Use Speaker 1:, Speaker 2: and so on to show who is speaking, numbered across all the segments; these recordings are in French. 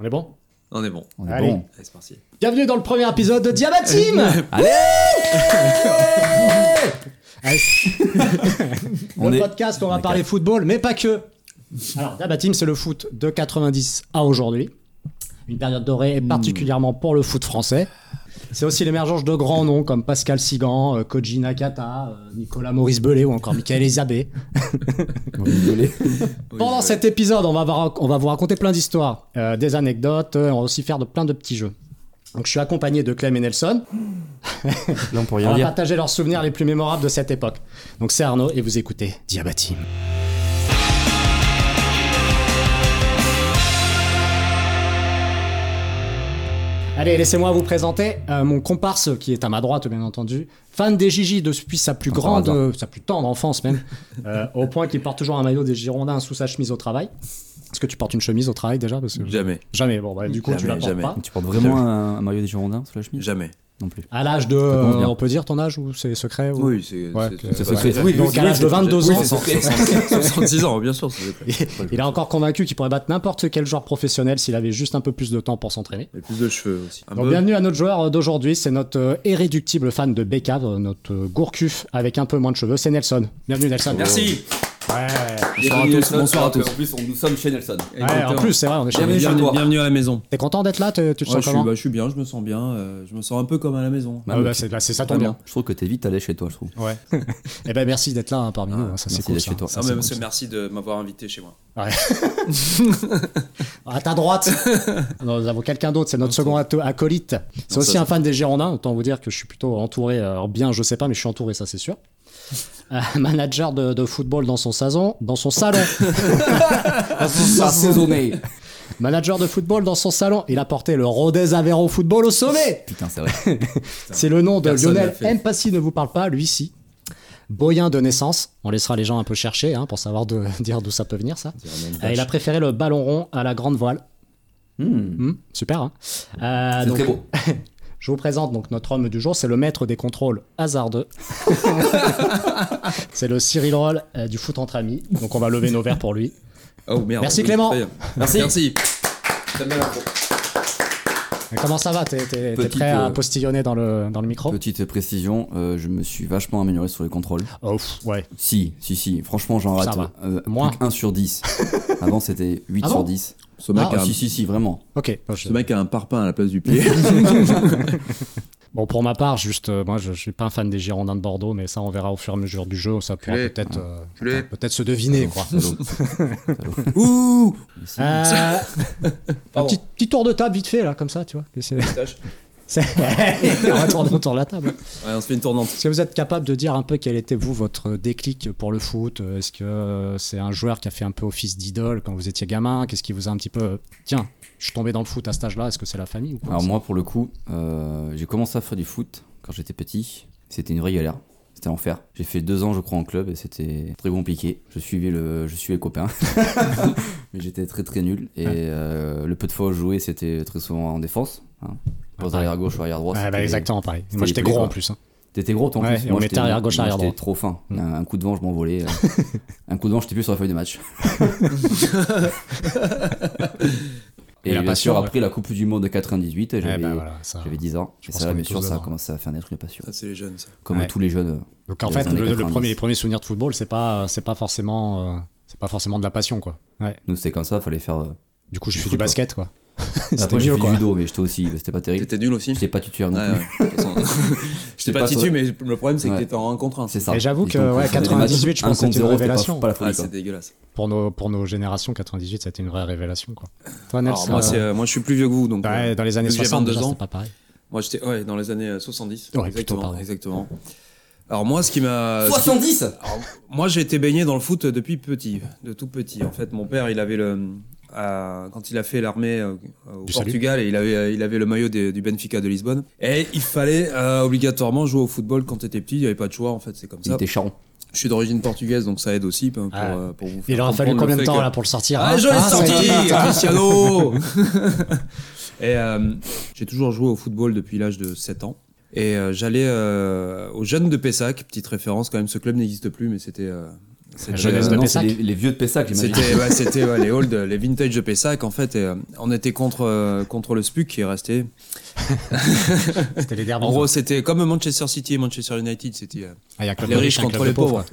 Speaker 1: On est bon
Speaker 2: On est bon.
Speaker 3: On est
Speaker 1: Allez.
Speaker 3: bon.
Speaker 2: Allez, c'est parti.
Speaker 1: Bienvenue dans le premier épisode de Diaba Team
Speaker 3: Allez
Speaker 1: Allez.
Speaker 3: On
Speaker 1: Le
Speaker 3: est-
Speaker 1: podcast, on va
Speaker 3: on est
Speaker 1: parler
Speaker 3: quatre.
Speaker 1: football, mais pas que. Alors, Diaba Team, c'est le foot de 90 à aujourd'hui. Une période dorée, et
Speaker 3: Hmm.
Speaker 1: particulièrement pour le foot français. C'est aussi l'émergence de grands noms comme Pascal Sigan, euh, Koji Nakata, euh, Nicolas Maurice Belé ou encore Michael Isabé.
Speaker 2: Oui,
Speaker 1: Pendant
Speaker 2: ouais.
Speaker 1: cet épisode, on va, va- on va vous raconter plein d'histoires, euh, des anecdotes, euh, on va aussi faire de, plein de petits jeux. Donc, je suis accompagné de Clem et Nelson.
Speaker 4: Non, pour
Speaker 1: On
Speaker 4: rien
Speaker 1: va
Speaker 4: dire.
Speaker 1: partager leurs souvenirs les plus mémorables de cette époque. Donc c'est Arnaud et vous écoutez Diabatim. Allez, laissez-moi vous présenter euh, mon comparse qui est à ma droite, bien entendu, fan des Gigi depuis sa plus
Speaker 3: Par
Speaker 1: grande,
Speaker 3: hasard.
Speaker 1: euh, sa plus tendre enfance même, euh, au point qu'il porte toujours un maillot des Girondins sous sa chemise au travail. Est-ce que tu portes une chemise au travail déjà Parce que-
Speaker 2: Jamais,
Speaker 1: Jamais. Bon, bah, du coup, tu
Speaker 2: Jamais,
Speaker 1: la portes
Speaker 2: jamais.
Speaker 1: pas.
Speaker 3: Tu portes vraiment un, un maillot des Girondins sous la chemise
Speaker 2: jamais.
Speaker 3: Non plus.
Speaker 1: À l'âge de,
Speaker 3: Je pense
Speaker 1: euh,
Speaker 3: bien.
Speaker 1: on peut dire ton âge ou c'est secret ou-
Speaker 2: Oui, c'est
Speaker 1: Ouais, c'est-
Speaker 2: c'est- c'est-
Speaker 3: c'est secret.
Speaker 2: c'est-
Speaker 3: Oui,
Speaker 1: Donc à l'âge de 22 ans,
Speaker 2: Oui, c'est- 66 ans, bien sûr. c'est secret.
Speaker 1: Il a encore convaincu qu'il pourrait battre n'importe quel joueur professionnel s'il avait juste un peu plus de temps pour s'entraîner.
Speaker 2: Et plus de cheveux aussi. Un
Speaker 1: Donc
Speaker 2: peu.
Speaker 1: bienvenue à notre joueur euh, d'aujourd'hui, c'est notre euh, irréductible fan de BK, euh, notre euh, gourcuf avec un peu moins de cheveux, c'est Nelson. Bienvenue Nelson.
Speaker 2: Merci.
Speaker 3: Bonsoir à tous. Bonsoir à tous.
Speaker 4: En plus, on- nous sommes chez Nelson.
Speaker 1: Ouais, en
Speaker 2: Exactement.
Speaker 1: plus, c'est vrai, on est chez
Speaker 2: Bienvenue,
Speaker 1: lui.
Speaker 4: chez toi.
Speaker 2: bienvenue à la maison.
Speaker 1: T'es content d'être là T'es- Tu te
Speaker 2: Ouais,
Speaker 1: sens
Speaker 2: je, suis,
Speaker 1: comment
Speaker 2: bah, je suis bien, je me sens bien. euh, je me sens un peu comme à la maison.
Speaker 1: Ah, bah, c'est- bah, c'est- ça tombe bien.
Speaker 2: Vraiment.
Speaker 3: Je trouve que t'es vite allé chez toi, je trouve.
Speaker 1: Eh ben merci d'être là hein, parmi nous, hein, ça c'est
Speaker 3: merci
Speaker 1: cool.
Speaker 3: d'être
Speaker 1: ça.
Speaker 3: chez toi.
Speaker 1: Ça,
Speaker 2: Ah,
Speaker 1: c'est
Speaker 2: mais
Speaker 1: cool,
Speaker 2: monsieur,
Speaker 1: ça.
Speaker 2: merci de m'avoir invité chez moi.
Speaker 1: À ta droite, nous avons quelqu'un d'autre, c'est notre second ato- acolyte. C'est
Speaker 2: Non,
Speaker 1: aussi
Speaker 2: ça,
Speaker 1: un fan des Girondins, autant vous dire que je suis plutôt entouré, euh, alors bien je sais pas, mais je suis entouré, ça c'est sûr. Euh, manager de, de football dans son saison, dans son salon.
Speaker 3: Assaisonné
Speaker 1: manager de football dans son salon. Il a porté le Rodez Aveyron Football au sommet.
Speaker 3: Putain, c'est vrai.
Speaker 1: C'est le nom de
Speaker 2: Personne l'a
Speaker 1: Lionel
Speaker 2: fait.
Speaker 1: M. Passy ne vous parle pas, lui si. Boyen de naissance, on laissera les gens un peu chercher hein, pour savoir de, dire d'où ça peut venir ça. Euh, il a préféré le ballon rond à la grande voile. Hmm, super. hein. Euh,
Speaker 3: C'est
Speaker 1: donc,
Speaker 3: très beau.
Speaker 1: Je vous présente donc notre homme du jour, c'est le maître des contrôles hasardeux. c'est le Cyril Roll euh, du foot entre amis. Donc on va lever nos verres pour lui.
Speaker 2: Oh merde.
Speaker 1: Merci, Clément.
Speaker 2: très bien.
Speaker 3: Merci.
Speaker 2: Merci.
Speaker 1: Et Comment ça va T'es t'es- t'es
Speaker 3: Petite,
Speaker 1: prêt à
Speaker 3: euh,
Speaker 1: postillonner dans le, dans le micro
Speaker 3: Petite précision, euh, je me suis vachement amélioré sur les contrôles.
Speaker 1: Oh, pff, ouais.
Speaker 3: Si, si, si. Franchement, j'en
Speaker 1: Ça
Speaker 3: rate.
Speaker 1: va.
Speaker 3: euh, plus
Speaker 1: Moins.
Speaker 3: que 1 sur 10. Avant, c'était 8
Speaker 1: Ah bon
Speaker 3: sur 10.
Speaker 2: Ce mec,
Speaker 1: Ah,
Speaker 2: a,
Speaker 3: Ah, si, si, si, vraiment.
Speaker 1: Ok.
Speaker 2: ce mec a un parpaing à la place du pied.
Speaker 1: Bon, pour ma part, juste, euh, moi, je, je suis pas un fan des Girondins de Bordeaux, mais ça, on verra au fur et à mesure du jeu. Ça pourra
Speaker 2: Culé.
Speaker 1: peut-être, euh,
Speaker 2: Culé.
Speaker 1: peut-être se
Speaker 3: Ah,
Speaker 1: deviner, quoi.
Speaker 2: Ouh
Speaker 3: Merci.
Speaker 1: Euh, un petit, petit tour de table vite fait là, comme ça, tu vois. Et c'est- c'est- on va tourner autour de la table.
Speaker 2: Ouais, on se fait une tournante.
Speaker 1: Est-ce que vous êtes capable de dire un peu quel était vous votre déclic pour le foot Est-ce que euh, c'est un joueur qui a fait un peu office d'idole quand vous étiez gamin Qu'est-ce qui vous a un petit peu euh, tiens, je suis tombé dans le foot à cet âge-là Est-ce que c'est la famille ou quoi
Speaker 3: Alors moi pour le coup, euh, j'ai commencé à faire du foot quand j'étais petit. C'était une vraie galère. C'était l'enfer. J'ai fait deux ans je crois en club et c'était très compliqué. Je suivais le, je suivais les copains, mais j'étais très très nul. Et euh, le peu de fois où je jouais, c'était très souvent en défense. Hein. Pose
Speaker 1: Ah,
Speaker 3: arrière gauche ou arrière droit.
Speaker 1: Ouais, bah,
Speaker 3: c'était-
Speaker 1: exactement pareil.
Speaker 3: c'était
Speaker 1: Moi
Speaker 3: les
Speaker 1: j'étais
Speaker 3: poulets,
Speaker 1: gros en
Speaker 3: quoi.
Speaker 1: plus. hein.
Speaker 3: T'étais gros toi, en
Speaker 1: Ouais,
Speaker 3: plus.
Speaker 1: et
Speaker 3: Moi,
Speaker 1: on
Speaker 3: j'étais-
Speaker 1: mettait arrière gauche,
Speaker 3: moi,
Speaker 1: arrière
Speaker 3: J'étais
Speaker 1: droit.
Speaker 3: trop fin.
Speaker 1: Mm.
Speaker 3: Un, un coup de vent, je m'envolais. euh. un coup de vent, j'étais plus sur la feuille de match.
Speaker 1: Et
Speaker 3: et
Speaker 1: la
Speaker 3: bien
Speaker 1: passion,
Speaker 3: sûr,
Speaker 1: ouais.
Speaker 3: après la Coupe du Monde de 98,
Speaker 1: Eh
Speaker 3: j'avais
Speaker 1: ben, voilà, ça.
Speaker 3: j'avais 10 ans.
Speaker 1: Je
Speaker 3: Et
Speaker 1: pense
Speaker 3: ça,
Speaker 1: qu'on est
Speaker 3: bien
Speaker 1: tous
Speaker 3: sûr, ça a
Speaker 1: dedans.
Speaker 3: commencé à faire naître une passion.
Speaker 2: Ça, Ah, c'est les jeunes, ça.
Speaker 3: Comme
Speaker 1: Ouais.
Speaker 3: tous les jeunes.
Speaker 1: Donc en
Speaker 3: Les
Speaker 1: fait,
Speaker 3: années
Speaker 1: le, le
Speaker 3: 90.
Speaker 1: premier, les premiers souvenirs de football, c'est pas, c'est pas forcément, euh, c'est pas forcément de la passion quoi. Ouais.
Speaker 3: Nous, c'était comme ça, fallait faire. euh,
Speaker 1: Du coup, j'ai fait
Speaker 3: Du foot,
Speaker 1: du
Speaker 3: quoi.
Speaker 1: basket quoi. C'était
Speaker 3: Après, j'ai
Speaker 1: mieux
Speaker 3: fait du
Speaker 1: quoi.
Speaker 3: judo, mais j'étais aussi. C'était pas terrible.
Speaker 2: T'étais nul aussi
Speaker 3: J'étais pas tuteur non
Speaker 2: Ouais,
Speaker 3: plus.
Speaker 2: ouais. De toute façon, J'étais pas
Speaker 3: pas
Speaker 2: titu,
Speaker 3: sur-
Speaker 2: mais le problème, c'est que
Speaker 3: Ouais.
Speaker 2: t'étais en 1 contre 1.
Speaker 3: C'est ça.
Speaker 1: Et j'avoue
Speaker 3: Ils
Speaker 1: que,
Speaker 3: ont
Speaker 1: ouais,
Speaker 3: fait des
Speaker 1: 98,
Speaker 3: matchs,
Speaker 1: je pense que
Speaker 3: un contre
Speaker 1: c'était une
Speaker 3: zéro, c'était pas-
Speaker 1: révélation.
Speaker 3: pas la folie,
Speaker 2: Ah,
Speaker 3: quoi.
Speaker 2: c'est dégueulasse.
Speaker 1: Pour nos, pour nos générations, 98, c'était une vraie révélation quoi. Toi,
Speaker 2: Alors,
Speaker 1: Nelson,
Speaker 2: moi,
Speaker 1: euh,
Speaker 2: c'est, euh, moi, je suis plus vieux que vous, donc.
Speaker 1: ouais,
Speaker 2: euh,
Speaker 1: dans les années
Speaker 2: vu que j'ai
Speaker 1: 60,
Speaker 2: 22
Speaker 1: déjà,
Speaker 2: ans.
Speaker 1: c'était pas pareil.
Speaker 2: Moi, j'étais ouais, dans les années euh, 70.
Speaker 1: Ouais, plutôt,
Speaker 2: exactement.
Speaker 1: pardon.
Speaker 2: exactement. Alors, moi, ce qui m'a.
Speaker 3: euh, 70
Speaker 2: Alors, moi, j'ai été baigné dans le foot depuis petit, de tout petit. En fait, mon père, il avait le. à- quand il a fait l'armée euh, au
Speaker 1: Du salut.
Speaker 2: Portugal, et il avait, euh, il avait le maillot des- du Benfica de Lisbonne. Et il fallait euh, obligatoirement jouer au football quand t'étais petit. Il n'y avait pas de choix, en fait, c'est comme
Speaker 3: Il
Speaker 2: ça.
Speaker 3: était charron.
Speaker 2: Je suis d'origine portugaise, donc ça aide aussi pour,
Speaker 1: Ah.
Speaker 2: euh, pour vous faire
Speaker 1: Il aura fallu
Speaker 2: comprendre
Speaker 1: combien
Speaker 2: le
Speaker 1: de
Speaker 2: fait
Speaker 1: temps
Speaker 2: que-
Speaker 1: là pour le sortir
Speaker 2: Ah,
Speaker 1: hein
Speaker 2: je l'ai
Speaker 1: ça a
Speaker 2: sorti,
Speaker 1: été-
Speaker 2: Cristiano Et euh, j'ai toujours joué au football depuis l'âge de 7 ans. Et euh, j'allais euh, aux Jeunes de Pessac, petite référence quand même, ce club n'existe plus, mais c'était euh, C'était,
Speaker 1: jeunesse
Speaker 2: euh,
Speaker 1: de
Speaker 3: non, c'est
Speaker 1: Pessac.
Speaker 3: les, les vieux de Pessac, j'imagine.
Speaker 2: C'était ouais, c'était, ouais, les old, les vintage de Pessac en fait. et, euh, on était contre, euh, contre le SPUC qui est resté.
Speaker 1: C'était les
Speaker 2: En
Speaker 1: derniers.
Speaker 2: gros, c'était comme Manchester City et Manchester United, c'était euh,
Speaker 1: Ah, il y a un club
Speaker 2: les
Speaker 1: de
Speaker 2: riches
Speaker 1: un club
Speaker 2: contre
Speaker 1: de
Speaker 2: les pauvres.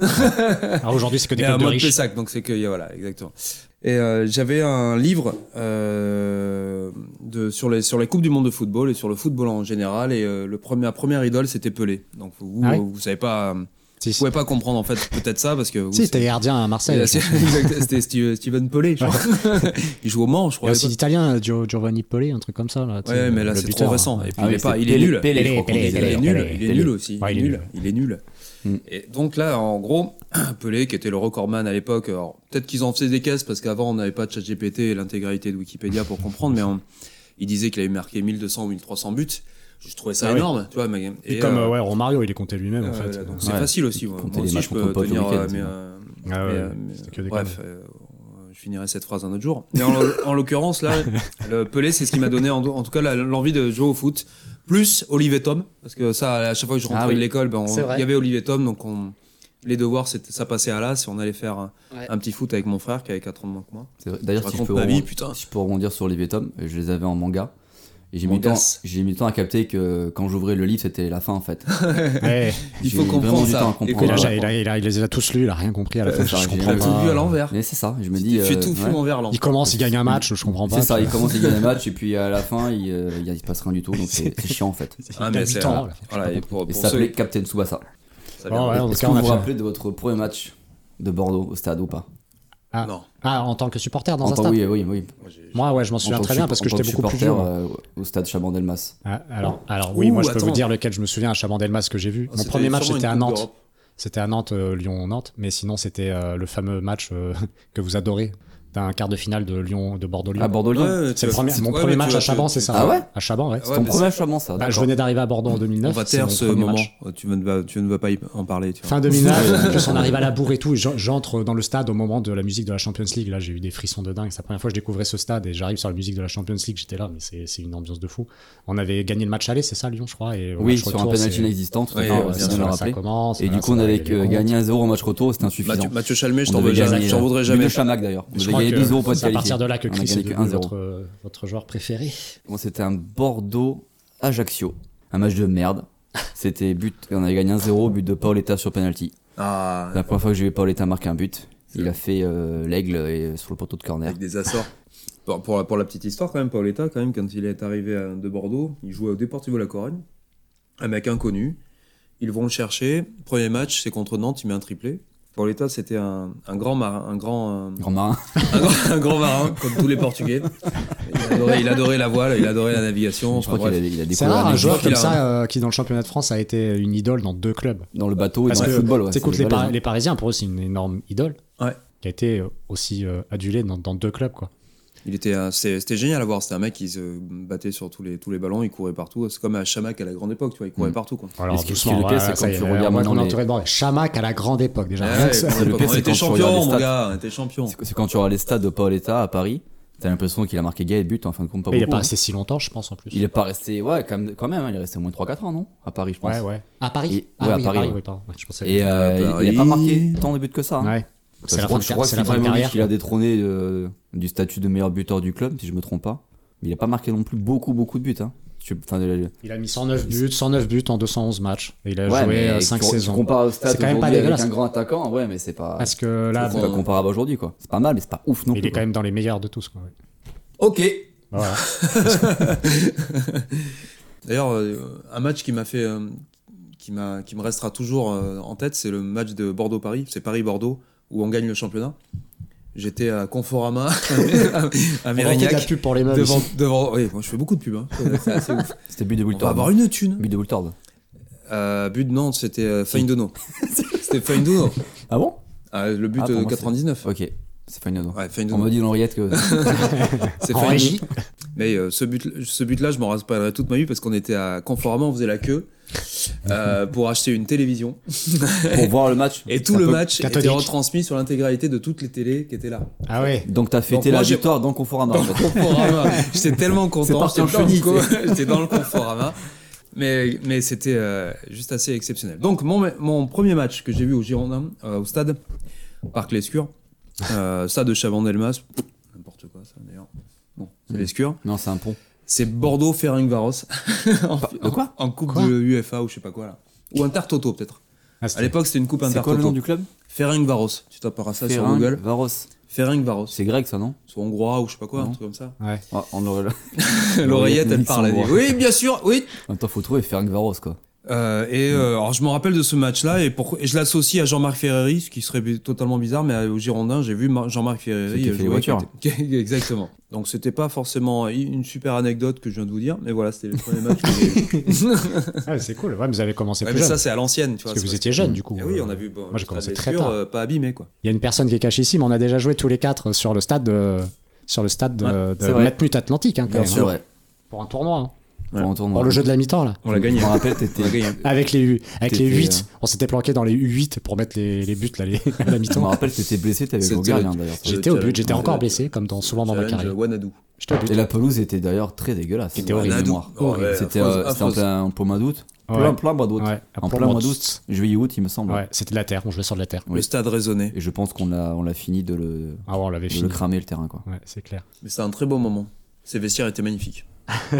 Speaker 1: Ah, Aujourd'hui, c'est que des
Speaker 2: Mais à
Speaker 1: clubs de
Speaker 2: mode
Speaker 1: riches.
Speaker 2: Pessac, donc c'est que y a- voilà, exactement. Et euh, j'avais un livre euh, de, sur les sur les coupes du monde de football et sur le football en général. Et euh, le premier, la première idole, c'était Pelé. Donc vous,
Speaker 1: Ah ouais
Speaker 2: vous savez pas, euh, vous
Speaker 1: Si, si,
Speaker 2: pouvez pas comprendre en fait peut-être ça parce que vous,
Speaker 1: Si, c'était gardien à
Speaker 2: c'est-
Speaker 1: Marseille.
Speaker 2: c'est-
Speaker 1: je crois.
Speaker 2: exact, c'était Steve- Steven Pelé. je crois. Il joue au Mans, je
Speaker 1: Il y
Speaker 2: crois.
Speaker 1: a
Speaker 2: à
Speaker 1: aussi
Speaker 2: l'époque.
Speaker 1: l'Italien, Gio- Giovanni Pelé, un truc comme ça. Là, tu
Speaker 2: Ouais,
Speaker 1: sais,
Speaker 2: mais là
Speaker 1: le
Speaker 2: c'est
Speaker 1: buteur. hein.
Speaker 2: trop récent. Et puis
Speaker 3: Ah
Speaker 2: il
Speaker 3: ouais,
Speaker 2: est pas,
Speaker 3: c'était
Speaker 2: il est
Speaker 3: Pelé-
Speaker 2: nul.
Speaker 3: Pelé, je
Speaker 1: Pelé,
Speaker 3: crois qu'on
Speaker 1: Pelé,
Speaker 3: disait
Speaker 2: Il est
Speaker 1: Pelé.
Speaker 3: d'ailleurs.
Speaker 2: nul, il est
Speaker 1: Pelé.
Speaker 2: nul aussi.
Speaker 1: Ouais,
Speaker 2: il, est nul. il est nul.
Speaker 3: Mm.
Speaker 2: Et donc là, en gros, Pelé, qui était le recordman à l'époque, alors, peut-être qu'ils en faisaient des caisses parce qu'avant on n'avait pas de ChatGPT et l'intégralité de Wikipédia pour comprendre, mais on- il disait qu'il avait marqué 1200 ou 1300 buts. Je trouvais ça
Speaker 1: Ah oui.
Speaker 2: énorme, tu vois. mais-
Speaker 1: Et
Speaker 2: et,
Speaker 1: comme
Speaker 2: euh,
Speaker 1: euh, ouais, Romario, il est compté lui-même en
Speaker 2: euh,
Speaker 1: fait.
Speaker 2: donc c'est
Speaker 3: Ouais.
Speaker 2: facile aussi. Moi,
Speaker 3: Compter
Speaker 2: Moi
Speaker 3: les
Speaker 2: aussi,
Speaker 3: matchs
Speaker 2: je
Speaker 3: qu'on
Speaker 2: peux
Speaker 3: compte le
Speaker 2: tenir.
Speaker 3: week-end,
Speaker 2: euh,
Speaker 3: c'est
Speaker 2: mais,
Speaker 3: bon.
Speaker 2: euh,
Speaker 1: Ah ouais,
Speaker 2: mais, euh,
Speaker 1: c'était que des
Speaker 2: bref, euh, je finirai cette phrase un autre jour. Mais en, en l'occurrence, là, le Pelé, c'est ce qui m'a donné, en, en tout cas, la- l'envie de jouer au foot. Plus Olivier Tom, parce que ça, à chaque fois que je rentrais
Speaker 3: Ah oui.
Speaker 2: de l'école, ben, on-
Speaker 1: C'est vrai.
Speaker 2: il y avait Olivier Tom, donc on- les devoirs, c'était- ça passait à l'as et on allait faire un,
Speaker 5: Ouais.
Speaker 2: un petit foot avec mon frère qui avait 4 ans de moins que moi.
Speaker 3: C'est vrai. D'ailleurs, si je
Speaker 2: raconte
Speaker 3: peux
Speaker 2: ma vie,
Speaker 3: rebondir-
Speaker 2: putain.
Speaker 3: si je peux rebondir sur les vieux tomes, je les avais en manga. Et j'ai mis, le temps,
Speaker 2: Mangas.
Speaker 3: j'ai mis le temps à capter que quand j'ouvrais le livre, c'était la fin en fait.
Speaker 1: Ouais.
Speaker 2: Il
Speaker 3: J'ai
Speaker 2: faut
Speaker 3: eu
Speaker 2: comprendre
Speaker 3: vraiment du temps à
Speaker 2: ça.
Speaker 3: comprendre.
Speaker 1: Il, a,
Speaker 3: Ouais.
Speaker 1: il, a- il a- il les a tous lus, il a rien compris à la fin.
Speaker 3: ça,
Speaker 1: je
Speaker 3: j'ai
Speaker 1: comprends
Speaker 2: T'as
Speaker 3: jamais
Speaker 1: pas.
Speaker 2: tout vu à l'envers.
Speaker 3: Mais c'est ça, je me dis.
Speaker 2: Tu fais
Speaker 3: euh,
Speaker 2: tout
Speaker 3: ouais.
Speaker 2: fou envers l'an.
Speaker 1: Il commence, il gagne un match, je comprends pas.
Speaker 3: C'est ça,
Speaker 1: tu
Speaker 3: il
Speaker 1: vois.
Speaker 3: commence, il gagne un match, et puis à la fin, il, euh, il y a- il se passe rien du tout, donc c'est c'est chiant en fait.
Speaker 2: Ah,
Speaker 1: Il a
Speaker 2: mais
Speaker 1: huit
Speaker 2: c'est-
Speaker 1: ans, là.
Speaker 2: Voilà, et pour,
Speaker 3: Et
Speaker 2: pour
Speaker 3: ça Ah
Speaker 2: ceux-
Speaker 3: s'appelait Captain Tsubasa.
Speaker 2: ça
Speaker 1: Bon,
Speaker 2: vient-
Speaker 1: ouais, en tout
Speaker 3: Est-ce
Speaker 1: cas,
Speaker 3: que
Speaker 1: on
Speaker 3: vous
Speaker 1: a
Speaker 3: vous
Speaker 1: fait-
Speaker 3: rappelez de votre premier match de Bordeaux au stade ou pas
Speaker 1: Ah.
Speaker 2: Non.
Speaker 1: Ah, en tant que supporter dans
Speaker 3: En
Speaker 1: un
Speaker 3: tant-
Speaker 1: stade
Speaker 3: Oui, oui, oui.
Speaker 2: Moi, j'ai-
Speaker 1: Moi, ouais, je m'en
Speaker 3: En
Speaker 1: souviens
Speaker 3: tant
Speaker 1: très
Speaker 3: que
Speaker 1: bien
Speaker 3: sup-
Speaker 1: parce
Speaker 3: en
Speaker 1: que
Speaker 3: tant
Speaker 1: j'étais beaucoup plus
Speaker 3: supporter,
Speaker 1: vieux. moi.
Speaker 3: euh, au stade Chabandelmas.
Speaker 1: Ah, alors, alors oui,
Speaker 2: Ouh,
Speaker 1: moi je peux
Speaker 2: attends.
Speaker 1: vous dire lequel je me souviens à Chabandel Mas que j'ai vu. Mon
Speaker 2: C'était
Speaker 1: premier match
Speaker 2: sûrement
Speaker 1: c'était
Speaker 2: une
Speaker 1: à
Speaker 2: Coupe
Speaker 1: Nantes.
Speaker 2: d'Europe.
Speaker 1: C'était à Nantes, euh, Lyon-Nantes, mais sinon c'était euh, le fameux match euh, que vous adorez d'un quart de finale de Lyon, de Bordeaux-Lyon.
Speaker 3: À Bordeaux-Lyon.
Speaker 2: Ouais, Euh, tu
Speaker 1: c'est le
Speaker 2: vas-
Speaker 1: premier, mon
Speaker 2: ouais, mais
Speaker 1: premier
Speaker 2: tu
Speaker 1: match
Speaker 2: vas-
Speaker 1: à Chaban,
Speaker 2: tu-
Speaker 1: c'est ça hein.
Speaker 3: Ah ouais
Speaker 1: À Chaban, ouais.
Speaker 2: Ah
Speaker 1: C'est
Speaker 2: ouais,
Speaker 1: ton
Speaker 3: Ton
Speaker 2: mais
Speaker 1: premier-
Speaker 3: premier Chaban, ça.
Speaker 1: Bah, je
Speaker 3: d'accord.
Speaker 1: venais d'arriver à Bordeaux en 2009.
Speaker 2: On va
Speaker 1: c'est
Speaker 2: taire
Speaker 1: mon
Speaker 2: ce
Speaker 1: premier
Speaker 2: moment.
Speaker 1: match.
Speaker 2: Oh, Tu, ne vas, tu ne vas pas y en parler. Tu vois.
Speaker 1: Fin 2009, je s'en arrive à la bourre et tout. et j'en- J'entre dans le stade au moment de la musique de la Champions League. Là, j'ai eu des frissons de dingue. C'est la première fois que je découvrais ce stade et j'arrive sur la musique de la Champions League. J'étais là, mais c'est c'est une ambiance de fou. On avait gagné le match aller, c'est ça, Lyon, je crois. Et au
Speaker 3: Oui,
Speaker 1: match
Speaker 3: sur un
Speaker 1: retour,
Speaker 3: penalty
Speaker 1: c'est-
Speaker 3: inexistant, tout à
Speaker 2: Oui,
Speaker 3: fait,
Speaker 2: ouais,
Speaker 3: ouais,
Speaker 2: bien
Speaker 3: c'est bien
Speaker 2: sûr,
Speaker 3: de le
Speaker 1: ça
Speaker 3: rappeler.
Speaker 1: commence,
Speaker 3: Et
Speaker 1: voilà,
Speaker 3: du coup, on
Speaker 1: ça,
Speaker 3: avait
Speaker 1: les
Speaker 3: que
Speaker 1: comptes.
Speaker 3: gagner 1-0 au match retour, c'était insuffisant.
Speaker 2: Mathieu, Mathieu Chalmé, je
Speaker 3: On
Speaker 2: t'en
Speaker 3: devait
Speaker 2: veux jamais,
Speaker 3: gagner,
Speaker 2: je t'en
Speaker 3: euh,
Speaker 2: voudrais
Speaker 3: but
Speaker 2: jamais.
Speaker 3: de Chamac d'ailleurs.
Speaker 1: Je
Speaker 3: On devait
Speaker 1: crois
Speaker 3: gagner
Speaker 1: que
Speaker 3: 2 euros au point de
Speaker 1: C'est à
Speaker 3: qualité.
Speaker 1: partir de là que
Speaker 3: On a
Speaker 1: Chris est
Speaker 3: gagné que
Speaker 1: devenu
Speaker 3: 1-0.
Speaker 1: votre, euh, votre joueur préféré.
Speaker 3: Bon, c'était un Bordeaux-Ajaccio. Un match de merde. C'était but, on avait gagné 1-0, but de Paoletta sur penalty.
Speaker 2: Ah,
Speaker 3: La première fois que j'ai vu Paoletta marquer un but, il a fait euh, l'aigle et- sur le poteau de corner.
Speaker 2: avec des assorts. Pour, pour, la- pour la petite histoire, quand même, Paoletta, quand même, quand il est arrivé à- de Bordeaux, il jouait au Deportivo La Corogne, un mec inconnu. Ils vont le chercher. Premier match, c'est contre Nantes, il met un triplé. Paoletta, c'était un, un grand marin, un grand, euh,
Speaker 3: Grand marin.
Speaker 2: un, grand, un grand marin, comme tous les Portugais. Il adorait, il adorait la voile, il adorait la navigation.
Speaker 3: Je crois
Speaker 2: enfin,
Speaker 3: qu'il a,
Speaker 2: bref.
Speaker 3: il a
Speaker 1: C'est
Speaker 3: découvert
Speaker 1: rare
Speaker 3: un
Speaker 1: un
Speaker 3: mec
Speaker 1: joueur
Speaker 2: qu'il
Speaker 1: comme
Speaker 2: a
Speaker 1: ça euh, qui, dans le championnat de France, a été une idole dans deux clubs.
Speaker 3: dans le bateau et
Speaker 1: Parce
Speaker 3: dans le
Speaker 1: que,
Speaker 3: football. ouais,
Speaker 1: T'écoutes
Speaker 3: c'est
Speaker 1: les,
Speaker 3: des
Speaker 1: Par-
Speaker 3: balles,
Speaker 1: les Parisiens, pour eux, c'est une énorme idole.
Speaker 2: Ouais.
Speaker 1: Qui a été euh, aussi euh, adulée dans, dans deux clubs, quoi.
Speaker 2: Il était, un- c'était c'était génial à voir. C'était un mec qui se battait sur tous les, tous les ballons, il courait partout. C'est comme à Chamac à la grande époque, tu vois, il courait
Speaker 3: Mm.
Speaker 2: partout. Quoi.
Speaker 1: Alors,
Speaker 3: ce qui- ce
Speaker 1: doucement,
Speaker 3: qui est le
Speaker 1: voilà,
Speaker 3: cas, c'est
Speaker 1: ça
Speaker 3: quand
Speaker 1: y est,
Speaker 3: tu
Speaker 1: euh,
Speaker 3: regardes
Speaker 1: on est
Speaker 3: maintenant
Speaker 1: entouré de Bordeaux. Chamac à la grande époque, déjà.
Speaker 2: Ouais,
Speaker 1: rien que ça.
Speaker 2: grande
Speaker 3: le
Speaker 2: époque.
Speaker 3: pire,
Speaker 2: on
Speaker 3: c'est
Speaker 2: était
Speaker 3: quand tu regardes
Speaker 2: champion,
Speaker 3: les
Speaker 2: mon
Speaker 3: stats.
Speaker 2: gars, on était champion.
Speaker 3: C'est c'est quand tu auras les stades de Paoletta à Paris, t'as l'impression qu'il a marqué gay et but, enfin, compte pas
Speaker 1: Mais il n'est
Speaker 3: beaucoup.
Speaker 1: pas
Speaker 3: hein.
Speaker 1: resté si longtemps, je pense, en plus.
Speaker 3: Il est pas resté, ouais, quand même, quand même, hein, il est resté au moins 3-4 ans, non À Paris, je pense.
Speaker 1: Ouais, ouais. À
Speaker 3: Et-
Speaker 1: Paris
Speaker 3: ouais,
Speaker 1: Ah
Speaker 3: à
Speaker 1: oui, à
Speaker 3: Paris,
Speaker 1: Paris,
Speaker 3: ouais.
Speaker 1: oui, pardon. Ouais, Je pensais.
Speaker 3: Et euh,
Speaker 2: À
Speaker 3: il- il a pas
Speaker 2: Paris.
Speaker 3: marqué tant de buts que ça. hein.
Speaker 1: Ouais. C'est
Speaker 3: je
Speaker 1: la fin
Speaker 3: crois,
Speaker 1: de
Speaker 3: je crois
Speaker 1: car-
Speaker 3: que
Speaker 1: c'est
Speaker 3: c'est
Speaker 1: la fin de
Speaker 3: Ibrahimovic
Speaker 1: carrière.
Speaker 3: qui l'a détrôné euh, du statut de meilleur buteur du club, si je me trompe pas. Mais il a pas marqué non plus beaucoup, beaucoup de buts. Hein. Tu- enfin, de-
Speaker 1: Il a mis 109 buts, 109 buts en 211 matchs. Et il a
Speaker 3: ouais, mais
Speaker 1: joué
Speaker 3: tu-
Speaker 1: 5
Speaker 3: tu
Speaker 1: saisons.
Speaker 3: compares au stade
Speaker 1: C'est quand même pas
Speaker 3: aujourd'hui avec
Speaker 1: dégueulasse. Ah,
Speaker 3: un grand attaquant, ouais, mais c'est pas,
Speaker 1: Parce que là,
Speaker 3: c'est
Speaker 1: bon,
Speaker 3: pas comparable aujourd'hui, quoi. C'est pas mal, mais c'est pas ouf non
Speaker 1: il
Speaker 3: plus.
Speaker 1: est quand même dans les meilleurs de tous, quoi. ouais.
Speaker 2: Ok.
Speaker 1: Voilà.
Speaker 2: D'ailleurs, euh, un match qui m'a fait, euh, qui m'a, qui me restera toujours euh, en tête, c'est le match de Bordeaux-Paris. C'est Paris-Bordeaux où on gagne le championnat. J'étais à Conforama,
Speaker 1: On
Speaker 2: à
Speaker 1: va faire de la
Speaker 2: Mérignac,
Speaker 1: pub pour les meubles.
Speaker 2: devant,
Speaker 1: ici.
Speaker 2: devant. Oui, moi je fais beaucoup de pubs. Hein. C'est assez ouf.
Speaker 3: quoi. C'était but de
Speaker 2: On va
Speaker 3: Wiltord.
Speaker 2: avoir une thune.
Speaker 3: But de Wiltord.
Speaker 2: Euh, but de Nantes, c'était euh, Feindouno. c'était Feindouno.
Speaker 3: Ah bon
Speaker 2: Ah, le but
Speaker 3: Ah, pour
Speaker 2: euh,
Speaker 3: moi, c'est-
Speaker 2: 99.
Speaker 3: Ok, c'est pas une odeur.
Speaker 2: Ouais,
Speaker 3: On
Speaker 2: Feindouno.
Speaker 3: me dit l'Henriette que.
Speaker 2: C'est
Speaker 1: En
Speaker 2: Feindouno.
Speaker 1: régie.
Speaker 2: Mais euh, ce but, ce but-là, je m'en rappellerai toute ma vie parce qu'on était à Conforama, on faisait la queue euh, pour acheter une télévision.
Speaker 3: pour voir le match.
Speaker 2: Et tout le match
Speaker 1: cathodique.
Speaker 2: était retransmis sur l'intégralité de toutes les télés qui étaient là.
Speaker 1: Ah ouais.
Speaker 3: Donc t'as fêté
Speaker 2: Donc, moi,
Speaker 3: la
Speaker 2: j'ai-
Speaker 3: victoire dans Conforama. en fait.
Speaker 2: Conforama. J'étais tellement
Speaker 3: C'est
Speaker 2: content.
Speaker 3: parti
Speaker 2: J'étais
Speaker 3: en
Speaker 2: dans, le
Speaker 3: chenille,
Speaker 2: co- j'étais dans le Conforama. Mais, mais c'était euh, juste assez exceptionnel. Donc, mon, mon premier match que j'ai vu au Girondin, euh, au stade, Parc Lescure. Euh, ça de Chabandelmas, pff, n'importe quoi ça d'ailleurs. Bon, c'est
Speaker 3: Mm.
Speaker 2: Lescure.
Speaker 3: Non, c'est un pont.
Speaker 2: C'est Bordeaux Ferencvaros. en,
Speaker 3: de Bah, quoi
Speaker 2: En coupe
Speaker 1: Quoi
Speaker 2: de UEFA ou je sais pas quoi là. Ou Intertoto peut-être.
Speaker 1: Ah,
Speaker 2: À
Speaker 1: c'était-
Speaker 2: l'époque c'était une coupe
Speaker 3: C'est quoi le nom
Speaker 2: Intertoto.
Speaker 3: du club
Speaker 2: Ferencvaros, tu taperas ça sur
Speaker 3: Ferenc
Speaker 2: Google.
Speaker 3: Varos.
Speaker 2: Ferencvaros,
Speaker 3: C'est grec, ça, non
Speaker 2: soit hongrois ou je sais pas quoi, un
Speaker 3: Non.
Speaker 2: truc comme ça.
Speaker 1: Ouais.
Speaker 3: Ah, on aurait.
Speaker 2: L'oreillette elle parle. Elle dit, oui bien sûr, oui.
Speaker 3: Attends, faut trouver Ferenc Varos, quoi.
Speaker 2: Euh, et
Speaker 3: Mm.
Speaker 2: euh, alors je me rappelle de ce match-là et, pour- et je l'associe à Jean-Marc Ferreri, ce qui serait bi- totalement bizarre, mais euh, au Girondin, j'ai vu Mar- Jean-Marc Ferreri
Speaker 3: Celui qui
Speaker 2: euh,
Speaker 3: fait les
Speaker 2: jouer, qui
Speaker 3: voitures.
Speaker 2: était- Exactement. Donc c'était pas forcément une super anecdote que je viens de vous dire, mais voilà, c'était le premier match. Que j'ai vu.
Speaker 1: Ah, c'est cool. Ouais, mais vous avez commencé
Speaker 2: Ouais,
Speaker 1: plus
Speaker 2: mais ça
Speaker 1: jeune.
Speaker 2: c'est à l'ancienne, tu vois.
Speaker 1: Parce que
Speaker 2: c'est
Speaker 1: vous
Speaker 2: pas-
Speaker 1: étiez jeune, du coup. euh,
Speaker 2: Eh oui, on a vu. bon,
Speaker 1: Moi, j'ai
Speaker 2: la
Speaker 1: commencé très
Speaker 2: blessure,
Speaker 1: tard.
Speaker 2: euh, pas abîmé quoi.
Speaker 1: Il y a une personne qui est cachée ici, mais on a déjà joué tous les quatre sur le stade de, sur le stade de, de
Speaker 3: c'est vrai.
Speaker 1: Matmut Atlantique, hein, quand même, hein.
Speaker 3: Ouais.
Speaker 1: pour un tournoi, hein.
Speaker 3: Pour
Speaker 2: Ouais.
Speaker 3: un tournoi.
Speaker 1: pour le jeu de la mi-temps là.
Speaker 2: On l'a gagné.
Speaker 3: Je me
Speaker 2: hein.
Speaker 3: rappelle, t'étais.
Speaker 2: On l'a gagné.
Speaker 1: Avec les, avec les
Speaker 3: T'étais,
Speaker 1: 8, on s'était planqué dans les 8 pour mettre les, les buts là, les, à la
Speaker 3: Je me
Speaker 1: mi-temps.
Speaker 3: rappelle, t'étais blessé, t'avais le
Speaker 2: C'était-
Speaker 3: gardien d'ailleurs.
Speaker 2: j'ai-
Speaker 1: J'étais au but,
Speaker 2: challenge,
Speaker 1: j'étais encore
Speaker 2: challenge.
Speaker 1: blessé, comme dans, souvent dans ma
Speaker 2: Challenge
Speaker 1: carrière.
Speaker 2: Wanadu.
Speaker 1: J'étais au but.
Speaker 3: Et la pelouse était d'ailleurs très dégueulasse.
Speaker 1: C'était horrible.
Speaker 3: de mémoire.
Speaker 1: Bah,
Speaker 2: Oh, ouais,
Speaker 3: C'était
Speaker 2: affreuse,
Speaker 3: euh, c'était en
Speaker 2: affreuse.
Speaker 3: plein en plein mois d'août.
Speaker 1: Ouais.
Speaker 3: Plein, plein mois d'août.
Speaker 1: Ouais,
Speaker 3: En plein mois d'août. Juillet-août, il me semble.
Speaker 1: Ouais, c'était de la terre, on jouait sur de la terre.
Speaker 3: Oui.
Speaker 2: Le stade résonnait.
Speaker 3: Et je pense qu'on l'a on l'a fini de le,
Speaker 1: Ah ouais, on l'avait
Speaker 3: de le
Speaker 1: fini.
Speaker 3: cramer le terrain, quoi.
Speaker 1: Ouais, c'est clair.
Speaker 2: Mais c'était un très beau moment. Ces vestiaires étaient magnifiques. C'est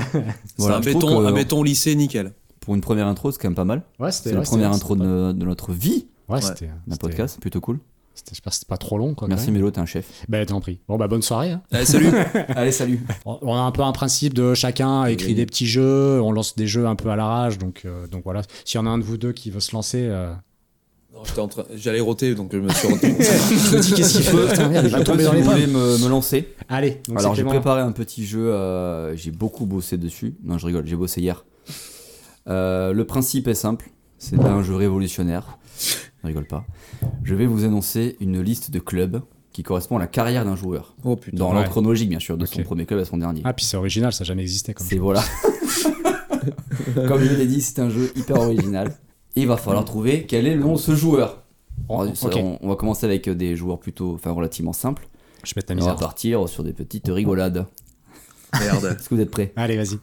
Speaker 3: Voilà,
Speaker 2: un
Speaker 3: je trouve
Speaker 2: béton,
Speaker 3: que-
Speaker 2: un béton lissé nickel.
Speaker 3: Pour une première intro, c'est quand même pas mal.
Speaker 1: Ouais,
Speaker 3: C'est
Speaker 1: c'était
Speaker 3: la
Speaker 1: ouais,
Speaker 3: première
Speaker 1: c'était-
Speaker 3: intro de, de notre vie
Speaker 1: Ouais, c'était
Speaker 3: d'un
Speaker 1: c'était-
Speaker 3: podcast, plutôt cool.
Speaker 1: c'était- J'espère que c'était pas trop long quoi.
Speaker 3: Merci
Speaker 1: quand même.
Speaker 3: Mélo, t'es un chef.
Speaker 1: Ben t'en prie. Bon bah bonne soirée. hein.
Speaker 2: Allez, Eh, salut.
Speaker 3: Allez, salut.
Speaker 1: On on a un peu un principe de chacun écrit
Speaker 3: Oui.
Speaker 1: des petits jeux, on lance des jeux un peu à l'arrache, donc euh, donc voilà. S'il y en a un de vous deux qui veut se lancer, euh,
Speaker 2: Non, j'étais en train- J'allais roter, donc je me suis roté.
Speaker 1: je me dis qu'est-ce qu'il peut. Putain, merde, il va
Speaker 3: Je peux,
Speaker 1: tomber
Speaker 3: si
Speaker 1: dans les
Speaker 3: vous
Speaker 1: pommes.
Speaker 3: voulez me, me lancer.
Speaker 1: Allez. donc
Speaker 3: Alors,
Speaker 1: c'est
Speaker 3: j'ai
Speaker 1: Clément.
Speaker 3: préparé un petit jeu. euh, j'ai beaucoup bossé dessus. Non, je rigole, j'ai bossé hier. Euh, le principe est simple. C'est un jeu révolutionnaire. Je rigole pas. Je vais vous annoncer une liste de clubs qui correspond à la carrière d'un joueur.
Speaker 2: Oh putain.
Speaker 3: Dans
Speaker 1: ouais.
Speaker 3: l'ordre chronologique, bien sûr, de son
Speaker 1: Ok.
Speaker 3: premier club à son dernier.
Speaker 1: Ah puis c'est original, ça n'a jamais existé comme.
Speaker 3: C'est voilà. Comme je l'ai dit, c'est un jeu hyper original. Et il va falloir trouver quel est le nom de ce joueur.
Speaker 1: Oh,
Speaker 3: Alors, ça,
Speaker 1: ok.
Speaker 3: on, on va commencer avec euh, des joueurs plutôt, enfin relativement simples.
Speaker 1: Je vais mettre la
Speaker 3: Et on va
Speaker 1: misère.
Speaker 3: partir sur des petites rigolades.
Speaker 2: Merde.
Speaker 3: Est-ce que vous êtes prêts
Speaker 1: Allez vas-y.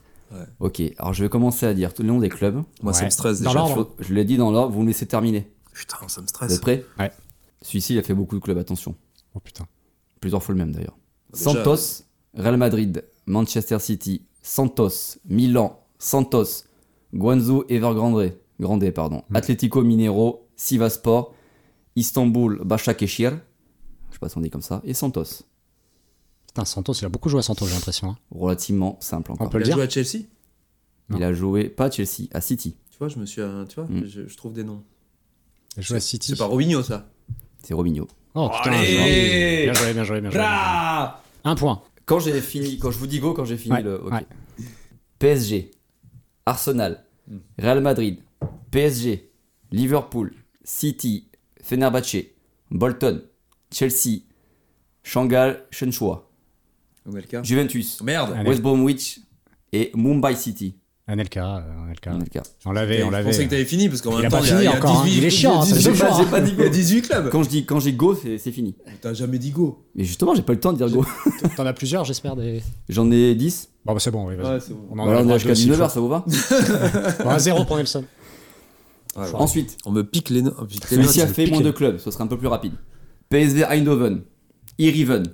Speaker 3: Ok. Alors je vais commencer à dire tout le nom des clubs.
Speaker 2: Moi, ça
Speaker 1: Ouais.
Speaker 2: me stresse
Speaker 1: Dans
Speaker 2: déjà.
Speaker 1: l'ordre.
Speaker 3: Je, je l'ai dit dans l'ordre. Vous me laissez terminer.
Speaker 2: Putain, ça me
Speaker 3: Vous
Speaker 2: stresse.
Speaker 3: êtes prêts
Speaker 1: Ouais.
Speaker 3: Celui-ci, il a fait beaucoup de clubs. Attention.
Speaker 1: Oh putain.
Speaker 3: Plusieurs fois le même d'ailleurs.
Speaker 2: Déjà,
Speaker 3: Santos, Real Madrid, Manchester City, Santos, Milan, Santos, Guangzhou Evergrande, Grande, pardon,
Speaker 1: Mm.
Speaker 3: Atlético Mineiro, Sivaspor, Istanbul, Başakşehir, je sais pas si on dit comme ça, et Santos.
Speaker 1: Putain Santos, il a beaucoup joué à Santos, j'ai l'impression. hein.
Speaker 3: Relativement simple
Speaker 1: On
Speaker 3: encore.
Speaker 1: peut le
Speaker 2: Il a
Speaker 1: dire.
Speaker 2: joué à Chelsea
Speaker 1: non.
Speaker 3: Il a joué pas à Chelsea, à City.
Speaker 2: Tu vois, je me suis. euh, tu vois,
Speaker 3: Mm.
Speaker 2: je, je trouve des noms.
Speaker 1: Il a joué à City.
Speaker 2: C'est pas Robinho, ça.
Speaker 3: C'est Robinho.
Speaker 1: Oh putain.
Speaker 2: Allez
Speaker 1: Bien joué, bien joué, bien joué. Un point.
Speaker 3: Quand j'ai fini, quand je vous dis go, quand j'ai fini
Speaker 1: Ouais,
Speaker 3: le. ok.
Speaker 1: ouais.
Speaker 3: PSG, Arsenal,
Speaker 2: Mm.
Speaker 3: Real Madrid, PSG, Liverpool, City, Fenerbahce, Bolton, Chelsea, Shanghai, Shenhua,
Speaker 2: Anelka.
Speaker 3: Juventus,
Speaker 2: Merde.
Speaker 1: Allez.
Speaker 3: West Bromwich et Mumbai City.
Speaker 1: Anelka, euh, Anelka.
Speaker 3: En tout cas.
Speaker 1: On l'avait, on
Speaker 2: je pensais que
Speaker 1: l'avait.
Speaker 2: t'avais fini parce qu'en
Speaker 1: Il a
Speaker 2: même
Speaker 1: pas
Speaker 2: temps, il y a,
Speaker 1: fini
Speaker 2: il y a
Speaker 1: encore, hein.
Speaker 2: 18
Speaker 1: Il est chiant, hein, ça
Speaker 2: il y
Speaker 1: fait
Speaker 2: a
Speaker 1: deux
Speaker 2: 18
Speaker 1: fois,
Speaker 2: j'ai pas dit go. Il y a 18 clubs.
Speaker 3: Quand je dis quand j'ai go, c'est c'est fini.
Speaker 2: T'as jamais dit go.
Speaker 3: Mais justement, j'ai pas le temps de dire go.
Speaker 1: T'en as plusieurs, j'espère. Des...
Speaker 3: J'en ai 10.
Speaker 1: Bon, bah, c'est bon, oui, vas-y.
Speaker 2: Ouais, c'est bon.
Speaker 1: On en
Speaker 3: Voilà,
Speaker 1: a
Speaker 3: Bah, on
Speaker 1: droit
Speaker 3: est jusqu'à
Speaker 1: deux, s'il
Speaker 3: 19h,
Speaker 1: faut.
Speaker 3: ça vous va
Speaker 1: Bon, à zéro pour Nelson.
Speaker 2: Ouais, ouais.
Speaker 3: Ensuite,
Speaker 2: On me pique les noms. Oh, pique les notes,
Speaker 3: Celui-ci a
Speaker 2: il me
Speaker 3: fait
Speaker 2: pique
Speaker 3: moins
Speaker 2: les-
Speaker 3: de clubs, ce sera un peu plus rapide. PSV Eindhoven, Iriven,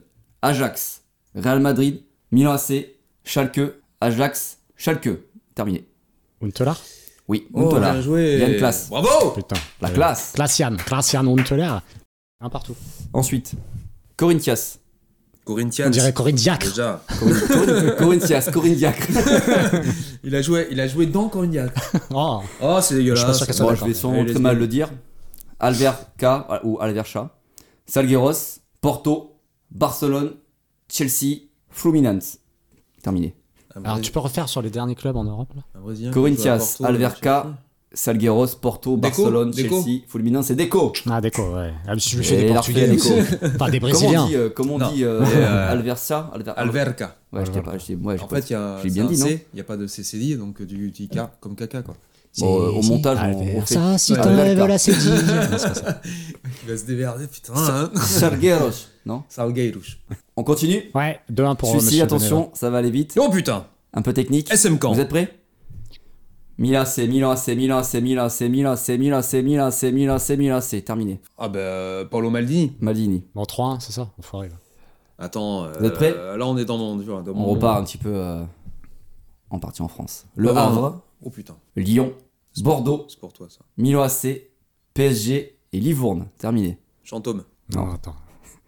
Speaker 3: Ajax, Real Madrid, Milan AC, Schalke, Ajax, Schalke. Terminé.
Speaker 1: Untelar
Speaker 3: Oui,
Speaker 2: Oh,
Speaker 3: Montola.
Speaker 2: bien joué.
Speaker 3: Il y a une classe.
Speaker 2: Bravo.
Speaker 1: Putain.
Speaker 3: La
Speaker 1: Euh,
Speaker 3: classe.
Speaker 1: Classian, Classian Untelar. Un partout.
Speaker 3: Ensuite, Corinthians.
Speaker 1: On
Speaker 2: Corinthians.
Speaker 1: dirait Corinthians.
Speaker 2: Déjà.
Speaker 3: Corin- Corinthians, Corinthians.
Speaker 2: Il a joué, il a joué dans Corinthians.
Speaker 1: Oh,
Speaker 2: Oh, c'est dégueulasse.
Speaker 1: Je suis pas sûr que ça
Speaker 3: Bon,
Speaker 1: va.
Speaker 3: je vais
Speaker 2: Allez,
Speaker 3: sûrement
Speaker 2: let's
Speaker 3: très
Speaker 2: go.
Speaker 3: mal le dire. Alverca ou Alverca, Salgueros, Porto, Barcelone, Chelsea, Fluminense. Terminé.
Speaker 2: Un
Speaker 1: alors
Speaker 2: Brésil-
Speaker 1: tu peux refaire sur les derniers clubs en Europe là
Speaker 2: un Brésilien qui joue à
Speaker 3: Corinthians,
Speaker 2: Porto,
Speaker 3: Alverca, Salgueros, Porto,
Speaker 2: Deco,
Speaker 3: Barcelone,
Speaker 2: Deco.
Speaker 3: Chelsea, Fluminense et Deco.
Speaker 1: Ah, déco, ouais. Ah, mais si je
Speaker 3: Et
Speaker 1: fais des
Speaker 3: la
Speaker 1: Portugais,
Speaker 3: Rafael
Speaker 1: Enfin, des
Speaker 3: Comment on
Speaker 1: Brésiliens.
Speaker 3: dit, euh, comment on
Speaker 2: Non.
Speaker 3: dit euh,
Speaker 2: Et, euh,
Speaker 3: Alversa Alver-
Speaker 2: Alverca.
Speaker 3: Ouais, je sais pas. je sais- ouais, je sais
Speaker 2: En
Speaker 3: pas.
Speaker 2: fait, il y a
Speaker 3: je l'ai bien
Speaker 2: c'est un
Speaker 3: dit, non
Speaker 2: C, il n'y a pas de CCD, donc euh, du du K comme caca, quoi.
Speaker 3: Bon, euh, au
Speaker 1: Si,
Speaker 3: montage, on-
Speaker 1: ah,
Speaker 3: on
Speaker 1: vers
Speaker 3: fait-
Speaker 1: Ça, si
Speaker 3: Ouais,
Speaker 1: t'en
Speaker 3: d'accord.
Speaker 1: rêves, là, c'est dit. Non, c'est pas ça.
Speaker 2: Qui va se déverder, putain. Hein.
Speaker 3: Salgueiros, non
Speaker 2: Salgueiros.
Speaker 3: On continue
Speaker 1: Ouais, 2-1 pour euh,
Speaker 3: Celui-ci,
Speaker 1: monsieur
Speaker 3: attention, ça va aller vite.
Speaker 2: Oh putain
Speaker 3: Un peu technique.
Speaker 2: SM Camp.
Speaker 3: Vous êtes prêts Milan AC, Milan AC, Milan AC, Milan AC, Milan AC, Milan AC, Milan AC, Milan AC, Milan AC, terminé.
Speaker 2: Ah bah, Paolo Maldini.
Speaker 3: Maldini.
Speaker 1: En 3-1, c'est ça Enfoiré. là.
Speaker 2: Attends, euh,
Speaker 3: Vous êtes prêts
Speaker 2: là on est dans mon. tu vois, dans
Speaker 1: Mmh.
Speaker 3: On
Speaker 2: mon-
Speaker 3: repart un petit peu euh, en partie en France. Le
Speaker 2: Ah, bah,
Speaker 3: Havre,
Speaker 2: Oh putain,
Speaker 3: Lyon, Bordeaux,
Speaker 2: c'est pour toi ça.
Speaker 3: Milan AC, PSG et Livourne, terminé.
Speaker 2: Chantôme.
Speaker 1: Non, attends.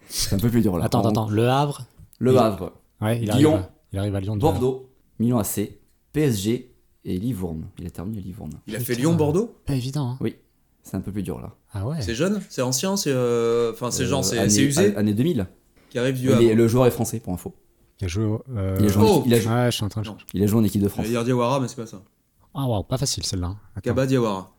Speaker 3: C'est un peu plus dur là.
Speaker 1: Attends, attends. Le Havre.
Speaker 3: Le Havre,
Speaker 1: Ouais, il arrive.
Speaker 3: Lyon.
Speaker 1: à- il arrive à Lyon. déjà.
Speaker 3: Bordeaux, Milan AC, PSG et Livourne. Il a terminé Livourne.
Speaker 2: Il a
Speaker 1: Putain.
Speaker 2: fait Lyon-Bordeaux
Speaker 1: Pas évident. hein.
Speaker 3: C'est un peu plus dur là.
Speaker 1: Ah ouais.
Speaker 2: C'est jeune C'est ancien C'est. euh, Enfin, c'est
Speaker 3: Euh,
Speaker 2: genre, c'est
Speaker 3: année-
Speaker 2: c'est usé
Speaker 3: Année 2000.
Speaker 2: Qui arrive du
Speaker 3: Il est-
Speaker 2: Havre.
Speaker 3: Le joueur est français pour info.
Speaker 1: Il a joué. au- euh,
Speaker 3: Il a joué, en-
Speaker 2: Oh
Speaker 3: il a joué-
Speaker 1: Ouais, je suis en train de.
Speaker 2: Non.
Speaker 3: il a joué en équipe de France.
Speaker 2: J'allais dire Diawara, mais c'est pas ça.
Speaker 1: Ah waouh, pas facile celle-là. hein. Attends.
Speaker 2: Kaba Diawara.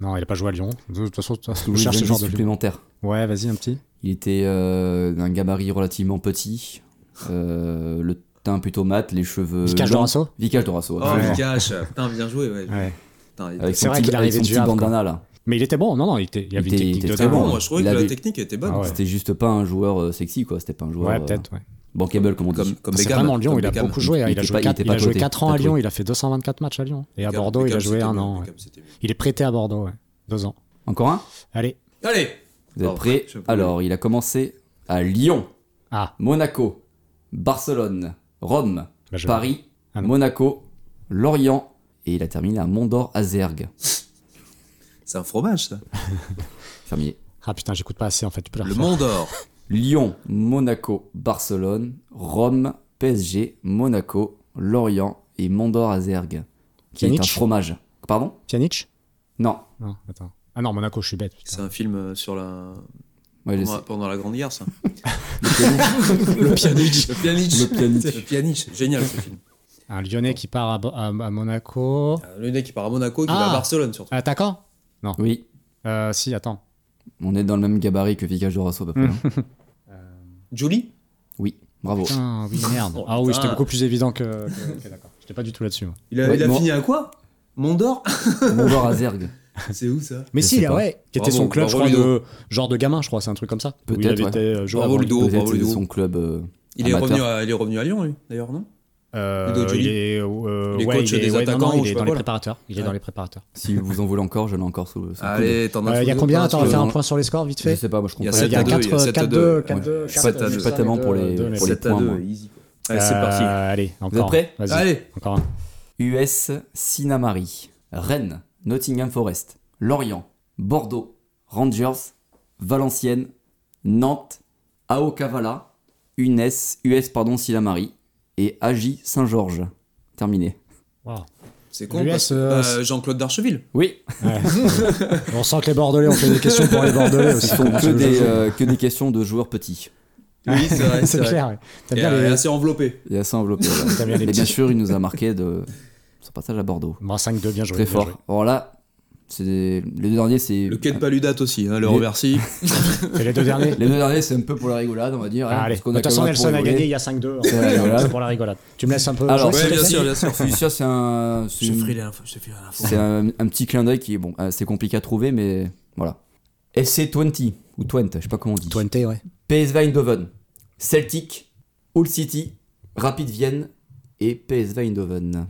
Speaker 1: Non, il a pas joué à Lyon. De toute façon, toi,
Speaker 3: Vous
Speaker 1: je cherche ce genre de. Lyon.
Speaker 3: supplémentaire.
Speaker 1: Ouais, vas-y un petit.
Speaker 3: Il était euh, d'un gabarit relativement petit, euh, le teint plutôt mat, les cheveux.
Speaker 1: Vicage de
Speaker 3: longs.
Speaker 1: Rasso.
Speaker 3: Vicage Dorasso.
Speaker 2: Oh,
Speaker 1: Ouais.
Speaker 2: Vikash Putain, bien joué, ouais.
Speaker 1: Ouais.
Speaker 2: Putain, il était
Speaker 3: Avec
Speaker 1: C'est
Speaker 3: son
Speaker 1: vrai
Speaker 3: petit-
Speaker 1: qu'il
Speaker 3: avec
Speaker 1: arrivait
Speaker 3: son
Speaker 1: du
Speaker 3: petit
Speaker 1: Havre, quoi.
Speaker 3: bandana là.
Speaker 1: Mais il était bon. Non, non, il, était, il y avait
Speaker 3: Il était-
Speaker 1: une
Speaker 3: il
Speaker 1: technique de
Speaker 3: était très
Speaker 1: dingue.
Speaker 2: bon.
Speaker 3: bon.
Speaker 2: Moi, je trouvais
Speaker 3: Il
Speaker 2: que la
Speaker 3: avait-
Speaker 2: technique était bonne.
Speaker 1: Ah ouais.
Speaker 3: C'était juste pas un joueur euh, sexy quoi, c'était pas un joueur
Speaker 1: Ouais,
Speaker 3: euh,
Speaker 1: peut-être. Ouais.
Speaker 3: bankable comme on dit.
Speaker 2: Comme, comme
Speaker 1: C'est
Speaker 2: Beckham.
Speaker 1: vraiment Lyon,
Speaker 2: comme
Speaker 1: il a
Speaker 2: Beckham.
Speaker 1: beaucoup joué. hein.
Speaker 3: Il
Speaker 1: Il, a
Speaker 3: était
Speaker 1: joué,
Speaker 3: pas- il
Speaker 1: quatre-
Speaker 3: était
Speaker 1: il a
Speaker 3: pas
Speaker 1: joué
Speaker 3: coté,
Speaker 1: 4 ans à
Speaker 3: tatoué.
Speaker 1: Lyon, il a fait 224 matchs à Lyon. Et à
Speaker 2: Beckham,
Speaker 1: Bordeaux, il a
Speaker 2: Beckham,
Speaker 1: joué
Speaker 2: c'était
Speaker 1: un
Speaker 2: mieux,
Speaker 1: an. ouais.
Speaker 2: Beckham, c'était mieux.
Speaker 1: Il est prêté à Bordeaux, ouais. Deux ans.
Speaker 3: Encore un
Speaker 1: Allez.
Speaker 2: Allez
Speaker 3: Vous êtes
Speaker 2: Oh,
Speaker 3: prêts
Speaker 2: je sais pas.
Speaker 3: Alors, il a commencé à Lyon,
Speaker 1: Ah,
Speaker 3: Monaco, Barcelone, Rome,
Speaker 1: bah, je-
Speaker 3: Paris,
Speaker 1: Ah non.
Speaker 3: Monaco, Lorient et il a terminé à Mondor Azergue.
Speaker 2: C'est un fromage, ça.
Speaker 3: Fermier.
Speaker 1: Ah putain, j'écoute pas assez en fait. Tu peux la
Speaker 2: Le
Speaker 1: refaire.
Speaker 2: Mont d'Or.
Speaker 3: Lyon, Monaco, Barcelone, Rome, PSG, Monaco, Lorient et Mondor Azergue. Qui est un
Speaker 1: Pjanic
Speaker 3: fromage. Pardon
Speaker 1: Pjanic
Speaker 3: Non.
Speaker 1: Non, attends. Ah non, Monaco, je suis bête. putain.
Speaker 2: C'est un film euh, sur la.
Speaker 3: Ouais, je sais.
Speaker 2: Pendant, pendant la Grande Guerre, ça.
Speaker 1: Le Pjanic.
Speaker 2: Le Pianich.
Speaker 3: Le Pjanic.
Speaker 2: Le Pjanic. Génial, ce film.
Speaker 1: Un Lyonnais qui part à, Bo- à- à Monaco.
Speaker 2: Euh, Le mec qui part à Monaco et qui
Speaker 1: Ah.
Speaker 2: va à Barcelone, surtout.
Speaker 1: Attaquant
Speaker 3: Oui,
Speaker 1: euh, Si, attends.
Speaker 3: on est dans le même gabarit que Vicage de Rosso, à peu près. hein.
Speaker 2: Julie
Speaker 3: Oui, bravo.
Speaker 1: Putain, oui, merde.
Speaker 2: Oh,
Speaker 1: ah oui,
Speaker 2: putain.
Speaker 1: c'était beaucoup plus évident que. que- ok, d'accord. J'étais pas du tout là-dessus. moi.
Speaker 2: Il a,
Speaker 3: Ouais,
Speaker 2: il a
Speaker 3: bon.
Speaker 2: fini à quoi Mont d'Or
Speaker 3: Mondor Azergue.
Speaker 2: Ah, C'est où, ça
Speaker 1: Mais
Speaker 3: Je
Speaker 1: si,
Speaker 3: sais
Speaker 1: il a-
Speaker 3: pas.
Speaker 1: ouais, qui était
Speaker 2: Bravo,
Speaker 1: son club, je
Speaker 2: bravo,
Speaker 1: crois, de, genre de gamin, je crois, c'est un truc comme ça. Où il
Speaker 3: Peut-être,
Speaker 1: avait
Speaker 3: ouais.
Speaker 1: été euh, joueur
Speaker 2: Bravo,
Speaker 1: avant-
Speaker 2: Ludo.
Speaker 3: Peut-être
Speaker 2: bravo,
Speaker 3: c'est de
Speaker 2: Ludo.
Speaker 3: son club. euh,
Speaker 2: Il est,
Speaker 3: amateur.
Speaker 2: revenu à, il est revenu à Lyon, lui, d'ailleurs, non
Speaker 1: Euh,
Speaker 2: Ludo Giuli.
Speaker 1: il est, euh,
Speaker 2: Il est
Speaker 1: ouais,
Speaker 2: coach
Speaker 1: il est-
Speaker 2: des
Speaker 1: ouais, non,
Speaker 2: attaquants
Speaker 1: non,
Speaker 2: ou je
Speaker 1: il
Speaker 2: sais
Speaker 1: est
Speaker 2: pas
Speaker 1: dans
Speaker 2: quoi,
Speaker 1: les
Speaker 2: là.
Speaker 1: préparateurs. Il est
Speaker 2: Ouais.
Speaker 1: dans les préparateurs.
Speaker 3: Si vous en voulez encore, je l'ai encore sous le. sous le coude.
Speaker 2: Allez, t'en as
Speaker 1: Euh, Il y a
Speaker 2: trouvé
Speaker 1: combien
Speaker 2: plein,
Speaker 1: Attends, on
Speaker 2: tu
Speaker 1: va
Speaker 2: vois.
Speaker 1: faire un point sur les scores vite
Speaker 3: Je
Speaker 1: fait.
Speaker 3: sais pas, moi je compte
Speaker 2: Il y a
Speaker 3: pas.
Speaker 1: Il
Speaker 2: sept
Speaker 1: y a
Speaker 2: à deux, il y a
Speaker 1: 4
Speaker 2: sept à
Speaker 1: 4
Speaker 2: deux.
Speaker 1: 2 4 2
Speaker 3: Je suis pas- je suis pas tellement pour les
Speaker 1: deux, mais
Speaker 3: pour les
Speaker 2: Sept à
Speaker 3: points.
Speaker 2: deux,
Speaker 3: moi.
Speaker 2: easy, quoi.
Speaker 1: Euh,
Speaker 2: Allez, c'est parti.
Speaker 1: Allez, encore.
Speaker 3: prêts
Speaker 1: Vas-y.
Speaker 2: Allez
Speaker 1: Encore un.
Speaker 3: US, Sinamari, Rennes, Nottingham Forest, Lorient, Bordeaux, Rangers, Valenciennes, Nantes, Aokavala, UNES, US pardon, Sinamari et AJ Saint-Georges. Terminé.
Speaker 1: Wow.
Speaker 2: C'est con.
Speaker 1: L'US,
Speaker 2: parce que,
Speaker 1: euh,
Speaker 2: bah,
Speaker 1: c'est-
Speaker 2: Jean-Claude Darcheville.
Speaker 3: Oui,
Speaker 1: Ouais. on sent que les Bordelais ont fait des questions pour les Bordelais aussi. hein,
Speaker 3: ce sont que des, euh, que des questions de joueurs petits.
Speaker 2: Oui, c'est vrai.
Speaker 1: C'est clair. ouais. T'as
Speaker 2: Et,
Speaker 1: bien
Speaker 2: euh,
Speaker 1: les.
Speaker 2: assez enveloppé.
Speaker 3: Il y a ça enveloppé. voilà.
Speaker 1: T'as bien les
Speaker 3: Et bien
Speaker 1: petits.
Speaker 3: sûr, il nous a marqué de son passage à Bordeaux.
Speaker 1: Bon, 5-2, bien joué.
Speaker 3: Très
Speaker 1: bien joué.
Speaker 3: fort. Alors là, c'est des- les deux derniers, c'est.
Speaker 2: Le quai de Paludate aussi, hein, le
Speaker 3: Les-
Speaker 2: remercie.
Speaker 1: Et les deux derniers
Speaker 3: Les deux derniers, c'est un peu pour la rigolade, on va dire. hein,
Speaker 1: Allez, Bah,
Speaker 3: parce
Speaker 1: de
Speaker 3: qu'on
Speaker 1: toute
Speaker 3: quand
Speaker 1: façon,
Speaker 3: même un point
Speaker 1: Nelson a
Speaker 3: volé.
Speaker 1: gagné, il y a 5-2.
Speaker 3: C'est la rigolade.
Speaker 1: C'est pour la rigolade. Tu me laisses un peu.
Speaker 3: Alors,
Speaker 1: jouer
Speaker 2: Ouais, bien
Speaker 3: Celui-ci-
Speaker 2: sûr, bien sûr.
Speaker 3: Celui-ci, c'est un, c'est une-
Speaker 2: l'info, je te file l'info.
Speaker 3: c'est un, un petit clin d'œil qui est bon, euh, c'est compliqué à trouver, mais voilà. FC 20 ou 20, je sais pas comment on dit.
Speaker 1: 20, ouais.
Speaker 3: PSV Eindhoven, Celtic, Hull City, Rapid Vienne et PSV Eindhoven.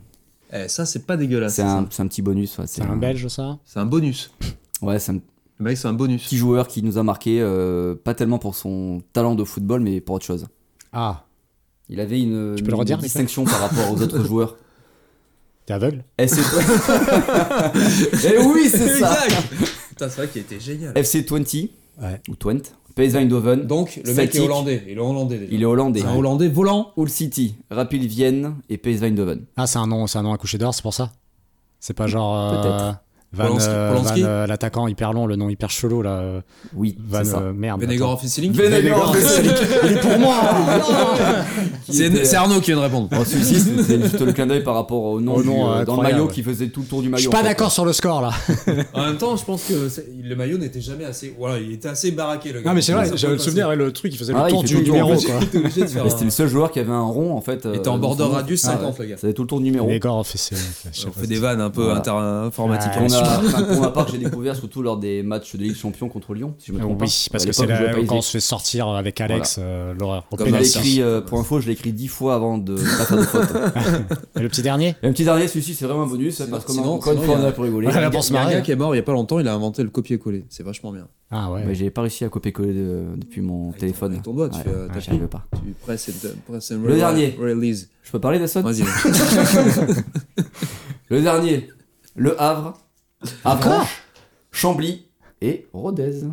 Speaker 2: Eh, ça, c'est pas dégueulasse.
Speaker 3: C'est
Speaker 2: ça.
Speaker 3: un, c'est un petit bonus. ouais,
Speaker 1: C'est un belge, ça
Speaker 2: C'est un bonus.
Speaker 3: Ouais, c'est un
Speaker 2: Le mec, c'est un bonus.
Speaker 3: petit joueur qui nous a marqué, euh, pas tellement pour son talent de football, mais pour autre chose.
Speaker 1: Ah,
Speaker 3: Il avait une,
Speaker 1: Tu peux le
Speaker 3: une
Speaker 1: redire, Nicolas
Speaker 3: distinction par rapport aux autres joueurs.
Speaker 1: t'es aveugle
Speaker 3: FC Et E Eh oui, c'est ça.
Speaker 2: Exact. Putain, c'est vrai qu'il était génial.
Speaker 3: FC 20
Speaker 1: Ouais.
Speaker 3: ou 20, PSV Eindhoven.
Speaker 2: Donc, le mec
Speaker 3: Celtic.
Speaker 2: est hollandais. Il est hollandais déjà.
Speaker 3: Il est hollandais.
Speaker 2: C'est un hollandais volant.
Speaker 3: Hull City, Rapid Vienne et PSV Eindhoven.
Speaker 1: Ah, c'est un nom, c'est un nom à coucher dehors, c'est pour ça C'est pas genre. euh,
Speaker 3: Peut-être.
Speaker 1: Van,
Speaker 2: Polanski-
Speaker 1: euh,
Speaker 2: Polanski
Speaker 1: Van, euh, l'attaquant hyper long, le nom hyper chelou là. euh,
Speaker 3: Oui,
Speaker 1: Van,
Speaker 3: c'est ça.
Speaker 1: euh, merde.
Speaker 2: Vénégor
Speaker 1: attends.
Speaker 2: of Hissing.
Speaker 3: Vénégor.
Speaker 1: Il est pour moi
Speaker 2: C'est c'est Arnaud qui vient de répondre.
Speaker 3: Oh, celui-ci, c'est c'est juste le clin d'œil par rapport au nom,
Speaker 1: Au
Speaker 3: du,
Speaker 1: nom,
Speaker 3: euh,
Speaker 1: euh,
Speaker 3: dans le
Speaker 1: incroyable,
Speaker 3: maillot
Speaker 1: ouais.
Speaker 3: qui faisait tout le tour du maillot.
Speaker 1: Je suis
Speaker 3: en
Speaker 1: pas
Speaker 3: fait.
Speaker 1: d'accord sur le score là.
Speaker 2: En même temps, je pense que c'est- le maillot n'était jamais assez. Voilà, il était assez baraqué, le gars.
Speaker 1: Non mais c'est vrai,
Speaker 2: Ça
Speaker 1: j'avais
Speaker 2: pouvait
Speaker 1: le souvenir,
Speaker 2: passer.
Speaker 1: ouais, le truc, il faisait le
Speaker 3: Ah, il
Speaker 1: tour
Speaker 3: fait
Speaker 1: du
Speaker 3: tout le tour, en
Speaker 1: numéro
Speaker 3: fait.
Speaker 1: quoi.
Speaker 2: Il était obligé de faire.
Speaker 3: Mais C'était
Speaker 2: un-
Speaker 3: le seul joueur qui avait un rond en fait.
Speaker 2: Il était
Speaker 3: euh,
Speaker 2: en
Speaker 3: dans son
Speaker 2: border
Speaker 3: nom.
Speaker 2: radius
Speaker 3: Ah,
Speaker 2: 50, le gars.
Speaker 3: Ça faisait tout le tour du numéro.
Speaker 1: Vénégor of Hessing, je sais
Speaker 2: On
Speaker 1: pas
Speaker 2: fait
Speaker 1: si-
Speaker 2: des vannes un peu
Speaker 3: Voilà.
Speaker 2: inter- informatiques.
Speaker 1: Ouais.
Speaker 3: On a a, enfin, pour ma part, j'ai découvert surtout lors des matchs de Ligue Champion contre Lyon, si je me trompe pas.
Speaker 1: Ah Oui, parce
Speaker 3: À
Speaker 1: que c'est
Speaker 3: l'époque, je
Speaker 1: là
Speaker 3: jouais pas
Speaker 1: quand on
Speaker 3: Isaac.
Speaker 1: se fait sortir avec Alex euh, l'horreur. Au
Speaker 3: Comme je
Speaker 1: pénal,
Speaker 3: l'ai
Speaker 1: ça.
Speaker 3: écrit, euh, pour info, je l'ai écrit dix fois avant de de pas faire de faute.
Speaker 1: Et le petit dernier
Speaker 3: Et un petit dernier, celui-ci, c'est vraiment un bonus,
Speaker 2: Sinon-
Speaker 3: parce que
Speaker 2: sinon-
Speaker 3: encore une
Speaker 2: sinon,
Speaker 3: fois,
Speaker 2: il y
Speaker 3: on
Speaker 2: a-
Speaker 3: a pour rigoler.
Speaker 1: Ouais, là,
Speaker 2: Il y
Speaker 1: pour se
Speaker 2: a un gars
Speaker 1: marrer.
Speaker 2: qui est mort il y a pas longtemps, il a inventé le copier-coller. C'est vachement bien.
Speaker 1: Ah ouais.
Speaker 3: Mais j'ai pas réussi à copier-coller de- depuis mon téléphone.
Speaker 2: Avec ton doigt, tu
Speaker 3: Ouais,
Speaker 2: fais, euh,
Speaker 3: ouais,
Speaker 2: t'as-
Speaker 3: j'y arrive pas.
Speaker 2: tu presses et te- presses and
Speaker 3: Le dernier.
Speaker 2: Release.
Speaker 3: Je peux parler d'Asson
Speaker 2: Vas-y.
Speaker 3: Le dernier, Le Havre,
Speaker 2: Ah,
Speaker 3: Avranches, Chambly et Rodez.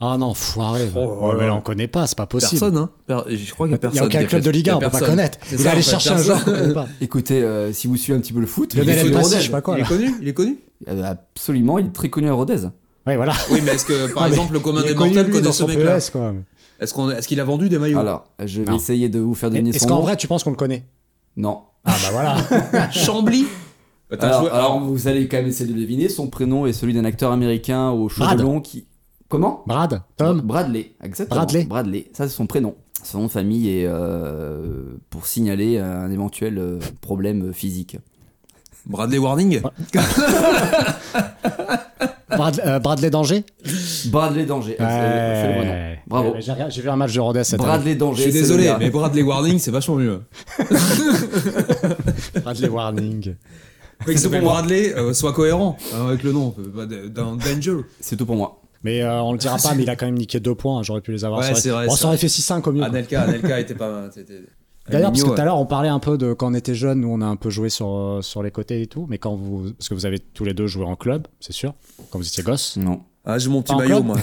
Speaker 1: Ah non, foiré.
Speaker 2: Oh là
Speaker 1: mais
Speaker 2: là.
Speaker 1: on connaît pas, c'est pas possible.
Speaker 2: personne, hein. Per- Je crois qu'il
Speaker 1: Il
Speaker 2: y a
Speaker 1: n'y
Speaker 2: personne.
Speaker 1: a aucun club de Ligue 1, on peut pas connaître.
Speaker 2: C'est
Speaker 1: Il
Speaker 2: ça,
Speaker 1: est allé
Speaker 2: en fait,
Speaker 1: chercher un
Speaker 2: personne.
Speaker 1: genre qu'on connaît pas.
Speaker 3: Écoutez, euh, si vous suivez un petit peu le foot,
Speaker 1: Lionel
Speaker 3: il est
Speaker 1: El
Speaker 3: connu à
Speaker 1: Bassi,
Speaker 3: Rodez.
Speaker 1: je sais pas quoi.
Speaker 2: Il est
Speaker 1: Là.
Speaker 2: connu Il est connu
Speaker 3: Euh, Absolument, il est très connu à Rodez.
Speaker 1: Ouais, voilà.
Speaker 2: Oui, mais est-ce que, par
Speaker 1: Ah, mais
Speaker 2: exemple, le commun
Speaker 1: Il est
Speaker 2: des
Speaker 1: connu,
Speaker 2: mortels
Speaker 1: lui,
Speaker 2: connaît
Speaker 1: dans
Speaker 2: ce
Speaker 1: son
Speaker 2: mec-là
Speaker 1: PES, quoi.
Speaker 2: Est-ce qu'on- est-ce qu'il a vendu des maillots
Speaker 3: Alors, je vais
Speaker 1: Non.
Speaker 3: essayer de vous faire
Speaker 1: Et-
Speaker 3: deviner
Speaker 1: Est-ce
Speaker 3: son
Speaker 1: qu'en
Speaker 3: nom.
Speaker 1: vrai, tu penses qu'on le connaît
Speaker 3: Non.
Speaker 1: Ah bah voilà.
Speaker 2: Chambly Bah, t'as
Speaker 3: Alors,
Speaker 2: joué-
Speaker 3: alors, vous allez quand même essayer de le deviner. Son prénom est celui d'un acteur américain aux cheveux
Speaker 1: Brad.
Speaker 3: longs qui. Comment
Speaker 1: Brad, Tom,
Speaker 3: Bradley, exactement.
Speaker 1: Bradley.
Speaker 3: Bradley, ça c'est son prénom. Son nom de famille est euh, pour signaler un éventuel euh, problème physique.
Speaker 2: Bradley Warning
Speaker 1: Brad- euh, Bradley Danger
Speaker 3: Bradley Danger, c'est c'est le vrai nom.
Speaker 1: Ouais.
Speaker 3: Bravo.
Speaker 1: Ouais, J'ai j'ai vu un match de Rodez cette année.
Speaker 3: Bradley Danger.
Speaker 2: Je suis
Speaker 3: c'est le
Speaker 2: désolé,
Speaker 3: gars.
Speaker 2: mais Bradley Warning, c'est vachement mieux.
Speaker 1: Bradley Warning.
Speaker 2: Mais que ce pour Bradley euh, soit cohérent euh, avec le nom, on peut pas d- d'un danger.
Speaker 3: C'est tout pour moi.
Speaker 1: Mais euh, on le dira pas, mais il a quand même niqué deux points. hein, J'aurais pu les avoir.
Speaker 2: Ouais,
Speaker 1: ça aurait-
Speaker 2: c'est vrai,
Speaker 1: Bon,
Speaker 2: c'est
Speaker 1: ça aurait fait 6-5 au mieux. quoi.
Speaker 2: Anelka, Anelka était pas mal. c'était-
Speaker 1: D'ailleurs, parce que
Speaker 2: Migno,
Speaker 1: tout à
Speaker 2: ouais.
Speaker 1: l'heure, on parlait un peu de quand on était jeune, nous on a un peu joué sur, euh, sur les côtés et tout, mais quand vous. Parce que vous avez tous les deux joué en club, c'est sûr, quand vous étiez gosse.
Speaker 3: Non.
Speaker 2: Ah, j'ai mon petit
Speaker 1: En
Speaker 2: maillot,
Speaker 1: club
Speaker 2: moi.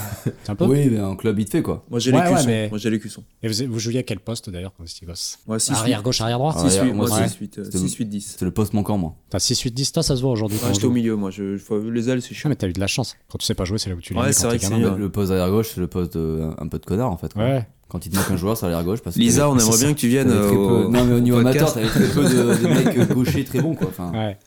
Speaker 1: C'est un peu.
Speaker 3: Oui, mais un club vite fait quoi.
Speaker 2: Moi, j'ai
Speaker 1: Ouais,
Speaker 2: les
Speaker 1: ouais,
Speaker 2: cuissons.
Speaker 1: mais-
Speaker 2: Moi, j'ai les cuissons.
Speaker 1: Et vous, vous jouiez à quel poste d'ailleurs quand vous étiez gosse
Speaker 2: Moi, 6
Speaker 1: Arrière gauche, arrière droit
Speaker 3: Ah, ouais.
Speaker 2: 6-8, moi,
Speaker 1: ouais.
Speaker 2: 6-8, euh,
Speaker 3: C'était-
Speaker 2: 6-8, 10.
Speaker 3: C'est le poste manquant moi.
Speaker 1: T'as 6-8-10, toi ça se voit aujourd'hui. quand
Speaker 2: Ouais,
Speaker 1: on
Speaker 2: j'étais au
Speaker 1: joue.
Speaker 2: milieu, moi. Je, je- les ailes, c'est
Speaker 1: Ah,
Speaker 2: chiant.
Speaker 1: mais t'as eu de la chance. Quand tu sais pas jouer, c'est là où tu
Speaker 2: Ouais,
Speaker 1: l'es.
Speaker 2: c'est
Speaker 1: quand
Speaker 2: vrai
Speaker 1: t'es
Speaker 2: que
Speaker 1: gamin.
Speaker 2: Ouais.
Speaker 3: Le poste arrière gauche, c'est le poste de- un peu de connard en fait. quoi.
Speaker 1: Ouais.
Speaker 3: Quand il te manque un joueur, c'est arrière gauche parce que.
Speaker 2: Lisa, on
Speaker 1: c'est
Speaker 2: aimerait
Speaker 1: ça.
Speaker 2: bien que tu viennes
Speaker 3: T'avais très
Speaker 2: euh,
Speaker 3: peu-
Speaker 2: au,
Speaker 3: Non mais au niveau
Speaker 2: au
Speaker 3: amateur,
Speaker 2: podcast.
Speaker 3: t'avais très peu de, de mecs gauchers très bons quoi. Enfin, euh,
Speaker 1: Ouais.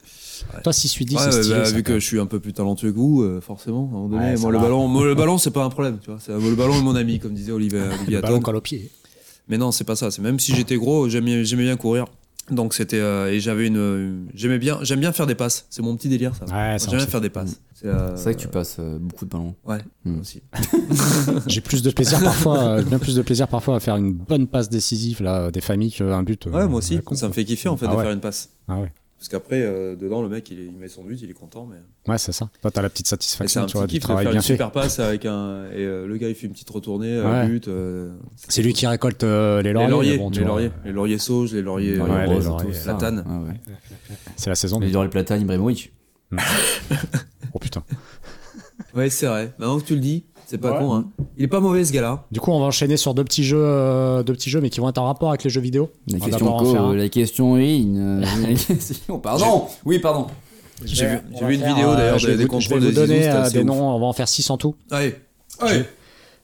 Speaker 1: Toi 6-8-10,
Speaker 2: Ouais,
Speaker 1: c'est
Speaker 2: bah,
Speaker 1: stylé. ça,
Speaker 2: vu
Speaker 1: quand
Speaker 2: que je suis un peu plus talentueux que vous, euh, forcément, à un moment donné,
Speaker 1: Ouais, ça
Speaker 2: moi, le
Speaker 1: va.
Speaker 2: ballon, moi, le ballon, c'est pas un problème, tu vois. C'est- moi, le ballon est mon ami, comme disait Olivier, Olivier
Speaker 1: Le ballon
Speaker 2: Hatton.
Speaker 1: colle au pied.
Speaker 2: Mais non, c'est pas ça. C'est même si j'étais gros, j'aimais j'aimais bien courir. Donc c'était euh, et j'avais une, une- j'aimais bien, j'aime bien faire des passes. C'est mon petit délire ça.
Speaker 1: Ouais, ça,
Speaker 2: j'aime bien
Speaker 1: on
Speaker 2: faire des passes. C'est euh,
Speaker 3: c'est vrai que tu passes euh, beaucoup de ballons.
Speaker 2: Ouais,
Speaker 3: Hmm.
Speaker 2: aussi.
Speaker 1: J'ai plus de plaisir parfois, euh, bien plus de plaisir parfois à faire une bonne passe décisive là, des familles qu'un but. euh,
Speaker 2: Ouais, moi aussi.
Speaker 1: la con,
Speaker 2: ça me
Speaker 1: quoi.
Speaker 2: fait kiffer en fait
Speaker 1: Ah
Speaker 2: de
Speaker 1: ouais.
Speaker 2: faire une passe.
Speaker 1: Ah ouais.
Speaker 2: Parce qu'après euh, dedans le mec il, est- il met son but, il est content mais.
Speaker 1: Ouais, c'est ça. Toi, t'as la petite
Speaker 2: Et c'est
Speaker 1: satisfaction,
Speaker 2: un
Speaker 1: tu vois,
Speaker 2: petit
Speaker 1: du
Speaker 2: kiff de
Speaker 1: travail
Speaker 2: faire
Speaker 1: bien
Speaker 2: une
Speaker 1: fait.
Speaker 2: super passe avec un et euh, le gars il fait une petite retournée, euh,
Speaker 1: Ouais.
Speaker 2: but. euh,
Speaker 1: C'est lui qui récolte euh, les
Speaker 2: les
Speaker 1: lauriers.
Speaker 2: lauriers,
Speaker 1: mais bon, tu
Speaker 2: les
Speaker 1: vois,
Speaker 2: lauriers, les lauriers sauges, les lauriers.
Speaker 1: Ouais, les
Speaker 3: roses et
Speaker 1: lauriers,
Speaker 3: tout,
Speaker 1: euh,
Speaker 3: ça. Ah,
Speaker 2: Platane.
Speaker 3: Ouais, ouais.
Speaker 1: C'est la saison.
Speaker 3: Les
Speaker 1: du-
Speaker 3: lauriers Platane, Ibrahimovic.
Speaker 1: Oh putain.
Speaker 2: Ouais, c'est vrai. Maintenant que tu le dis, c'est pas
Speaker 1: Ouais.
Speaker 2: con. Hein. Il est pas mauvais ce gars-là.
Speaker 1: Du coup, on va enchaîner sur deux petits jeux, euh, deux petits jeux, mais qui vont être en rapport avec les jeux vidéo.
Speaker 3: La
Speaker 1: On va
Speaker 3: question,
Speaker 1: d'abord en
Speaker 3: co,
Speaker 1: faire un.
Speaker 3: la question, oui. une- la question, pardon. Oui, pardon.
Speaker 2: J'ai vu,
Speaker 1: On
Speaker 2: j'ai
Speaker 1: va
Speaker 2: vu une
Speaker 1: faire,
Speaker 2: vidéo
Speaker 1: euh,
Speaker 2: d'ailleurs
Speaker 1: Je vais
Speaker 2: des, des
Speaker 1: vous, je vais
Speaker 2: contrôles
Speaker 1: vous
Speaker 2: des
Speaker 1: donner
Speaker 2: Zizou,
Speaker 1: euh,
Speaker 2: c'était assez
Speaker 1: des
Speaker 2: ouf.
Speaker 1: noms. On va en faire 6 en tout.
Speaker 2: Allez, allez.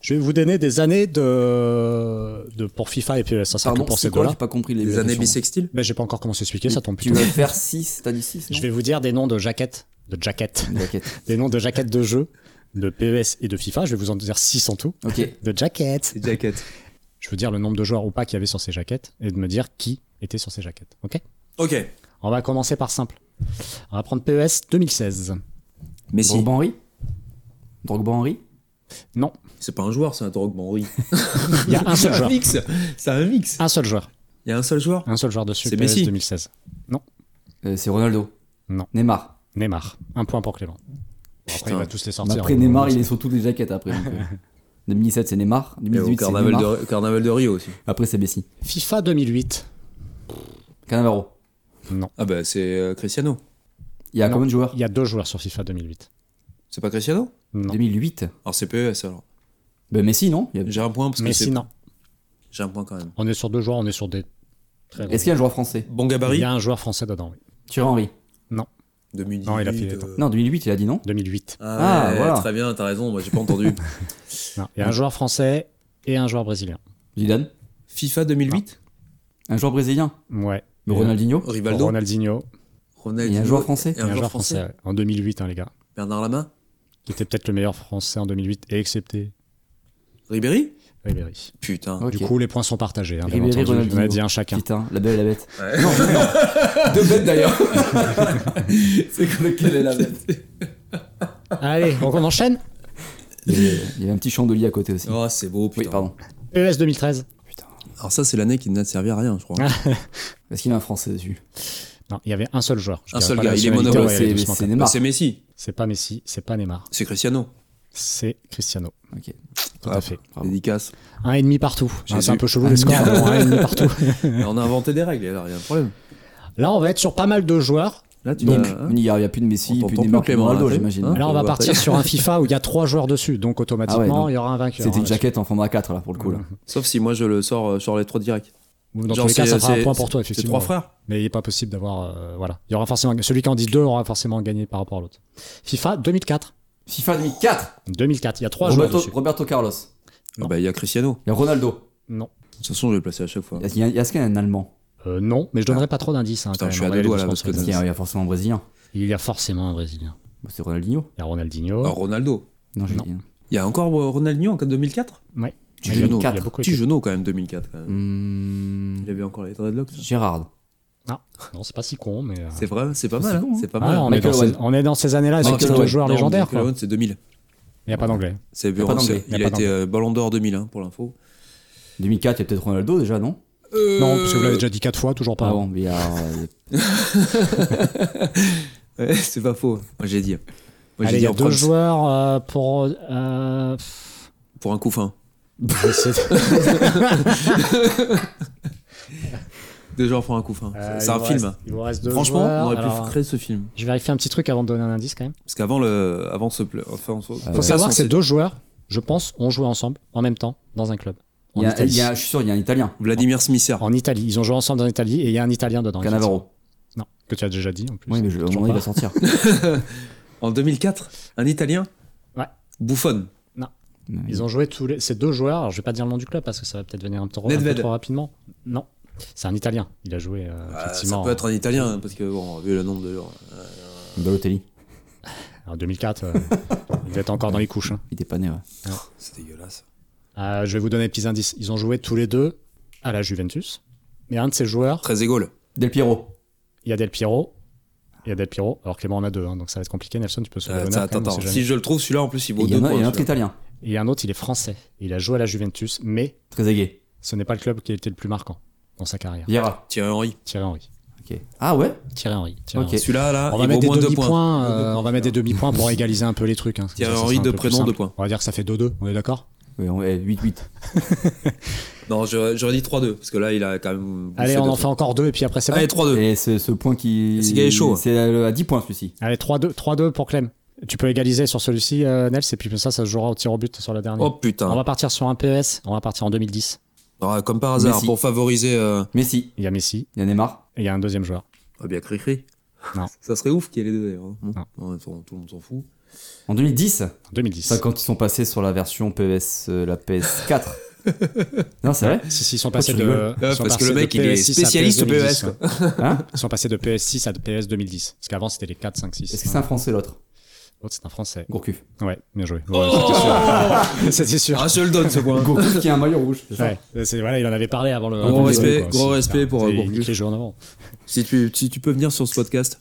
Speaker 1: Je vais vous donner des années de, de pour FIFA et puis ça sera que
Speaker 3: Pardon,
Speaker 1: pour
Speaker 3: c'est
Speaker 1: ces
Speaker 3: quoi
Speaker 1: deux-là.
Speaker 3: J'ai pas compris les
Speaker 2: Les
Speaker 3: la
Speaker 2: années
Speaker 3: question.
Speaker 2: bissextiles
Speaker 1: Mais j'ai pas encore commencé à expliquer, ça tombe
Speaker 3: Tu
Speaker 1: plutôt.
Speaker 3: vas faire 6, t'as dit 6
Speaker 1: Je vais vous dire des noms de jaquettes, de jaquettes,
Speaker 3: Jaquette.
Speaker 1: des noms de jaquettes de jeux, de PES et de FIFA. Je vais vous en dire 6 en tout.
Speaker 3: Ok.
Speaker 1: De jaquettes.
Speaker 2: Les jaquettes.
Speaker 1: Je veux dire le nombre de joueurs ou pas qu'il y avait sur ces jaquettes et de me dire qui était sur ces jaquettes. Ok
Speaker 2: Ok.
Speaker 1: On va commencer par simple. On va prendre E PES 2016.
Speaker 2: Messi.
Speaker 3: Drogba Henry Drogba Henry
Speaker 1: Non,
Speaker 2: C'est pas un joueur, c'est un Drogba Henry.
Speaker 1: il y a un
Speaker 2: C'est
Speaker 1: seul
Speaker 2: un
Speaker 1: joueur. Ah,
Speaker 2: mix. C'est un mix.
Speaker 1: Un seul joueur.
Speaker 2: Il y a un seul joueur
Speaker 1: Un seul joueur dessus. E
Speaker 2: C'est
Speaker 1: PES
Speaker 2: Messi.
Speaker 1: 2016.
Speaker 3: Euh, C'est Ronaldo.
Speaker 1: Non.
Speaker 3: Neymar.
Speaker 1: Neymar. Un point pour Clément. Bon, après,
Speaker 2: Putain.
Speaker 1: il va tous les
Speaker 3: Mais
Speaker 1: sortir.
Speaker 3: après
Speaker 1: hein.
Speaker 3: Neymar, il est sur toutes les jaquettes après. donc, euh, 2017 c'est Neymar,
Speaker 2: Et au
Speaker 3: 2018 c'est
Speaker 2: carnaval
Speaker 3: Neymar,
Speaker 2: de, carnaval de Rio aussi.
Speaker 3: après c'est Bessie.
Speaker 1: FIFA 2008.
Speaker 3: Cannavaro.
Speaker 2: Ah bah c'est euh, Cristiano.
Speaker 3: Il y a
Speaker 1: Non.
Speaker 3: combien de joueurs
Speaker 1: Il y a deux joueurs sur FIFA 2008.
Speaker 2: C'est pas Cristiano
Speaker 1: Non.
Speaker 3: 2008
Speaker 2: Alors c'est PES alors.
Speaker 3: Ben Messi non Il y a-
Speaker 2: J'ai un point parce que
Speaker 1: Messi,
Speaker 2: c'est. E
Speaker 1: non.
Speaker 2: J'ai un point quand même.
Speaker 1: On est sur deux joueurs, on est sur des. Très gros.
Speaker 3: Est-ce qu'il y a un joueur français
Speaker 2: Bon
Speaker 1: Il
Speaker 2: gabarit
Speaker 1: y a un joueur français dedans, oui.
Speaker 3: Thierry Henry.
Speaker 2: 2018.
Speaker 1: Non, il a fait des
Speaker 2: euh,
Speaker 1: temps.
Speaker 3: Non, 2008 il a dit non.
Speaker 1: 2008.
Speaker 2: Ah,
Speaker 3: Ah,
Speaker 2: ouais,
Speaker 3: voilà.
Speaker 2: Très bien, t'as raison, moi j'ai pas entendu.
Speaker 1: Non. Il y a un joueur français et un joueur brésilien.
Speaker 3: Zidane.
Speaker 2: FIFA 2008
Speaker 3: Un joueur brésilien
Speaker 1: Ouais.
Speaker 3: Mais
Speaker 1: Et,
Speaker 3: Ronaldinho
Speaker 2: Rivaldo
Speaker 1: Ronaldinho.
Speaker 2: Ronaldinho.
Speaker 3: Il y a un joueur français.
Speaker 2: Et un joueur français.
Speaker 1: ouais. En 2008, hein, les gars.
Speaker 2: Bernard Lama
Speaker 1: Qui était peut-être le meilleur français en 2008, et excepté
Speaker 2: Ribéry
Speaker 1: Ribéry.
Speaker 2: Putain.
Speaker 3: Ok.
Speaker 1: Du coup, les points sont partagés. Hein, bien
Speaker 3: Ribéry,
Speaker 1: entendu.
Speaker 3: Ronaldinho.
Speaker 1: On a dit un chacun.
Speaker 3: Putain, la belle et la bête. Non, non. Deux bêtes d'ailleurs. c'est comme quelle est la bête
Speaker 1: Allez, donc on enchaîne.
Speaker 3: Il y, avait, il y avait un petit chandelier à côté aussi.
Speaker 2: Oh, c'est beau, putain.
Speaker 3: oui, pardon.
Speaker 1: ES 2013.
Speaker 2: Alors, ça, c'est l'année qui n'a servi à rien, je crois.
Speaker 3: Est-ce qu'il y a un français dessus
Speaker 1: Non, il y avait un seul joueur. Je
Speaker 2: Un
Speaker 1: dirais
Speaker 2: seul
Speaker 1: pas la
Speaker 2: gars, il est
Speaker 1: nationalité,
Speaker 2: mono,
Speaker 1: ouais, il y avait
Speaker 3: c'est-
Speaker 1: tous
Speaker 3: c'est
Speaker 1: mentés.
Speaker 3: Neymar.
Speaker 2: C'est Messi,
Speaker 1: C'est pas Messi, c'est pas Neymar,
Speaker 2: c'est Cristiano.
Speaker 1: c'est Cristiano.
Speaker 3: Ok.
Speaker 1: Tout
Speaker 2: Ah,
Speaker 1: à fait.
Speaker 3: Bravo.
Speaker 2: Dédicace.
Speaker 1: Un et demi partout.
Speaker 2: J'ai
Speaker 1: Hein, c'est un
Speaker 2: vu.
Speaker 1: peu chelou les scores. mais bon, un et demi partout.
Speaker 2: Mais on a inventé des règles, alors il y a un problème.
Speaker 1: Là, on va être sur pas mal de joueurs.
Speaker 2: Là, tu
Speaker 3: Donc,
Speaker 2: vas- hein
Speaker 3: il n'y a, il y a plus de
Speaker 2: On
Speaker 3: Messi,
Speaker 2: t'entend
Speaker 3: plus de
Speaker 2: plus,
Speaker 3: Neymar, plus de
Speaker 2: Clément,
Speaker 3: Ronaldo,
Speaker 2: là,
Speaker 3: j'imagine.
Speaker 2: hein
Speaker 1: Là, on
Speaker 2: on
Speaker 1: va
Speaker 2: va
Speaker 1: partir sur un FIFA où il y a trois joueurs dessus, donc
Speaker 3: Ah ouais,
Speaker 1: automatiquement,
Speaker 3: donc,
Speaker 1: il y aura un vainqueur.
Speaker 3: C'était une
Speaker 1: hein.
Speaker 3: jaquette en format 4 là pour le coup. Là.
Speaker 2: Sauf si moi je le sors, euh, je sors les trois directs.
Speaker 1: Ou Dans
Speaker 2: Genre,
Speaker 1: tous les cas,
Speaker 2: c'est-
Speaker 1: ça fera un
Speaker 2: c'est-
Speaker 1: point pour toi,
Speaker 2: C'est
Speaker 1: effectivement.
Speaker 2: trois frères
Speaker 1: Mais il n'est pas possible d'avoir. euh, voilà. Il y aura forcément, celui qui en dit deux aura forcément gagné par rapport à l'autre. FIFA 2004.
Speaker 3: FIFA 2004
Speaker 1: 2004, il y a trois joueurs
Speaker 3: Roberto,
Speaker 1: dessus.
Speaker 3: Roberto Carlos.
Speaker 2: Ah bah, Il y a Cristiano.
Speaker 3: Il y a Ronaldo.
Speaker 1: Non.
Speaker 2: De toute façon, je l'ai placé à chaque fois.
Speaker 3: Il y a- il y a- Est-ce qu'il y a un Allemand
Speaker 1: Euh, non, mais je donnerai pas trop d'indices. hein,
Speaker 2: Putain,
Speaker 1: quand même.
Speaker 2: je suis à
Speaker 1: On va
Speaker 2: deux doigts,
Speaker 1: aller
Speaker 2: là,
Speaker 1: doucement
Speaker 2: parce
Speaker 1: sur
Speaker 3: Est-ce
Speaker 1: les
Speaker 3: qu'il y, a-
Speaker 1: indices.
Speaker 3: il y a forcément un Brésilien
Speaker 1: Il y a forcément un Brésilien.
Speaker 3: Bah, C'est Ronaldinho
Speaker 1: Il y a Ronaldinho.
Speaker 2: Ah, Ronaldo.
Speaker 3: Non, j'ai
Speaker 1: Non.
Speaker 3: dit.
Speaker 2: Il y a encore euh, Ronaldinho en 2004
Speaker 1: Ouais.
Speaker 2: Petit
Speaker 1: Il y a-
Speaker 2: genou.
Speaker 1: il Mm. y a beaucoup
Speaker 2: Petit
Speaker 1: été-
Speaker 2: genou quand même, 2004. Quand même.
Speaker 3: Hum,
Speaker 2: Il avait encore les dreadlocks. ça.
Speaker 3: Gérard.
Speaker 1: Non, c'est pas si con, mais. euh,
Speaker 2: C'est vrai, c'est pas
Speaker 3: C'est
Speaker 2: mal. hein,
Speaker 3: bon.
Speaker 2: C'est pas
Speaker 1: ah,
Speaker 2: mal.
Speaker 1: on, est
Speaker 3: Michael
Speaker 1: dans
Speaker 3: Owen.
Speaker 1: ces, on est dans ces années-là,
Speaker 2: Non,
Speaker 1: ces types
Speaker 3: Michael
Speaker 1: de
Speaker 3: Owen.
Speaker 1: joueurs
Speaker 2: Non,
Speaker 1: légendaires.
Speaker 2: Michael
Speaker 1: quoi.
Speaker 2: Owen, c'est 2000.
Speaker 1: Il n'y a pas d'anglais.
Speaker 2: C'est
Speaker 3: a pas
Speaker 2: c'est-
Speaker 3: d'anglais.
Speaker 1: Ah, Il y a
Speaker 2: Il a
Speaker 1: pas
Speaker 2: été euh, Ballon d'Or 2000 hein, pour l'info.
Speaker 3: 2004, il y a peut-être Ronaldo déjà, non
Speaker 2: Euh,
Speaker 1: Non, parce que vous l'avez déjà dit quatre fois, toujours pas.
Speaker 3: Ah bon, mais il y a. euh,
Speaker 2: Ouais, c'est pas faux. Moi j'ai dit. Moi j'ai
Speaker 1: Allez, il
Speaker 2: dit
Speaker 1: y a
Speaker 2: en
Speaker 1: deux
Speaker 2: France
Speaker 1: joueurs euh, pour. euh,
Speaker 2: pour un coup fin.
Speaker 1: c'est-
Speaker 2: Deux joueurs pour un coup fin.
Speaker 1: euh,
Speaker 2: c'est un
Speaker 1: il vous
Speaker 2: film.
Speaker 1: reste- il vous reste deux
Speaker 2: Franchement,
Speaker 1: joueurs.
Speaker 2: on aurait pu
Speaker 1: Alors,
Speaker 2: créer ce film.
Speaker 1: Je vérifie un petit truc avant de donner un indice quand même.
Speaker 2: Parce qu'avant le, avant ce, pla- enfin, on se-
Speaker 1: Il
Speaker 2: ça,
Speaker 1: faut savoir
Speaker 2: on
Speaker 1: que ces
Speaker 2: s'est-
Speaker 1: deux joueurs, je pense, ont joué ensemble en même temps dans un club. En
Speaker 3: il y a-
Speaker 1: Italie.
Speaker 3: il y a- Je suis sûr, il y a un Italien.
Speaker 2: Vladimir Smisser.
Speaker 1: En Italie. Ils ont joué ensemble en Italie et il y a un Italien dedans.
Speaker 3: Cannavaro.
Speaker 1: Non, que tu as déjà dit en plus.
Speaker 3: Oui, mais je, à mon
Speaker 1: Toujours
Speaker 3: avis, il
Speaker 1: pas.
Speaker 3: va sortir.
Speaker 2: En 2004, un Italien.
Speaker 1: Ouais.
Speaker 2: Bouffon.
Speaker 1: Ils ont joué tous les... ces deux joueurs. Alors, je vais pas dire le nom du club parce que ça va peut-être venir un, peu- un peu
Speaker 2: Nedved.
Speaker 1: trop rapidement. Non, c'est un Italien. Il a joué euh,
Speaker 2: Euh, ça
Speaker 1: effectivement
Speaker 2: peut être un Italien hein, parce que bon, vu le nombre de euh, joueurs.
Speaker 3: Balotelli.
Speaker 1: en en 2004. euh, il était encore dans les couches. hein.
Speaker 3: Il était pas né, ouais.
Speaker 2: C'est dégueulasse.
Speaker 1: Euh, je vais vous donner des petits indices. Ils ont joué tous les deux à la Juventus. Mais un de ces joueurs,
Speaker 2: Très égaux.
Speaker 3: Del Piero.
Speaker 1: il y a Del Piero. Il y a Del Piero. Alors Clément en a deux, hein, donc ça va être compliqué. Nelson, tu peux sauver l'honneur.
Speaker 2: Euh, attends,
Speaker 1: quand même, on
Speaker 2: attends.
Speaker 1: sait jamais.
Speaker 2: Si je le trouve, celui-là en plus, il
Speaker 3: Et
Speaker 2: vaut
Speaker 3: Il y
Speaker 2: deux
Speaker 3: en a il y en a
Speaker 2: points.
Speaker 3: un autre
Speaker 2: celui-là.
Speaker 3: Italien.
Speaker 1: Et un autre, il est français. Il a joué à la Juventus, mais
Speaker 3: Très aigué.
Speaker 1: ce n'est pas le club qui a été le plus marquant dans sa carrière.
Speaker 3: Viera.
Speaker 2: Thierry Henry.
Speaker 1: Thierry Henry.
Speaker 3: Ok. Ah ouais
Speaker 1: Thierry Henry. Thierry
Speaker 3: Ok.
Speaker 1: Henry.
Speaker 2: Celui-là, là,
Speaker 1: On va
Speaker 2: Ah, il vaut
Speaker 1: mettre
Speaker 2: moins
Speaker 1: des
Speaker 2: deux points.
Speaker 1: demi-points.
Speaker 2: Deux
Speaker 1: euh,
Speaker 2: points.
Speaker 1: on va mettre des demi-points pour égaliser un peu les trucs. hein. Comme
Speaker 2: Thierry
Speaker 1: ça, ça
Speaker 2: Henry,
Speaker 1: sera un
Speaker 2: deux
Speaker 1: peu plus
Speaker 2: prénoms,
Speaker 1: simple.
Speaker 2: deux points.
Speaker 1: On va dire que ça fait 2-2. On est d'accord
Speaker 3: Oui, on eh, est 8-8.
Speaker 2: Non, j'aurais j'aurais dit 3-2 parce que là, il a quand même.
Speaker 1: Allez,
Speaker 2: bouffé
Speaker 1: on
Speaker 2: deux
Speaker 1: en fait
Speaker 2: fois.
Speaker 1: encore deux et puis après c'est bon.
Speaker 2: Allez, 3-2.
Speaker 3: Et c'est ce point qui.
Speaker 2: Ce gars est chaud.
Speaker 3: C'est euh, à à 10 points celui-ci.
Speaker 1: Allez, 3-2 3-2 pour Clem. Tu peux égaliser sur celui-ci, euh, Nels, et puis comme ça, ça se jouera au tir au but sur la dernière.
Speaker 2: Oh putain.
Speaker 1: On va partir sur un PES. On va partir en 2010.
Speaker 2: Ah, comme par hasard,
Speaker 3: Messi.
Speaker 2: pour favoriser. euh,
Speaker 3: Messi.
Speaker 1: Il y a Messi
Speaker 3: Il y a Neymar.
Speaker 1: et il y a un deuxième joueur.
Speaker 2: Ah, bien Cricri.
Speaker 1: Non.
Speaker 2: Ça serait ouf qu'il y ait les deux d'ailleurs. hein.
Speaker 1: Non.
Speaker 2: Non, tout tout le monde s'en fout.
Speaker 3: En 2010,
Speaker 1: En 2010.
Speaker 3: ça quand ils sont passés sur la version PS, euh, la PS4. non, c'est vrai
Speaker 1: Si, si, ils sont passés
Speaker 3: tu
Speaker 1: de.
Speaker 3: rigoles
Speaker 1: ils
Speaker 2: Euh,
Speaker 1: sont
Speaker 2: parce que le
Speaker 1: passés
Speaker 2: mec,
Speaker 1: de
Speaker 2: il est
Speaker 1: PS6 à
Speaker 2: spécialiste au
Speaker 1: PS2010,
Speaker 2: PES,
Speaker 1: ouais.
Speaker 3: Hein
Speaker 1: Ils sont passés de PS6 à PS 2010. Parce qu'avant, c'était les 4, 5, 6.
Speaker 3: Est-ce que c'est un français l'autre
Speaker 1: L'autre, c'est un français.
Speaker 3: Gourcuff.
Speaker 1: Ouais, bien joué. Ouais,
Speaker 2: Oh
Speaker 1: c'était sûr. C'était sûr.
Speaker 2: Ah, je le donne ce point.
Speaker 3: Gourcuff qui a un maillot rouge. c'est ça
Speaker 1: Ouais, c'est- voilà, il en avait parlé avant le.
Speaker 2: Gros
Speaker 1: avant le
Speaker 2: respect,
Speaker 1: débat, quoi,
Speaker 2: gros
Speaker 1: aussi.
Speaker 2: respect pour,
Speaker 1: C'est-
Speaker 2: pour
Speaker 1: il
Speaker 2: Gus.
Speaker 1: nique les jeux en avant.
Speaker 2: si, tu, si tu peux venir sur ce podcast.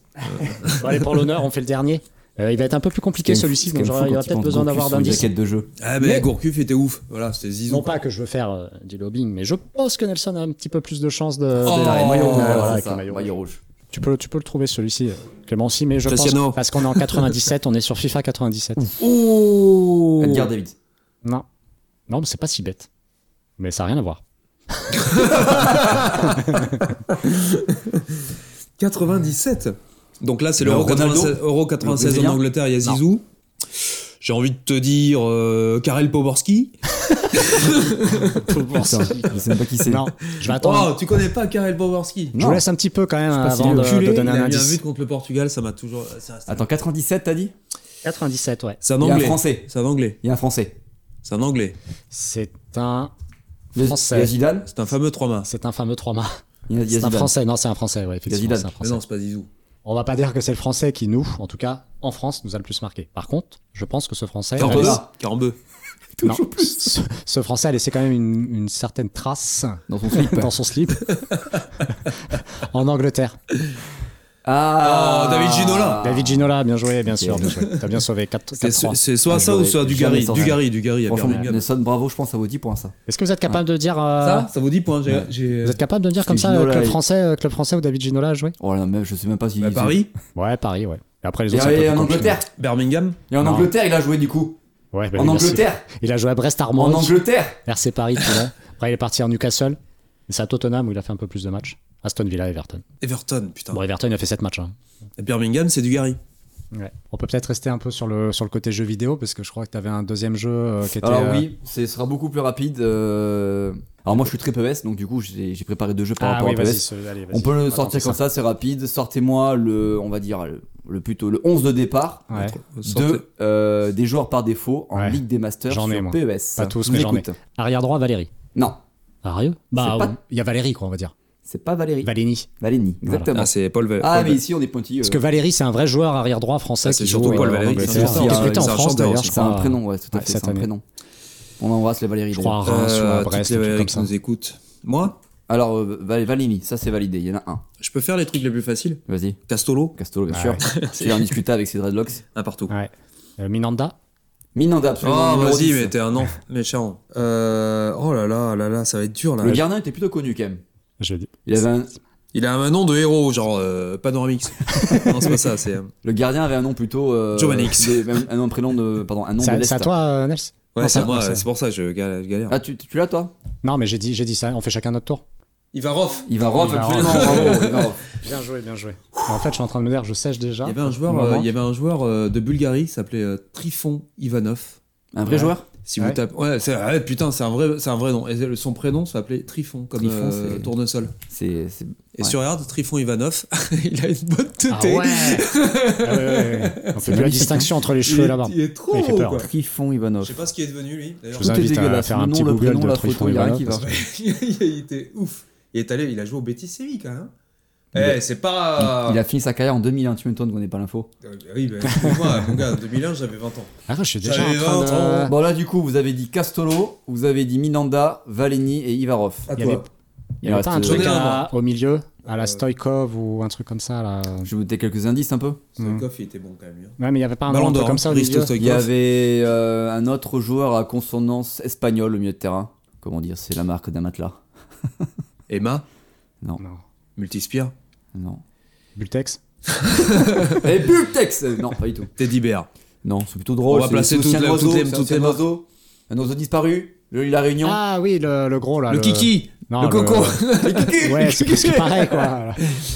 Speaker 1: Bon, allez, pour l'honneur, on fait le dernier. Euh, il va être un peu plus compliqué
Speaker 3: Ce qui me-
Speaker 1: celui-ci,
Speaker 3: ce qui
Speaker 1: donc
Speaker 3: me
Speaker 1: genre,
Speaker 3: fout
Speaker 1: il y aura
Speaker 3: quand ils
Speaker 1: peut-être
Speaker 3: pensent
Speaker 1: besoin
Speaker 3: Gourcuff
Speaker 1: d'avoir
Speaker 3: sur une
Speaker 1: d'indices.
Speaker 3: jaquette de jeu.
Speaker 2: Ah, mais,
Speaker 1: Mais-
Speaker 2: Gourcuff était ouf. Voilà, c'était zizou.
Speaker 1: Non pas que je veux faire euh, du lobbying, mais je pense que Nelson a un petit peu plus de chance de.
Speaker 2: Oh,
Speaker 1: de-
Speaker 3: T'as les maillots rouges,
Speaker 1: Ouais,
Speaker 3: voilà,
Speaker 1: voilà,
Speaker 3: c'est
Speaker 1: avec
Speaker 3: ça,
Speaker 1: le maillot.
Speaker 3: maillot rouge.
Speaker 1: Tu peux, tu peux le trouver celui-ci, euh, Clément aussi, mais je
Speaker 2: Cristiano.
Speaker 1: pense parce qu'on est en 97, on est sur FIFA 97.
Speaker 2: Oh
Speaker 3: Edgar David.
Speaker 1: Non, non, mais c'est pas si bête, mais ça a rien à voir.
Speaker 2: 97 Donc là, c'est l'Euro
Speaker 3: Le Ronaldo.
Speaker 2: 96, Euro 96 en
Speaker 3: Brésilien.
Speaker 2: Angleterre, il y a Zizou. J'ai envie de te dire euh, Karel Poborski.
Speaker 3: Putain, je sais même pas qui c'est.
Speaker 1: Non, je vais attendre.
Speaker 2: Oh, tu connais pas Karel Poborski
Speaker 1: je vous laisse un petit peu quand même
Speaker 3: pas si
Speaker 1: avant de,
Speaker 2: Culé,
Speaker 1: de
Speaker 2: il
Speaker 1: donner un
Speaker 2: a mis un
Speaker 1: indice.
Speaker 2: but contre le Portugal, ça m'a toujours. ça- ça-
Speaker 3: Attends, 97 t'as dit
Speaker 1: 97, ouais.
Speaker 2: C'est un
Speaker 3: Il y a un
Speaker 2: anglais.
Speaker 3: français.
Speaker 2: C'est un anglais.
Speaker 3: Il y a un français.
Speaker 2: C'est un anglais.
Speaker 1: C'est un,
Speaker 3: Il y a-
Speaker 1: Français.
Speaker 3: Il y a Zidane.
Speaker 2: C'est un fameux 3 mains.
Speaker 1: c'est un fameux 3 mâts.
Speaker 3: Il y a, il y a
Speaker 1: C'est un
Speaker 3: Zidane.
Speaker 1: français, non, c'est un français, ouais, effectivement.
Speaker 3: Zidane.
Speaker 1: c'est un
Speaker 2: Mais
Speaker 1: français.
Speaker 2: non, c'est pas Zizou.
Speaker 1: On va pas dire que c'est le français qui, nous, en tout cas, en France, nous a le plus marqué. Par contre, je pense que ce français. a
Speaker 3: Cantona.
Speaker 1: laissé-
Speaker 2: Carambeu. Carambeu.
Speaker 1: Non, ce, ce français a laissé quand même une, une certaine trace
Speaker 3: Dans son slip.
Speaker 1: dans son slip en Angleterre.
Speaker 3: Ah,
Speaker 2: Oh, David Ginola.
Speaker 1: David Ginola, bien joué, bien
Speaker 3: Ok.
Speaker 1: sûr. bien joué. T'as bien sauvé 4
Speaker 2: C'est- C'est
Speaker 1: 3
Speaker 2: c'est soit
Speaker 3: Ah,
Speaker 2: ça ou
Speaker 3: j'aurais
Speaker 2: soit du
Speaker 3: jamais
Speaker 2: Gary.
Speaker 3: sorti.
Speaker 2: Du Gary, du Gary à
Speaker 3: Franchement,
Speaker 2: Birmingham.
Speaker 3: Nelson, bravo, je pense, à vaut 10 pour ça.
Speaker 1: Est-ce que vous êtes capable de dire. euh,
Speaker 2: Ça, ça vous dit point. j'ai-
Speaker 3: Ouais.
Speaker 2: J'ai.
Speaker 1: vous êtes capable de dire comme ça
Speaker 3: Ginola,
Speaker 1: euh, club,
Speaker 3: il-
Speaker 1: français, euh, club français où David Ginola a joué
Speaker 3: Oh là, même, je sais même pas si.
Speaker 2: Bah, Paris,
Speaker 1: Ouais, Paris, ouais. Et après les
Speaker 3: Et,
Speaker 1: autres, c'est un peu
Speaker 3: et
Speaker 1: plus
Speaker 3: en
Speaker 1: compliqué.
Speaker 3: Angleterre.
Speaker 2: Birmingham.
Speaker 3: Et en
Speaker 1: Non.
Speaker 3: Angleterre, il a joué du coup.
Speaker 1: Ouais, bah oui,
Speaker 3: En
Speaker 1: merci.
Speaker 3: Angleterre.
Speaker 1: Il a joué à Brest
Speaker 3: En
Speaker 1: Armand,
Speaker 3: Angleterre.
Speaker 1: RC Paris, tu vois. Après, il est parti à Newcastle. Et C'est à Tottenham où il a fait un peu plus de matchs. Aston Villa, Everton.
Speaker 2: Everton, putain.
Speaker 1: Bon, Everton, il a fait 7 matchs. hein.
Speaker 2: Et Birmingham, c'est du Gary.
Speaker 1: On peut peut-être rester un peu sur le, sur le côté jeu vidéo, parce que je crois que tu avais un deuxième jeu euh, qui était.
Speaker 3: Alors
Speaker 1: euh,
Speaker 3: oui, ce sera beaucoup plus rapide. euh, Alors moi, je suis très PES, donc du coup, j'ai j'ai préparé deux jeux par
Speaker 1: Ah
Speaker 3: rapport
Speaker 1: oui,
Speaker 3: à
Speaker 1: vas-y,
Speaker 3: PES.
Speaker 1: ce- allez, vas-y.
Speaker 3: On peut le
Speaker 1: Attends,
Speaker 3: sortir
Speaker 1: c'est
Speaker 3: comme
Speaker 1: ça.
Speaker 3: ça, c'est rapide. Sortez-moi le, on va dire le, le plutôt le 11 de départ.
Speaker 1: Ouais.
Speaker 2: Sortez-
Speaker 3: de, euh, des joueurs par défaut en
Speaker 1: Ouais.
Speaker 3: Ligue des Masters
Speaker 1: J'en ai,
Speaker 3: sur E
Speaker 1: moi.
Speaker 3: PES.
Speaker 1: Pas tous,
Speaker 3: Je
Speaker 1: mais
Speaker 3: vous
Speaker 1: j'en ai.
Speaker 3: écoute.
Speaker 1: Arrière droit, Valérie.
Speaker 3: Non,
Speaker 1: Arieux Bah,
Speaker 3: pas-
Speaker 1: on- il y a Valérie, quoi, on va dire.
Speaker 3: c'est pas Valérie.
Speaker 1: Valérie.
Speaker 3: Valérie, exactement.
Speaker 2: Ah, c'est Paul Ve-
Speaker 3: Ah,
Speaker 2: Paul
Speaker 3: mais
Speaker 2: Ve-
Speaker 3: ici, on est pointillé. euh,
Speaker 1: Parce que Valérie, c'est un vrai joueur arrière droit français.
Speaker 2: Ah, c'est
Speaker 1: qui
Speaker 2: surtout
Speaker 1: joue,
Speaker 2: Paul
Speaker 1: euh, en
Speaker 2: Valérie,
Speaker 1: Angleterre.
Speaker 3: c'est aussi
Speaker 1: Qui est
Speaker 3: un-
Speaker 1: débuté
Speaker 2: c'est
Speaker 1: en
Speaker 2: un
Speaker 1: France,
Speaker 2: chanteur
Speaker 1: d'ailleurs,
Speaker 2: aussi.
Speaker 1: je
Speaker 3: C'est un
Speaker 1: crois.
Speaker 3: prénom, ouais, tout à
Speaker 1: ouais,
Speaker 3: fait,
Speaker 1: cette
Speaker 3: c'est un
Speaker 1: année.
Speaker 3: prénom. On embrasse les Valérie.
Speaker 1: Je
Speaker 3: d'ailleurs.
Speaker 1: crois à Reims ou à Brest,
Speaker 2: Euh, toutes
Speaker 1: un
Speaker 2: les
Speaker 1: truc
Speaker 2: Valérie
Speaker 1: comme
Speaker 2: qui
Speaker 1: ça.
Speaker 2: nous écoutent. Moi,
Speaker 3: Alors, euh, Val- Valérie, ça c'est validé, il y en a un.
Speaker 2: je peux faire les trucs les plus faciles.
Speaker 3: Vas-y,
Speaker 2: Castolo,
Speaker 3: Castolo, bien
Speaker 1: Ah
Speaker 3: sûr. Tu es indiscutable avec ses dreadlocks.
Speaker 2: un partout.
Speaker 1: Ouais. Euh, Minanda
Speaker 3: Minanda,
Speaker 2: Oh,
Speaker 3: absolument. numéro
Speaker 2: vas-y,
Speaker 3: 10.
Speaker 2: mais t'es un enfant méchant. Euh, oh là là, là là, ça va être dur là.
Speaker 3: Le gardien était plutôt connu quand même.
Speaker 1: Je l'ai dit.
Speaker 3: Il avait un-
Speaker 2: Il a un nom de héros, genre euh, Panoramix. non, c'est pas ça, c'est. euh,
Speaker 3: Le gardien avait un nom plutôt. euh,
Speaker 2: Giovannix.
Speaker 3: des- même Un nom, un prénom de. Pardon, un nom
Speaker 1: C'est
Speaker 3: de
Speaker 1: à-
Speaker 3: l'Est.
Speaker 1: c'est à toi, euh, Nels
Speaker 2: Ouais,
Speaker 1: Non,
Speaker 2: c'est
Speaker 1: ça,
Speaker 2: moi,
Speaker 1: non, ça.
Speaker 2: c'est pour ça que je ga- je galère.
Speaker 3: Ah, tu, tu l'as toi
Speaker 1: Non, mais j'ai dit, j'ai dit ça. On fait chacun notre tour.
Speaker 2: Ivarov.
Speaker 3: Ivarov,
Speaker 1: Ivarov.
Speaker 3: absolument. Oh, bah, bravo, Ivarov.
Speaker 1: Bien joué, bien joué. En fait, je suis en train de me dire, je sèche déjà.
Speaker 2: Il y avait un joueur,
Speaker 3: Vraiment.
Speaker 2: euh, il y avait un joueur euh, de Bulgarie qui s'appelait euh, Trifon Ivanov.
Speaker 3: Un vrai
Speaker 1: Ouais.
Speaker 3: joueur
Speaker 2: Si
Speaker 1: Ouais.
Speaker 2: vous tapez, ouais, c'est- ouais, putain, c'est un vrai, c'est un vrai nom. Et le- son prénom s'appelait Trifon, comme
Speaker 3: Trifon,
Speaker 2: euh,
Speaker 3: c'est-
Speaker 2: tournesol.
Speaker 3: C'est. c'est-
Speaker 2: Et
Speaker 3: Ouais.
Speaker 2: sur regarde, Trifon Ivanov, il a une bonne tête.
Speaker 1: Ah ouais, Ah ouais, ouais, ouais. On fait plus la
Speaker 3: magnifique.
Speaker 1: distinction entre les
Speaker 2: il,
Speaker 1: cheveux
Speaker 2: est,
Speaker 1: là-bas.
Speaker 2: il est trop
Speaker 1: Il fait
Speaker 2: beau,
Speaker 1: peur.
Speaker 2: quoi.
Speaker 3: Trifon
Speaker 2: Je
Speaker 3: Ivanov.
Speaker 2: sais pas ce qu'il est devenu lui. D'ailleurs,
Speaker 1: Je vous invite à
Speaker 3: dégueulasse.
Speaker 1: faire
Speaker 3: Le
Speaker 1: un
Speaker 3: nom,
Speaker 1: petit
Speaker 3: le
Speaker 1: Google
Speaker 3: prénom,
Speaker 1: de
Speaker 3: la
Speaker 1: Trifon
Speaker 3: photo, il y a rien qui va.
Speaker 1: Ivanov,
Speaker 2: il était ouf. Il est allé, il a joué au Betis Séville quand même.
Speaker 3: Il
Speaker 2: Eh,
Speaker 3: a-
Speaker 2: c'est pas.
Speaker 3: Il a fini sa carrière en 2001, tu m'étonnes qu'on n'ait pas l'info.
Speaker 2: Euh, Oui, bah, excuse-moi, mon gars, en 2001, j'avais 20 ans.
Speaker 1: Ah, je suis déjà en
Speaker 2: J'avais
Speaker 1: train
Speaker 2: 20
Speaker 1: de.
Speaker 3: Euh, Bon, là, du coup, vous avez dit Castolo, vous avez dit Minanda, Valeni et Ivarov.
Speaker 2: À
Speaker 1: Il y
Speaker 2: toi.
Speaker 1: avait- Il y avait
Speaker 3: reste,
Speaker 1: pas un
Speaker 3: euh,
Speaker 1: truc
Speaker 2: J'en ai un,
Speaker 1: à- au milieu, à la
Speaker 2: Euh,
Speaker 1: Stoikov ou un truc comme ça là.
Speaker 3: Je vais vous donner quelques indices un peu.
Speaker 2: Stoïkov, il était bon quand même. lui, hein.
Speaker 1: Ouais, mais il y avait pas un nom
Speaker 2: Ballon
Speaker 1: un peu
Speaker 2: d'or,
Speaker 1: comme ça au
Speaker 2: Risto
Speaker 1: milieu.
Speaker 3: Il y
Speaker 2: Stoïkov.
Speaker 3: avait euh, un autre joueur à consonance espagnole au milieu de terrain. Comment dire C'est la marque d'un matelas.
Speaker 2: Emma,
Speaker 1: Non.
Speaker 2: Multispire,
Speaker 3: Non.
Speaker 1: Bultex.
Speaker 3: Et Bultex Non, pas du tout.
Speaker 2: Teddy Bear.
Speaker 3: Non, c'est plutôt drôle.
Speaker 2: On va
Speaker 3: c'est-
Speaker 2: placer
Speaker 3: c'est aussi
Speaker 2: toutes
Speaker 3: un
Speaker 2: les-
Speaker 3: oiseau,
Speaker 2: toutes les-
Speaker 3: c'est
Speaker 2: toutes
Speaker 3: aussi un
Speaker 2: les marques.
Speaker 3: oiseau. Un oiseau disparu. Le La Réunion.
Speaker 1: Ah oui, le, le gros là.
Speaker 2: le Kiki,
Speaker 1: Non,
Speaker 2: le coco.
Speaker 1: Ouais, c'est presque pareil quoi.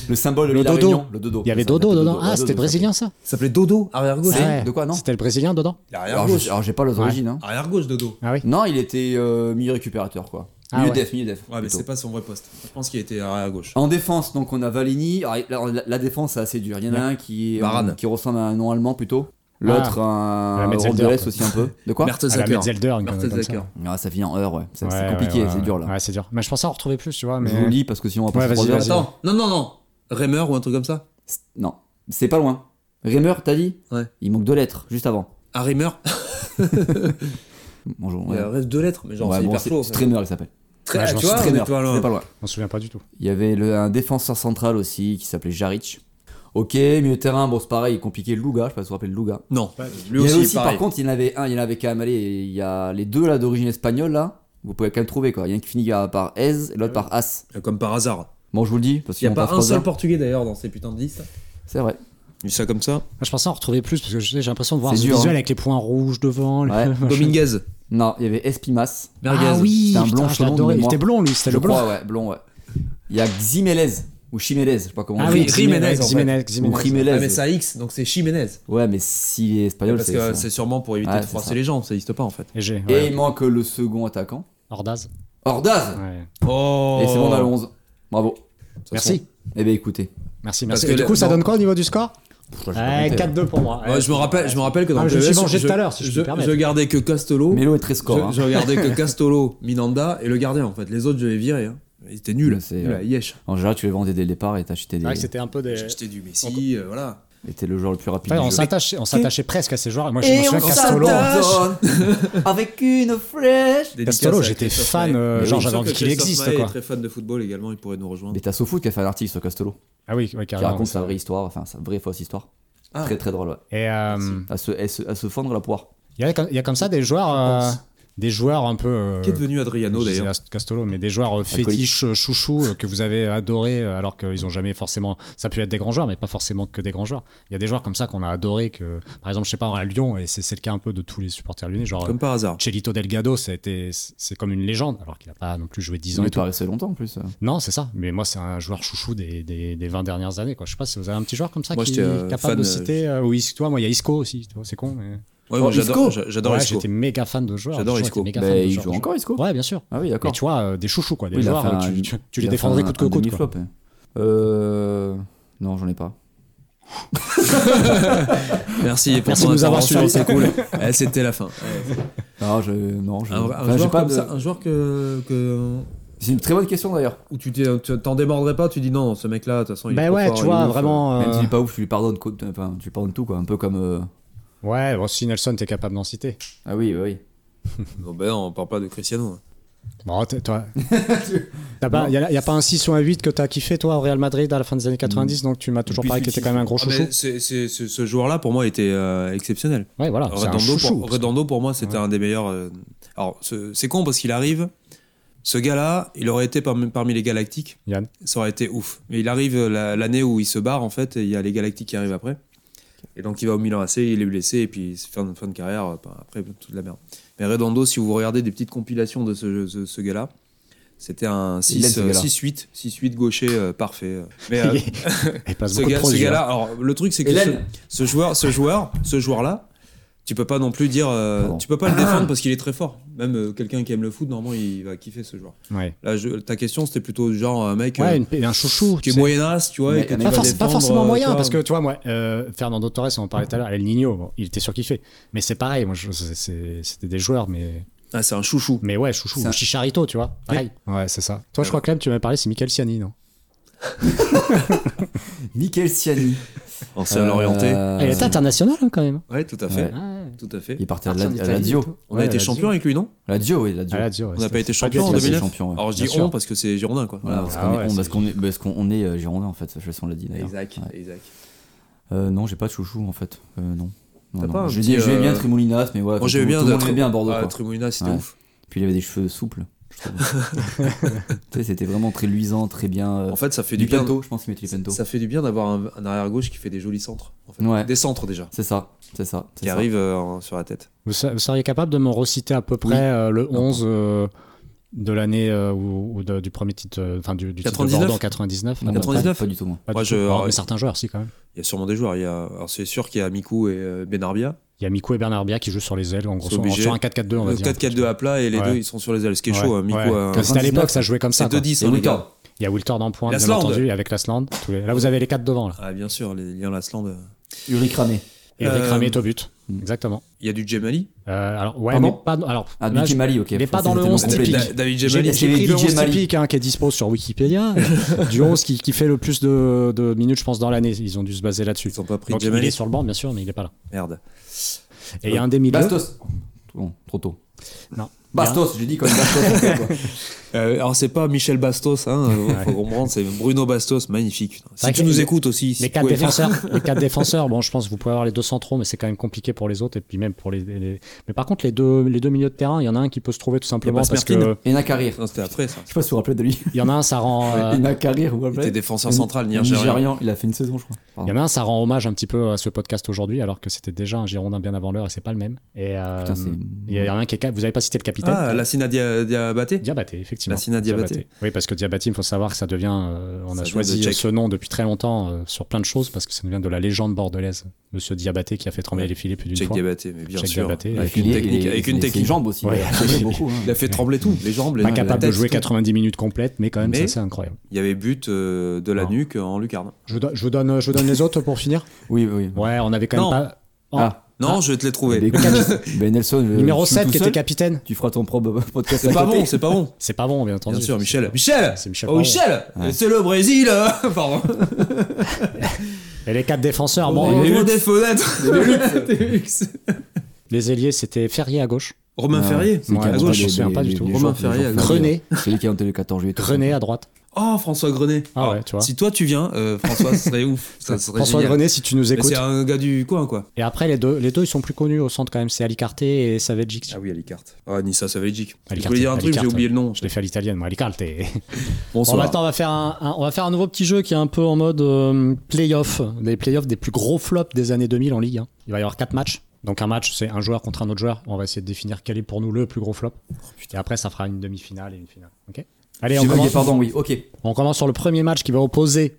Speaker 3: Le symbole de
Speaker 1: Le
Speaker 3: la
Speaker 1: dodo.
Speaker 3: Réunion. Le dodo.
Speaker 1: Il y avait
Speaker 3: Ça s'appelle
Speaker 1: Dodo
Speaker 3: le
Speaker 1: dedans.
Speaker 3: Ouais,
Speaker 1: Ah, c'était
Speaker 3: dodo,
Speaker 1: brésilien ça
Speaker 2: Il s'appelait Dodo, arrière-gauche.
Speaker 1: Ah ouais.
Speaker 3: de quoi, non
Speaker 1: C'était le brésilien dedans
Speaker 2: Il est
Speaker 3: ça s'appelle. Alors,
Speaker 2: Arrière-gauche.
Speaker 3: je- Alors, j'ai pas les origines. hein.
Speaker 2: Arrière-gauche, Dodo.
Speaker 1: Ah oui.
Speaker 3: Non, il était euh, milieu récupérateur, quoi.
Speaker 1: Ah
Speaker 3: milieu
Speaker 1: ouais.
Speaker 3: def, milieu def.
Speaker 2: Ouais, mais
Speaker 3: plutôt.
Speaker 2: c'est pas son vrai poste. Je pense qu'il était arrière-gauche.
Speaker 3: En défense, donc on a Valini. Alors, La, la- la défense, c'est assez dur. Il y en a un qui, euh,
Speaker 2: Varane.
Speaker 3: qui ressemble à un nom allemand plutôt. L'autre,
Speaker 1: À la
Speaker 3: un Europe de
Speaker 1: Metzelder,
Speaker 3: l'Est
Speaker 1: quoi.
Speaker 3: aussi un peu. De quoi
Speaker 1: À la
Speaker 2: Mertesacker.
Speaker 1: Metzelder, une connerie comme ça.
Speaker 2: Mertesacker.
Speaker 3: Ah, ça finit en heure, ouais. C'est
Speaker 1: Ouais,
Speaker 3: c'est
Speaker 1: ouais,
Speaker 3: compliqué,
Speaker 1: ouais,
Speaker 3: c'est
Speaker 1: ouais.
Speaker 3: dur là.
Speaker 1: Ouais, c'est dur. Mais je pensais en retrouver plus, tu vois. Mais...
Speaker 3: Je vous lis parce que sinon on va
Speaker 1: Ouais,
Speaker 3: passer
Speaker 1: vas-y,
Speaker 3: trois heures.
Speaker 1: vas-y.
Speaker 2: Attends, Oh, non, non, non. Remer ou un truc comme ça
Speaker 3: Non, c'est pas loin. Remer, t'as dit
Speaker 2: Ouais.
Speaker 3: Il manque deux lettres juste avant.
Speaker 2: Un Remer
Speaker 3: Bonjour.
Speaker 2: Il
Speaker 3: ouais.
Speaker 2: reste deux lettres, mais genre
Speaker 3: Ouais,
Speaker 2: c'est
Speaker 3: bon,
Speaker 2: hyper
Speaker 3: c'est-
Speaker 2: chaud.
Speaker 3: c'est Trainer, il s'appelle.
Speaker 2: Très-
Speaker 1: Ouais, je m'en
Speaker 2: tu vois,
Speaker 1: souviens.
Speaker 2: on est
Speaker 3: Trainer,
Speaker 2: pas loin.
Speaker 3: c'est pas loin.
Speaker 1: Je m'en souviens pas du tout.
Speaker 3: Il y avait le- un défenseur central aussi qui s'appelait Jaric. Ok, milieu de terrain, bon c'est pareil, compliqué. Luga, je sais pas si vous vous rappelez de Luga.
Speaker 2: Non, lui
Speaker 3: il y en a
Speaker 2: aussi,
Speaker 3: aussi,
Speaker 2: pareil.
Speaker 3: par contre, il y en avait un, il y en avait quand même, allez, il y a les deux là d'origine espagnole là. Vous pouvez quand même trouver quoi. Il y en a un qui finit à- par Ez et l'autre par As.
Speaker 2: Comme par hasard.
Speaker 3: Bon, je vous le dis,
Speaker 2: Ah
Speaker 3: parce
Speaker 2: Il
Speaker 3: qu'il
Speaker 2: n'y a
Speaker 3: pas
Speaker 2: pas un seul
Speaker 3: trop
Speaker 2: portugais d'ailleurs dans ces putains de listes.
Speaker 3: C'est vrai.
Speaker 2: Dis ça comme ça.
Speaker 1: Moi, Je pensais en retrouver plus parce que je sais, j'ai l'impression de voir
Speaker 3: C'est
Speaker 1: ce
Speaker 3: dur,
Speaker 1: visuel
Speaker 3: hein.
Speaker 1: avec les points rouges devant. les-
Speaker 3: Ouais.
Speaker 2: Dominguez,
Speaker 3: Non, il y avait Espimas.
Speaker 2: Merguez.
Speaker 1: Ah oui,
Speaker 3: C'était un
Speaker 1: putain,
Speaker 3: blond
Speaker 1: je
Speaker 3: chelon de
Speaker 1: l'adorais. Il
Speaker 3: mémoire.
Speaker 1: était blond lui, c'était
Speaker 3: Je
Speaker 1: le blond.
Speaker 3: crois, ouais, blond, ouais. Il y a Ximénez ou Chiménez, je sais pas comment on
Speaker 1: Ah
Speaker 3: dit.
Speaker 1: oui,
Speaker 2: Jiménez,
Speaker 1: Jiménez,
Speaker 2: en fait.
Speaker 1: Jiménez, Jiménez.
Speaker 3: Ou Jiménez.
Speaker 2: Ah, mais ça X, donc c'est Jiménez.
Speaker 3: Ouais, mais s'il est espagnol,
Speaker 2: Parce
Speaker 3: Ah, c'est.
Speaker 2: que
Speaker 3: c'est-
Speaker 2: c'est sûrement pour éviter
Speaker 3: Ouais,
Speaker 2: de
Speaker 3: c'est
Speaker 2: froisser
Speaker 3: ça.
Speaker 2: les gens, ça n'existe pas en fait.
Speaker 1: Et j'ai,
Speaker 3: Et
Speaker 1: ouais.
Speaker 3: il manque le second attaquant.
Speaker 1: Ordaz.
Speaker 3: Ordaz
Speaker 1: Ouais.
Speaker 2: Oh
Speaker 3: Et c'est bon, on a le 11. Bravo.
Speaker 1: Merci.
Speaker 3: Eh ben écoutez.
Speaker 1: Merci,
Speaker 2: Parce
Speaker 1: merci.
Speaker 2: que
Speaker 1: Et du
Speaker 2: le-
Speaker 1: coup, ça
Speaker 2: dans-
Speaker 1: donne quoi au niveau du score
Speaker 3: Pff, là, je vais pas
Speaker 1: Ouais,
Speaker 3: compter.
Speaker 1: 4-2 pour moi.
Speaker 2: Ouais, je me rappelle, je me rappelle que dans
Speaker 1: Ah,
Speaker 2: le
Speaker 1: je me suis
Speaker 2: PES,
Speaker 1: vengé tout à l'heure, si je peux me permettre.
Speaker 2: gardais que Castolo,
Speaker 3: Melo est très
Speaker 2: je,
Speaker 3: score. hein.
Speaker 2: je regardais que Castolo, Minanda et le gardien en fait. Les autres, je les virais. Hein. Ils étaient nuls.
Speaker 3: C'est- euh,
Speaker 2: Nuls à Yesh.
Speaker 3: En général, tu les vendais dès le départ et t'achetais des.
Speaker 1: C'est vrai que c'était un peu des.
Speaker 2: J'achetais du Messi, euh, voilà.
Speaker 3: était le joueur le plus rapide.
Speaker 1: Ouais,
Speaker 3: du
Speaker 1: on
Speaker 3: jeu.
Speaker 1: s'attachait, on s'attachait presque à ces joueurs. Et moi, je me
Speaker 3: Et
Speaker 1: souviens
Speaker 3: on
Speaker 1: qu'à Solo,
Speaker 3: s'attache avec une flèche.
Speaker 2: Dédicace
Speaker 1: Castolo,
Speaker 2: à
Speaker 1: j'étais
Speaker 2: Christophe
Speaker 1: fan,
Speaker 2: Maé.
Speaker 1: euh,
Speaker 2: Mais
Speaker 1: genre,
Speaker 2: oui,
Speaker 1: j'avais
Speaker 2: sûr
Speaker 1: envie
Speaker 2: que
Speaker 1: qu'il
Speaker 2: Christophe
Speaker 1: existe,
Speaker 2: Maé
Speaker 1: quoi.
Speaker 2: est très fan de football également, il pourrait nous rejoindre.
Speaker 3: Mais t'as Sofou qui a fait un article sur Castelo
Speaker 1: ah oui, ouais,
Speaker 3: qui
Speaker 1: carrément.
Speaker 3: raconte sa vraie histoire, enfin sa vraie fausse histoire.
Speaker 2: Ah.
Speaker 3: Très très drôle, ouais.
Speaker 1: Et euh,
Speaker 3: À se, à se, à se fendre la poire.
Speaker 1: il y, a comme- il y a comme ça des joueurs, euh, des joueurs un peu. euh,
Speaker 2: Qui est devenu Adriano
Speaker 1: je disais
Speaker 2: d'ailleurs
Speaker 1: Castolo, mais des joueurs euh,
Speaker 3: Alcoolique.
Speaker 1: fétiches, euh, chouchous, euh, que vous avez adorés, euh, alors qu'ils ont jamais forcément. Ça a pu être des grands joueurs, mais pas forcément que des grands joueurs. Il y a des joueurs comme ça qu'on a adoré, que, par exemple, je sais pas, à Lyon, et c'est c'est le cas un peu de tous les supporters lyonnais, genre euh,
Speaker 2: Comme par hasard.
Speaker 1: Chelito Delgado, ça a été- c'est comme une légende, alors qu'il n'a pas non plus joué 10
Speaker 3: Ils
Speaker 1: ans
Speaker 3: ont
Speaker 1: et tout.
Speaker 3: pas resté longtemps en plus. euh.
Speaker 1: Non, c'est ça. Mais moi, c'est un joueur chouchou des, des, des 20 dernières années. Quoi. Je sais pas si vous avez un petit joueur comme ça
Speaker 2: Moi,
Speaker 1: qui
Speaker 2: j'étais,
Speaker 1: est
Speaker 2: euh,
Speaker 1: capable
Speaker 2: fan,
Speaker 1: de
Speaker 2: euh,
Speaker 1: citer. euh, ou Is- toi, moi, il y a Isco aussi. tu vois, C'est con. Mais...
Speaker 2: Ouais, moi,
Speaker 3: Isco
Speaker 2: J'adore j'a- j'adore
Speaker 1: Ouais,
Speaker 2: Oh, Isco.
Speaker 1: j'étais méga fan de joueurs.
Speaker 2: J'adore
Speaker 1: J'étais
Speaker 2: Isco.
Speaker 1: méga fan
Speaker 3: Bah,
Speaker 1: de
Speaker 3: il
Speaker 1: joueurs,
Speaker 3: joue
Speaker 1: de
Speaker 3: encore Isco
Speaker 1: joueurs. Ouais, bien sûr.
Speaker 3: Ah oui,
Speaker 1: Mais
Speaker 3: d'accord.
Speaker 1: tu vois, euh, des chouchous, quoi. Des
Speaker 3: Oui, il a
Speaker 1: joueurs,
Speaker 3: fait
Speaker 1: euh,
Speaker 3: un-
Speaker 1: tu, tu- tu
Speaker 3: Il
Speaker 1: les
Speaker 3: a
Speaker 1: défendrais
Speaker 3: fait
Speaker 1: coûte
Speaker 3: un-
Speaker 1: que
Speaker 3: un
Speaker 1: coûte. quoi.
Speaker 3: demi-flop, ouais. Euh. Non, j'en ai pas.
Speaker 2: Merci pour
Speaker 1: Merci
Speaker 2: ton
Speaker 1: de nous avoir
Speaker 2: intervention,
Speaker 1: suivis.
Speaker 2: c'est cool. Eh, C'était la fin.
Speaker 3: Non, Ah, je. Non, je.
Speaker 2: Un, un
Speaker 3: enfin, j'ai
Speaker 2: joueur
Speaker 3: pas
Speaker 2: comme
Speaker 3: de-
Speaker 2: ça, un joueur que, que-
Speaker 3: C'est une très bonne question d'ailleurs.
Speaker 2: où tu t'es- tu t'en démordrais pas, tu dis non, ce mec-là, de toute façon, il est
Speaker 1: Ben
Speaker 2: trop
Speaker 1: ouais,
Speaker 2: fort,
Speaker 1: tu
Speaker 2: il est
Speaker 1: vois,
Speaker 2: ouf.
Speaker 1: vraiment.
Speaker 3: Même
Speaker 1: euh,
Speaker 3: si tu pas ouf, tu lui pardonnes, co- enfin, tu lui pardonnes tout quoi. Un peu comme. euh,
Speaker 1: Ouais, bon, si Nelson, t'es capable d'en citer.
Speaker 3: Ah oui, oui.
Speaker 2: Non, ben non, on parle pas de Cristiano.
Speaker 1: Bon, t'es- toi. T'as pas- Il n'y a, il y a pas un 6 ou un 8 que t'as kiffé, toi, au Real Madrid à la fin des années 90, donc tu m'as toujours
Speaker 3: Puis
Speaker 1: parlé que t'étais quand même un gros
Speaker 2: Mm. Ah,
Speaker 1: chouchou.
Speaker 2: mais c'est- c'est- ce- ce joueur-là, pour moi, était euh, exceptionnel.
Speaker 1: Ouais, voilà. C'est un
Speaker 2: Redondo,
Speaker 1: chouchou.
Speaker 2: pour, Redondo, pour moi, c'était un des meilleurs. euh, Alors, ce- c'est con parce qu'il arrive. Ce gars-là, il aurait été parmi, parmi les Galactiques.
Speaker 1: Yann.
Speaker 2: Ça aurait été ouf. Mais il arrive euh, la- l'année où il se barre, en fait, et il y a les Galactiques qui arrivent après. Et donc, il va au Milan AC, il est blessé, et puis fin, fin de carrière, euh, bah, après, toute la merde. Mais Redondo, si vous regardez des petites compilations de ce, ce- ce gars-là, c'était un euh,
Speaker 3: l'aime, ce gars-là.
Speaker 2: 6-8, 6-8 gaucher euh, parfait. Mais euh,
Speaker 1: Il place
Speaker 2: ce
Speaker 1: beaucoup de
Speaker 2: gars- ce
Speaker 1: produits, hein.
Speaker 2: gars-là, alors le truc c'est que ce,
Speaker 3: Hélène.
Speaker 2: ce joueur, ce joueur, ce joueur-là, tu peux pas non plus dire, euh,
Speaker 3: Pardon.
Speaker 2: tu peux pas le défendre parce qu'il est très fort. Même euh, quelqu'un qui aime le foot, normalement, il va kiffer ce joueur.
Speaker 1: Ouais.
Speaker 2: Là, je- ta question c'était plutôt du genre un mec
Speaker 1: Ouais,
Speaker 2: euh,
Speaker 1: une- un chouchou.
Speaker 2: qui
Speaker 1: tu
Speaker 2: est
Speaker 1: sais.
Speaker 2: moyen as, tu vois,
Speaker 3: Mais-
Speaker 2: et que tu
Speaker 3: mais
Speaker 1: Pas,
Speaker 2: vas
Speaker 1: forc- pas
Speaker 2: défendre,
Speaker 1: forcément
Speaker 2: euh,
Speaker 1: moyen,
Speaker 2: tu vois.
Speaker 1: parce que toi, moi, euh, Fernando Torres, on en parlait tout à l'heure, El Nino, bon, il était surkiffé. Mais c'est pareil, moi, je- c'est- c'est- c'était des joueurs, mais,
Speaker 2: Ah, c'est un chouchou.
Speaker 1: mais ouais, chouchou,
Speaker 3: C'est
Speaker 1: ou
Speaker 3: un-
Speaker 1: Chicharito, tu vois. Pareil. Ouais, c'est ça. Toi, je crois que Clem, tu m'avais parlé, c'est Michael Siani, non
Speaker 3: Michael Siani.
Speaker 2: On s'est mal orienté.
Speaker 3: Euh,
Speaker 1: Ah, Il était international, hein, quand même. Ah,
Speaker 2: Ouais, tout à fait,
Speaker 3: Ouais.
Speaker 2: tout à fait.
Speaker 3: Il est parti à la-
Speaker 4: Parti en
Speaker 3: à
Speaker 4: Italie et
Speaker 3: Lazio.
Speaker 4: tout.
Speaker 2: On
Speaker 1: Ouais,
Speaker 2: a été
Speaker 1: Lazio.
Speaker 2: champion avec lui, non
Speaker 3: Lazio, oui, Lazio.
Speaker 1: Ah, Lazio, ouais,
Speaker 2: On n'a
Speaker 1: c'était-
Speaker 2: pas été
Speaker 1: c'est
Speaker 2: champion
Speaker 1: du
Speaker 2: en
Speaker 1: tout.
Speaker 3: Lazio,
Speaker 2: 2009.
Speaker 3: champion, ouais.
Speaker 2: Alors je
Speaker 3: Bien
Speaker 2: dis
Speaker 3: sûr.
Speaker 2: on parce que c'est Girondin, quoi.
Speaker 3: Voilà, parce
Speaker 1: Ah
Speaker 3: qu'on est-
Speaker 1: ouais,
Speaker 3: on-
Speaker 1: c'est-
Speaker 3: parce qu'on est, parce qu'on est euh, Girondin en fait, je sais, on l'a dit d'ailleurs.
Speaker 2: Exact,
Speaker 3: Ouais.
Speaker 2: exact.
Speaker 3: Euh, non, j'ai pas de chouchou en fait. Euh, non. Non,
Speaker 2: T'as
Speaker 3: non.
Speaker 2: pas un
Speaker 3: Je
Speaker 2: petit,
Speaker 3: dis, j'aimais bien
Speaker 2: euh,
Speaker 3: Tremoulinas, mais
Speaker 2: Moi
Speaker 3: ouais. tout-
Speaker 2: j'aimais bien,
Speaker 3: tout le monde
Speaker 2: Tr-
Speaker 3: aimait bien à Bordeaux.
Speaker 2: Ah,
Speaker 3: quoi.
Speaker 2: Tremolina, c'était
Speaker 3: Ouais.
Speaker 2: ouf.
Speaker 3: Puis il avait des cheveux souples. je trouve. tu sais, c'était vraiment très luisant, très bien. euh,
Speaker 2: En fait, ça fait
Speaker 3: du
Speaker 2: du bien.
Speaker 3: pento, je pense qu'il mettait du pento.
Speaker 2: Ça fait du bien d'avoir un, un arrière-gauche qui fait des jolis centres. en fait.
Speaker 3: Ouais.
Speaker 2: Des centres déjà,
Speaker 3: C'est ça, c'est ça. c'est
Speaker 2: qui
Speaker 3: ça.
Speaker 2: arrivent euh, en- sur la tête.
Speaker 1: Vous, sa- vous seriez capable de me reciter à peu près euh, le 11 euh, de l'année euh, ou, ou de- du premier titre, euh, enfin du, du titre de
Speaker 2: 99?
Speaker 1: Bordeaux en 99
Speaker 3: Non,
Speaker 1: non,
Speaker 3: pas-
Speaker 2: 99.
Speaker 3: Pas, du tout, moi.
Speaker 1: pas du
Speaker 2: Moi,
Speaker 1: tout.
Speaker 2: je- euh,
Speaker 1: Alors,
Speaker 2: alors,
Speaker 1: mais certains joueurs, si, quand même.
Speaker 2: Il y a sûrement des joueurs. Il y a, alors c'est sûr qu'il y a Miku et euh, Benarbia.
Speaker 1: Il y a Miku et Bernard Bia qui jouent sur les ailes, en gros,
Speaker 2: C'est
Speaker 1: sur,
Speaker 2: obligé.
Speaker 1: sur un 4-4-2, on va
Speaker 2: Le
Speaker 1: dire.
Speaker 2: 4-4-2 à plat et les
Speaker 1: Ouais.
Speaker 2: deux ils sont sur les ailes. Ce qui est chaud, hein, Miku. euh,
Speaker 1: Quand C'était à
Speaker 3: 99,
Speaker 1: l'époque, ça jouait comme ça.
Speaker 2: c'est
Speaker 1: quoi.
Speaker 2: 2-10.
Speaker 3: Et
Speaker 2: hein, les
Speaker 3: Wittor.
Speaker 2: gars.
Speaker 1: Il y a Wiltord en point, bien
Speaker 2: Lasland.
Speaker 1: entendu, avec Lasland. Tous les- Là, vous avez les quatre devant. Là.
Speaker 2: Ah, bien sûr, les liens Lasland. euh.
Speaker 3: Ulrich Ramé.
Speaker 1: Et Eric
Speaker 2: Euh,
Speaker 1: Ramé est au but.
Speaker 3: hmm.
Speaker 1: Exactement.
Speaker 2: Il y a du Gemali.
Speaker 1: Euh, alors, ouais,
Speaker 3: Pardon
Speaker 1: mais pas. dans- Alors,
Speaker 3: Ah,
Speaker 1: là,
Speaker 3: Duke
Speaker 1: je-
Speaker 3: Mali, ok.
Speaker 1: il est pas
Speaker 3: Français,
Speaker 1: dans le
Speaker 3: c'était
Speaker 1: 11
Speaker 3: mon
Speaker 1: typique.
Speaker 2: Da-
Speaker 3: complet.
Speaker 2: David
Speaker 1: j'ai
Speaker 2: Gemali.
Speaker 1: j'ai
Speaker 3: c'est
Speaker 1: pris le
Speaker 3: DJ
Speaker 1: 11
Speaker 3: Mali.
Speaker 1: typique hein, qui est dispo sur Wikipédia, euh, du 11 qui, qui fait le plus de, de minutes, je pense, dans l'année. Ils ont dû se baser là-dessus.
Speaker 2: Ils ont pas pris
Speaker 1: Donc, il est
Speaker 2: Gemali.
Speaker 1: sur le banc, bien sûr, mais il est pas là.
Speaker 2: Merde.
Speaker 1: Et il y a un des milieux.
Speaker 3: Bastos. Bon, trop tôt.
Speaker 1: Non.
Speaker 3: Bastos, j'ai dit quand même Bastos.
Speaker 2: Euh, alors c'est pas Michel Bastos, hein, euh,
Speaker 1: Ouais.
Speaker 2: faut comprendre, c'est Bruno Bastos, magnifique. putain.
Speaker 1: C'est vrai
Speaker 2: Si tu
Speaker 1: que
Speaker 2: nous
Speaker 1: les-
Speaker 2: écoutes aussi, si
Speaker 1: Les
Speaker 2: tu
Speaker 1: quatre
Speaker 2: pouvais faire-
Speaker 1: défenseurs, les quatre défenseurs. Bon, je pense que vous pouvez avoir les deux centraux, mais c'est quand même compliqué pour les autres et puis même pour les. les- Mais par contre, les deux, les deux milieux de terrain, il y en a un qui peut se trouver tout simplement
Speaker 2: pas
Speaker 1: parce
Speaker 2: Smertin.
Speaker 1: que
Speaker 3: Et Nakarir.
Speaker 2: Non, c'était après ça.
Speaker 3: Je sais pas si vous vous rappelez de lui.
Speaker 1: il y en a un, ça rend. euh,
Speaker 3: Et Nakarir, vous vous
Speaker 2: Il était
Speaker 3: rappelez
Speaker 2: défenseur central, nigérian.
Speaker 3: Nigérian, Ah. il a fait une saison, je crois.
Speaker 1: Il y
Speaker 3: Pardon.
Speaker 1: en a un, ça rend hommage un petit peu à ce podcast aujourd'hui, alors que c'était déjà un Girondin bien avant l'heure et c'est pas le même. Et euh,
Speaker 3: Putain, c'est-
Speaker 1: il y en a un qui est. cap- Vous avez pas cité le capitaine Euh,
Speaker 2: Ah, Lassina Dia- Diabaté
Speaker 1: Diabaté, effectivement.
Speaker 2: Lassina Diabaté.
Speaker 1: Oui, parce que Diabaté, il faut savoir que ça devient. euh, on
Speaker 2: Ça
Speaker 1: a
Speaker 2: vient
Speaker 1: choisi
Speaker 2: de Tchèque.
Speaker 1: ce nom depuis très longtemps euh, sur plein de choses parce que ça nous vient de la légende bordelaise. Monsieur Diabaté qui a fait trembler
Speaker 2: Ouais.
Speaker 1: les Philippes d'une
Speaker 2: Check
Speaker 1: fois.
Speaker 2: Diabaté, mais bien
Speaker 1: Cheikh
Speaker 2: sûr.
Speaker 1: Diabaté,
Speaker 2: Avec
Speaker 1: avec
Speaker 2: une
Speaker 3: Il est- il est-
Speaker 2: technique- avec une
Speaker 3: c'est- c'est
Speaker 2: technique.
Speaker 3: jambes aussi.
Speaker 1: Ouais.
Speaker 3: il a changé beaucoup. hein.
Speaker 2: Il a fait trembler tout, les jambes, les
Speaker 1: Pas
Speaker 2: mains,
Speaker 1: capable
Speaker 2: la
Speaker 1: de
Speaker 2: tête,
Speaker 1: jouer
Speaker 2: tout.
Speaker 1: 90 minutes complètes, mais quand même,
Speaker 2: Mais-
Speaker 1: ça c'est incroyable.
Speaker 2: Il y avait but euh, de la
Speaker 1: Non.
Speaker 2: nuque en lucarne.
Speaker 1: Je vous, do- je vous donne, je vous donne les autres pour finir
Speaker 3: Oui, oui.
Speaker 1: Ouais, on avait quand même
Speaker 2: Non.
Speaker 1: pas. Oh.
Speaker 3: Ah,
Speaker 2: Non, je te l'ai trouvé.
Speaker 3: ben, écoute, ben Nelson, euh,
Speaker 1: Numéro
Speaker 3: je suis
Speaker 1: 7
Speaker 3: tout
Speaker 1: qui
Speaker 3: seul.
Speaker 1: était capitaine.
Speaker 3: Tu feras ton propre podcast.
Speaker 2: C'est
Speaker 3: à
Speaker 2: pas
Speaker 3: côté.
Speaker 2: bon, c'est pas bon.
Speaker 1: C'est pas bon, bien entendu.
Speaker 2: Bien sûr, Michel. Michel
Speaker 1: C'est Michel
Speaker 2: Oh,
Speaker 1: Parent.
Speaker 2: Michel C'est le Brésil euh, Pardon.
Speaker 1: Et Et les quatre défenseurs,
Speaker 2: Oh,
Speaker 1: bon,
Speaker 2: il
Speaker 1: les,
Speaker 2: ouvre des fenêtres Deluxe.
Speaker 1: ailiers, c'était Ferrier à gauche.
Speaker 2: Romain
Speaker 3: Ah,
Speaker 2: Ferrier
Speaker 3: c'est le
Speaker 1: Ouais,
Speaker 3: cas
Speaker 1: à
Speaker 3: de
Speaker 1: gauche,
Speaker 3: les-
Speaker 1: je me souviens
Speaker 3: les-
Speaker 1: pas du
Speaker 3: les-
Speaker 1: tout.
Speaker 3: les
Speaker 2: Romain
Speaker 3: joueurs- les joueurs
Speaker 2: Ferrier, à
Speaker 3: français.
Speaker 1: Grenet.
Speaker 3: Celui qui est enterré le 14 juillet. tout ça.
Speaker 1: Grenet à droite.
Speaker 2: Oh, François Grenet
Speaker 1: Ah ouais, tu vois.
Speaker 2: Si toi tu viens, euh, François, ce serait ouf. Ça serait
Speaker 1: François
Speaker 2: génial.
Speaker 1: Grenet, si tu nous
Speaker 2: Mais
Speaker 1: écoutes.
Speaker 2: C'est un gars du coin, quoi.
Speaker 1: Et après, les deux, les deux, ils sont plus connus au centre quand même. C'est Alicarte et Savedjic.
Speaker 2: Ah oui, Alicarte. Ah, Nissa Saveljic. Je
Speaker 1: Alicarte,
Speaker 2: voulais dire un truc, j'ai
Speaker 1: Alicarte.
Speaker 2: oublié le nom.
Speaker 1: Je l'ai fait à l'italienne, moi, Alicarte. Bon,
Speaker 2: Bonsoir.
Speaker 1: maintenant, on va, faire un, un- on va faire un nouveau petit jeu qui est un peu en mode euh, playoff. Des playoffs des plus gros flops des années 2000 en Ligue. hein. Il va y avoir quatre matchs. Donc, un match, c'est un joueur contre un autre joueur. On va essayer de définir quel est pour nous le plus gros flop. et après, ça fera une demi-finale et une finale. Ok Allez, on
Speaker 3: J'ai bugué,
Speaker 1: commence,
Speaker 3: pardon, oui, ok.
Speaker 1: on commence sur le premier match qui va opposer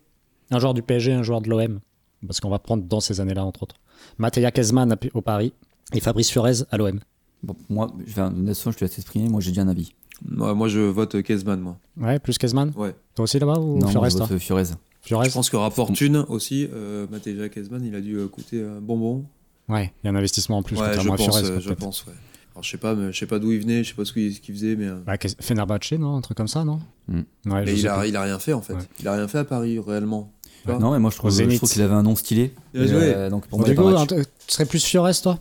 Speaker 1: un joueur du PSG et un joueur de l'OM. Parce qu'on va prendre dans ces années-là, entre autres. Matteo Kezman à- au Paris et Fabrice Furez à l'OM.
Speaker 3: Bon, moi, je vais, Nelson, je te laisse exprimer, moi j'ai déjà un avis.
Speaker 2: Ouais, moi, je vote Kezman, moi.
Speaker 1: Ouais, plus Kezman
Speaker 2: Ouais.
Speaker 1: Toi aussi là-bas ou
Speaker 3: non, moi,
Speaker 1: Flores
Speaker 3: je
Speaker 1: Oh, toi
Speaker 3: vote Fiorez.
Speaker 1: Flores
Speaker 2: Je pense que rapport thune aussi, euh, Matej Kezman, il a dû euh, coûter un bonbon.
Speaker 1: Ouais, il y a un investissement en plus.
Speaker 2: ouais, je
Speaker 1: contrairement à
Speaker 2: pense,
Speaker 1: Fiorez,
Speaker 2: euh,
Speaker 1: quoi,
Speaker 2: je
Speaker 1: peut-être.
Speaker 2: pense, ouais. Alors, je sais pas, mais je sais pas d'où il venait, je sais pas ce qu'il ce qu'il faisait, mais. euh,
Speaker 1: Bah, qu'est- Fenerbahce, non Un truc comme ça, non
Speaker 3: Hmm.
Speaker 1: Ouais, je
Speaker 2: mais
Speaker 1: sais
Speaker 2: il
Speaker 1: pas.
Speaker 2: a, il a rien fait, en fait.
Speaker 1: Ouais.
Speaker 2: Il a rien fait à Paris, réellement. Ah.
Speaker 3: Non, mais moi je trouve,
Speaker 1: Au
Speaker 3: je
Speaker 1: Zénith.
Speaker 3: trouve qu'il avait un nom stylé.
Speaker 2: Bien
Speaker 3: Et,
Speaker 2: joué.
Speaker 3: euh, donc pour moi, il y a
Speaker 1: Rodrigo,
Speaker 3: pas match.
Speaker 1: un- euh, tu serais plus Fiorez, toi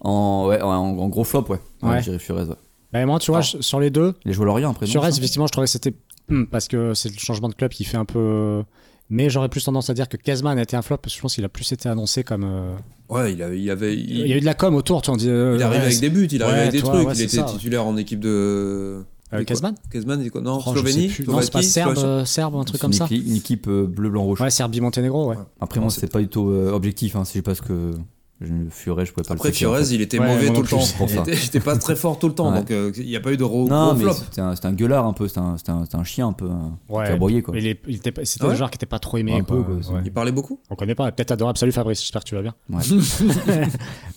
Speaker 3: En, ouais, en, en gros flop, ouais. Ouais,
Speaker 1: Ouais.
Speaker 3: J'irais Fiorez, ouais.
Speaker 1: bah, Moi, tu vois, je- sur les deux,
Speaker 3: Il a joué à Lorient après. non,
Speaker 1: Fiorez,
Speaker 3: ça
Speaker 1: effectivement, je trouvais que c'était. Hmm, Parce que c'est le changement de club qui fait un peu. Mais j'aurais plus tendance à dire que Kazman a été un flop parce que je pense qu'il a plus été annoncé comme. euh,
Speaker 2: Ouais, il avait. Il, avait,
Speaker 1: Il... y a eu de la com autour, tu en dis.
Speaker 2: il arrive
Speaker 1: euh,
Speaker 2: avec des buts, il arrive
Speaker 1: Ouais,
Speaker 2: avec des
Speaker 1: toi,
Speaker 2: trucs.
Speaker 1: ouais,
Speaker 2: il
Speaker 1: c'est
Speaker 2: était
Speaker 1: ça, ouais.
Speaker 2: titulaire en équipe de. de quoi
Speaker 1: Kazman
Speaker 2: Kezman, il dit quoi Non,
Speaker 1: euh, Oh, je
Speaker 2: Slovénie
Speaker 1: sais plus. Non, c'est pas
Speaker 2: Slovaquie,
Speaker 1: Serbe,
Speaker 2: Slovaquie.
Speaker 1: euh, Serbe, un truc
Speaker 3: C'est
Speaker 1: comme
Speaker 3: une
Speaker 1: ça.
Speaker 3: équipe- Une équipe euh, bleu-blanc-rouge.
Speaker 1: Ouais, Serbie-Monténégro, ouais.
Speaker 3: Après,
Speaker 2: Non,
Speaker 3: moi,
Speaker 2: c'est-
Speaker 3: c'était pas du tout euh, objectif. Hein, c'est parce que je, Fiorez, je pouvais pas
Speaker 2: Après,
Speaker 3: le faire.
Speaker 2: Fiorez, il était
Speaker 1: Ouais,
Speaker 2: mauvais
Speaker 1: moi
Speaker 2: tout
Speaker 1: non
Speaker 2: le
Speaker 1: plus,
Speaker 2: temps.
Speaker 1: c'est
Speaker 3: pour
Speaker 2: Il
Speaker 3: ça.
Speaker 2: était, il était pas très fort tout le temps,
Speaker 3: Ouais.
Speaker 2: donc euh, il n'y a pas eu de gros,
Speaker 3: Non,
Speaker 2: gros
Speaker 3: mais
Speaker 2: flop.
Speaker 3: c'était un, c'était un gueulard un peu. C'était un, c'était un, c'était un chien un peu. hein,
Speaker 1: Ouais.
Speaker 3: qui a broyé, quoi.
Speaker 1: Il est- il était pas- C'était
Speaker 2: Ah
Speaker 1: le
Speaker 2: ouais
Speaker 1: genre qui était pas trop aimé.
Speaker 3: Un
Speaker 1: quoi.
Speaker 3: peu, quoi, c'est-
Speaker 1: Ouais.
Speaker 2: Il parlait beaucoup
Speaker 1: On connaît pas, peut-être adorable. Salut Fabrice, j'espère que tu vas bien.
Speaker 3: Ouais.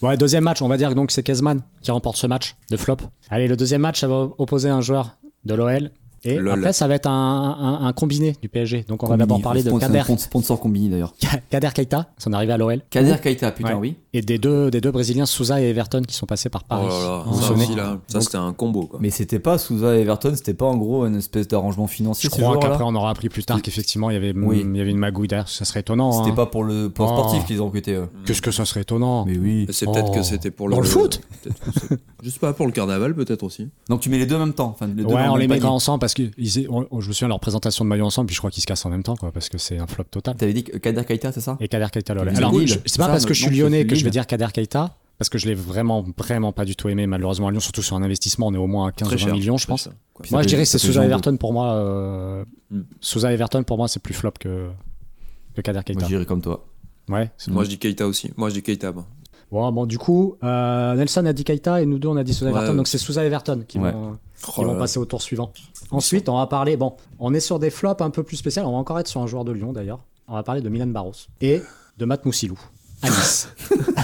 Speaker 1: Bon, ouais, deuxième match, on va dire que donc c'est Kezman qui remporte ce match de flop. Allez, le deuxième match, ça va opposer un joueur de l'OL. Et
Speaker 2: Lol.
Speaker 1: après, ça va être un, un- un combiné du PSG. Donc on va
Speaker 3: Combini,
Speaker 1: d'abord parler de
Speaker 3: sponsor-
Speaker 1: Kader,
Speaker 3: sponsor- Sponsor combiné d'ailleurs.
Speaker 1: Kader Keita, son arrivée à l'OL.
Speaker 3: Kader Kaita, putain,
Speaker 1: Ouais.
Speaker 3: oui.
Speaker 1: Et des deux, des deux Brésiliens, Souza et Everton, qui sont passés par Paris.
Speaker 2: Oh
Speaker 1: Ah,
Speaker 2: là
Speaker 1: Vous
Speaker 2: là,
Speaker 1: vous
Speaker 2: ça
Speaker 1: souvenez
Speaker 2: aussi, là, ça
Speaker 1: Donc,
Speaker 2: c'était un combo quoi.
Speaker 3: Mais c'était pas Souza et Everton, c'était pas en gros une espèce d'arrangement
Speaker 1: Je
Speaker 3: financier. ces
Speaker 1: crois
Speaker 3: joueurs-là
Speaker 1: qu'après, on aura appris plus tard qu'effectivement, il, y avait-
Speaker 3: Oui.
Speaker 1: il y avait une magouille derrière. Ça serait étonnant.
Speaker 3: C'était
Speaker 1: hein.
Speaker 3: pas pour le pour le
Speaker 1: Oh.
Speaker 3: sportif qu'ils ont recruté. euh.
Speaker 1: Qu'est-ce que ça serait étonnant
Speaker 3: Mais oui.
Speaker 2: C'est peut-être
Speaker 1: Oh.
Speaker 2: que c'était pour
Speaker 1: Dans le foot
Speaker 2: peut-être que c'est- Je sais pas, pour le carnaval peut-être aussi.
Speaker 3: Donc tu mets les deux en même temps. Enfin, les deux
Speaker 1: Ouais,
Speaker 3: dans
Speaker 1: on
Speaker 3: le
Speaker 1: les
Speaker 3: même
Speaker 1: met
Speaker 3: panier.
Speaker 1: ensemble parce que ils- on- on- je me souviens de leur présentation de maillot ensemble, puis je crois qu'ils se cassent en même temps, quoi, parce que c'est un flop total.
Speaker 3: T'avais dit que Kader Kaita, c'est ça
Speaker 1: Et Kader Keita
Speaker 3: Ils
Speaker 1: Lol.
Speaker 3: ont
Speaker 1: Alors,
Speaker 3: Lille.
Speaker 1: je- c'est pas
Speaker 3: Ça,
Speaker 1: parce que je suis
Speaker 3: maintenant,
Speaker 1: lyonnais
Speaker 3: c'est
Speaker 1: que je vais
Speaker 3: Lille.
Speaker 1: dire Kader Keita, parce que je l'ai vraiment, vraiment pas du tout aimé, malheureusement, à Lyon, surtout sur un investissement, on est au moins à 15 ou
Speaker 2: Très
Speaker 1: 20
Speaker 2: cher.
Speaker 1: millions, je
Speaker 2: très
Speaker 1: pense.
Speaker 2: cher, quoi.
Speaker 3: Puis ça
Speaker 1: Moi, je
Speaker 3: fait-
Speaker 1: dirais que c'est
Speaker 3: ça fait
Speaker 1: Souza
Speaker 3: genre de-
Speaker 1: Everton pour moi. euh,
Speaker 2: Hmm.
Speaker 1: Souza Everton pour moi, c'est plus flop que, que Kader
Speaker 3: Moi,
Speaker 1: Keita.
Speaker 3: j'irais comme toi.
Speaker 1: Ouais. c'est-
Speaker 2: Moi je dis Keita aussi. Moi je dis Keita. moi.
Speaker 1: Bon, bon, du coup, euh, Nelson a dit Keita et nous deux, on a dit Souza
Speaker 2: Ouais.
Speaker 1: Everton, donc c'est Souza Everton qui
Speaker 3: Ouais.
Speaker 1: vont-
Speaker 2: Oh
Speaker 1: Ils
Speaker 2: là
Speaker 1: vont
Speaker 2: là.
Speaker 1: passer au tour suivant. Ensuite, on va parler. Bon, on est sur des flops un peu plus spéciales. On va encore être sur un joueur de Lyon d'ailleurs. On va parler de Milan Barros et de Matt Moussilou. À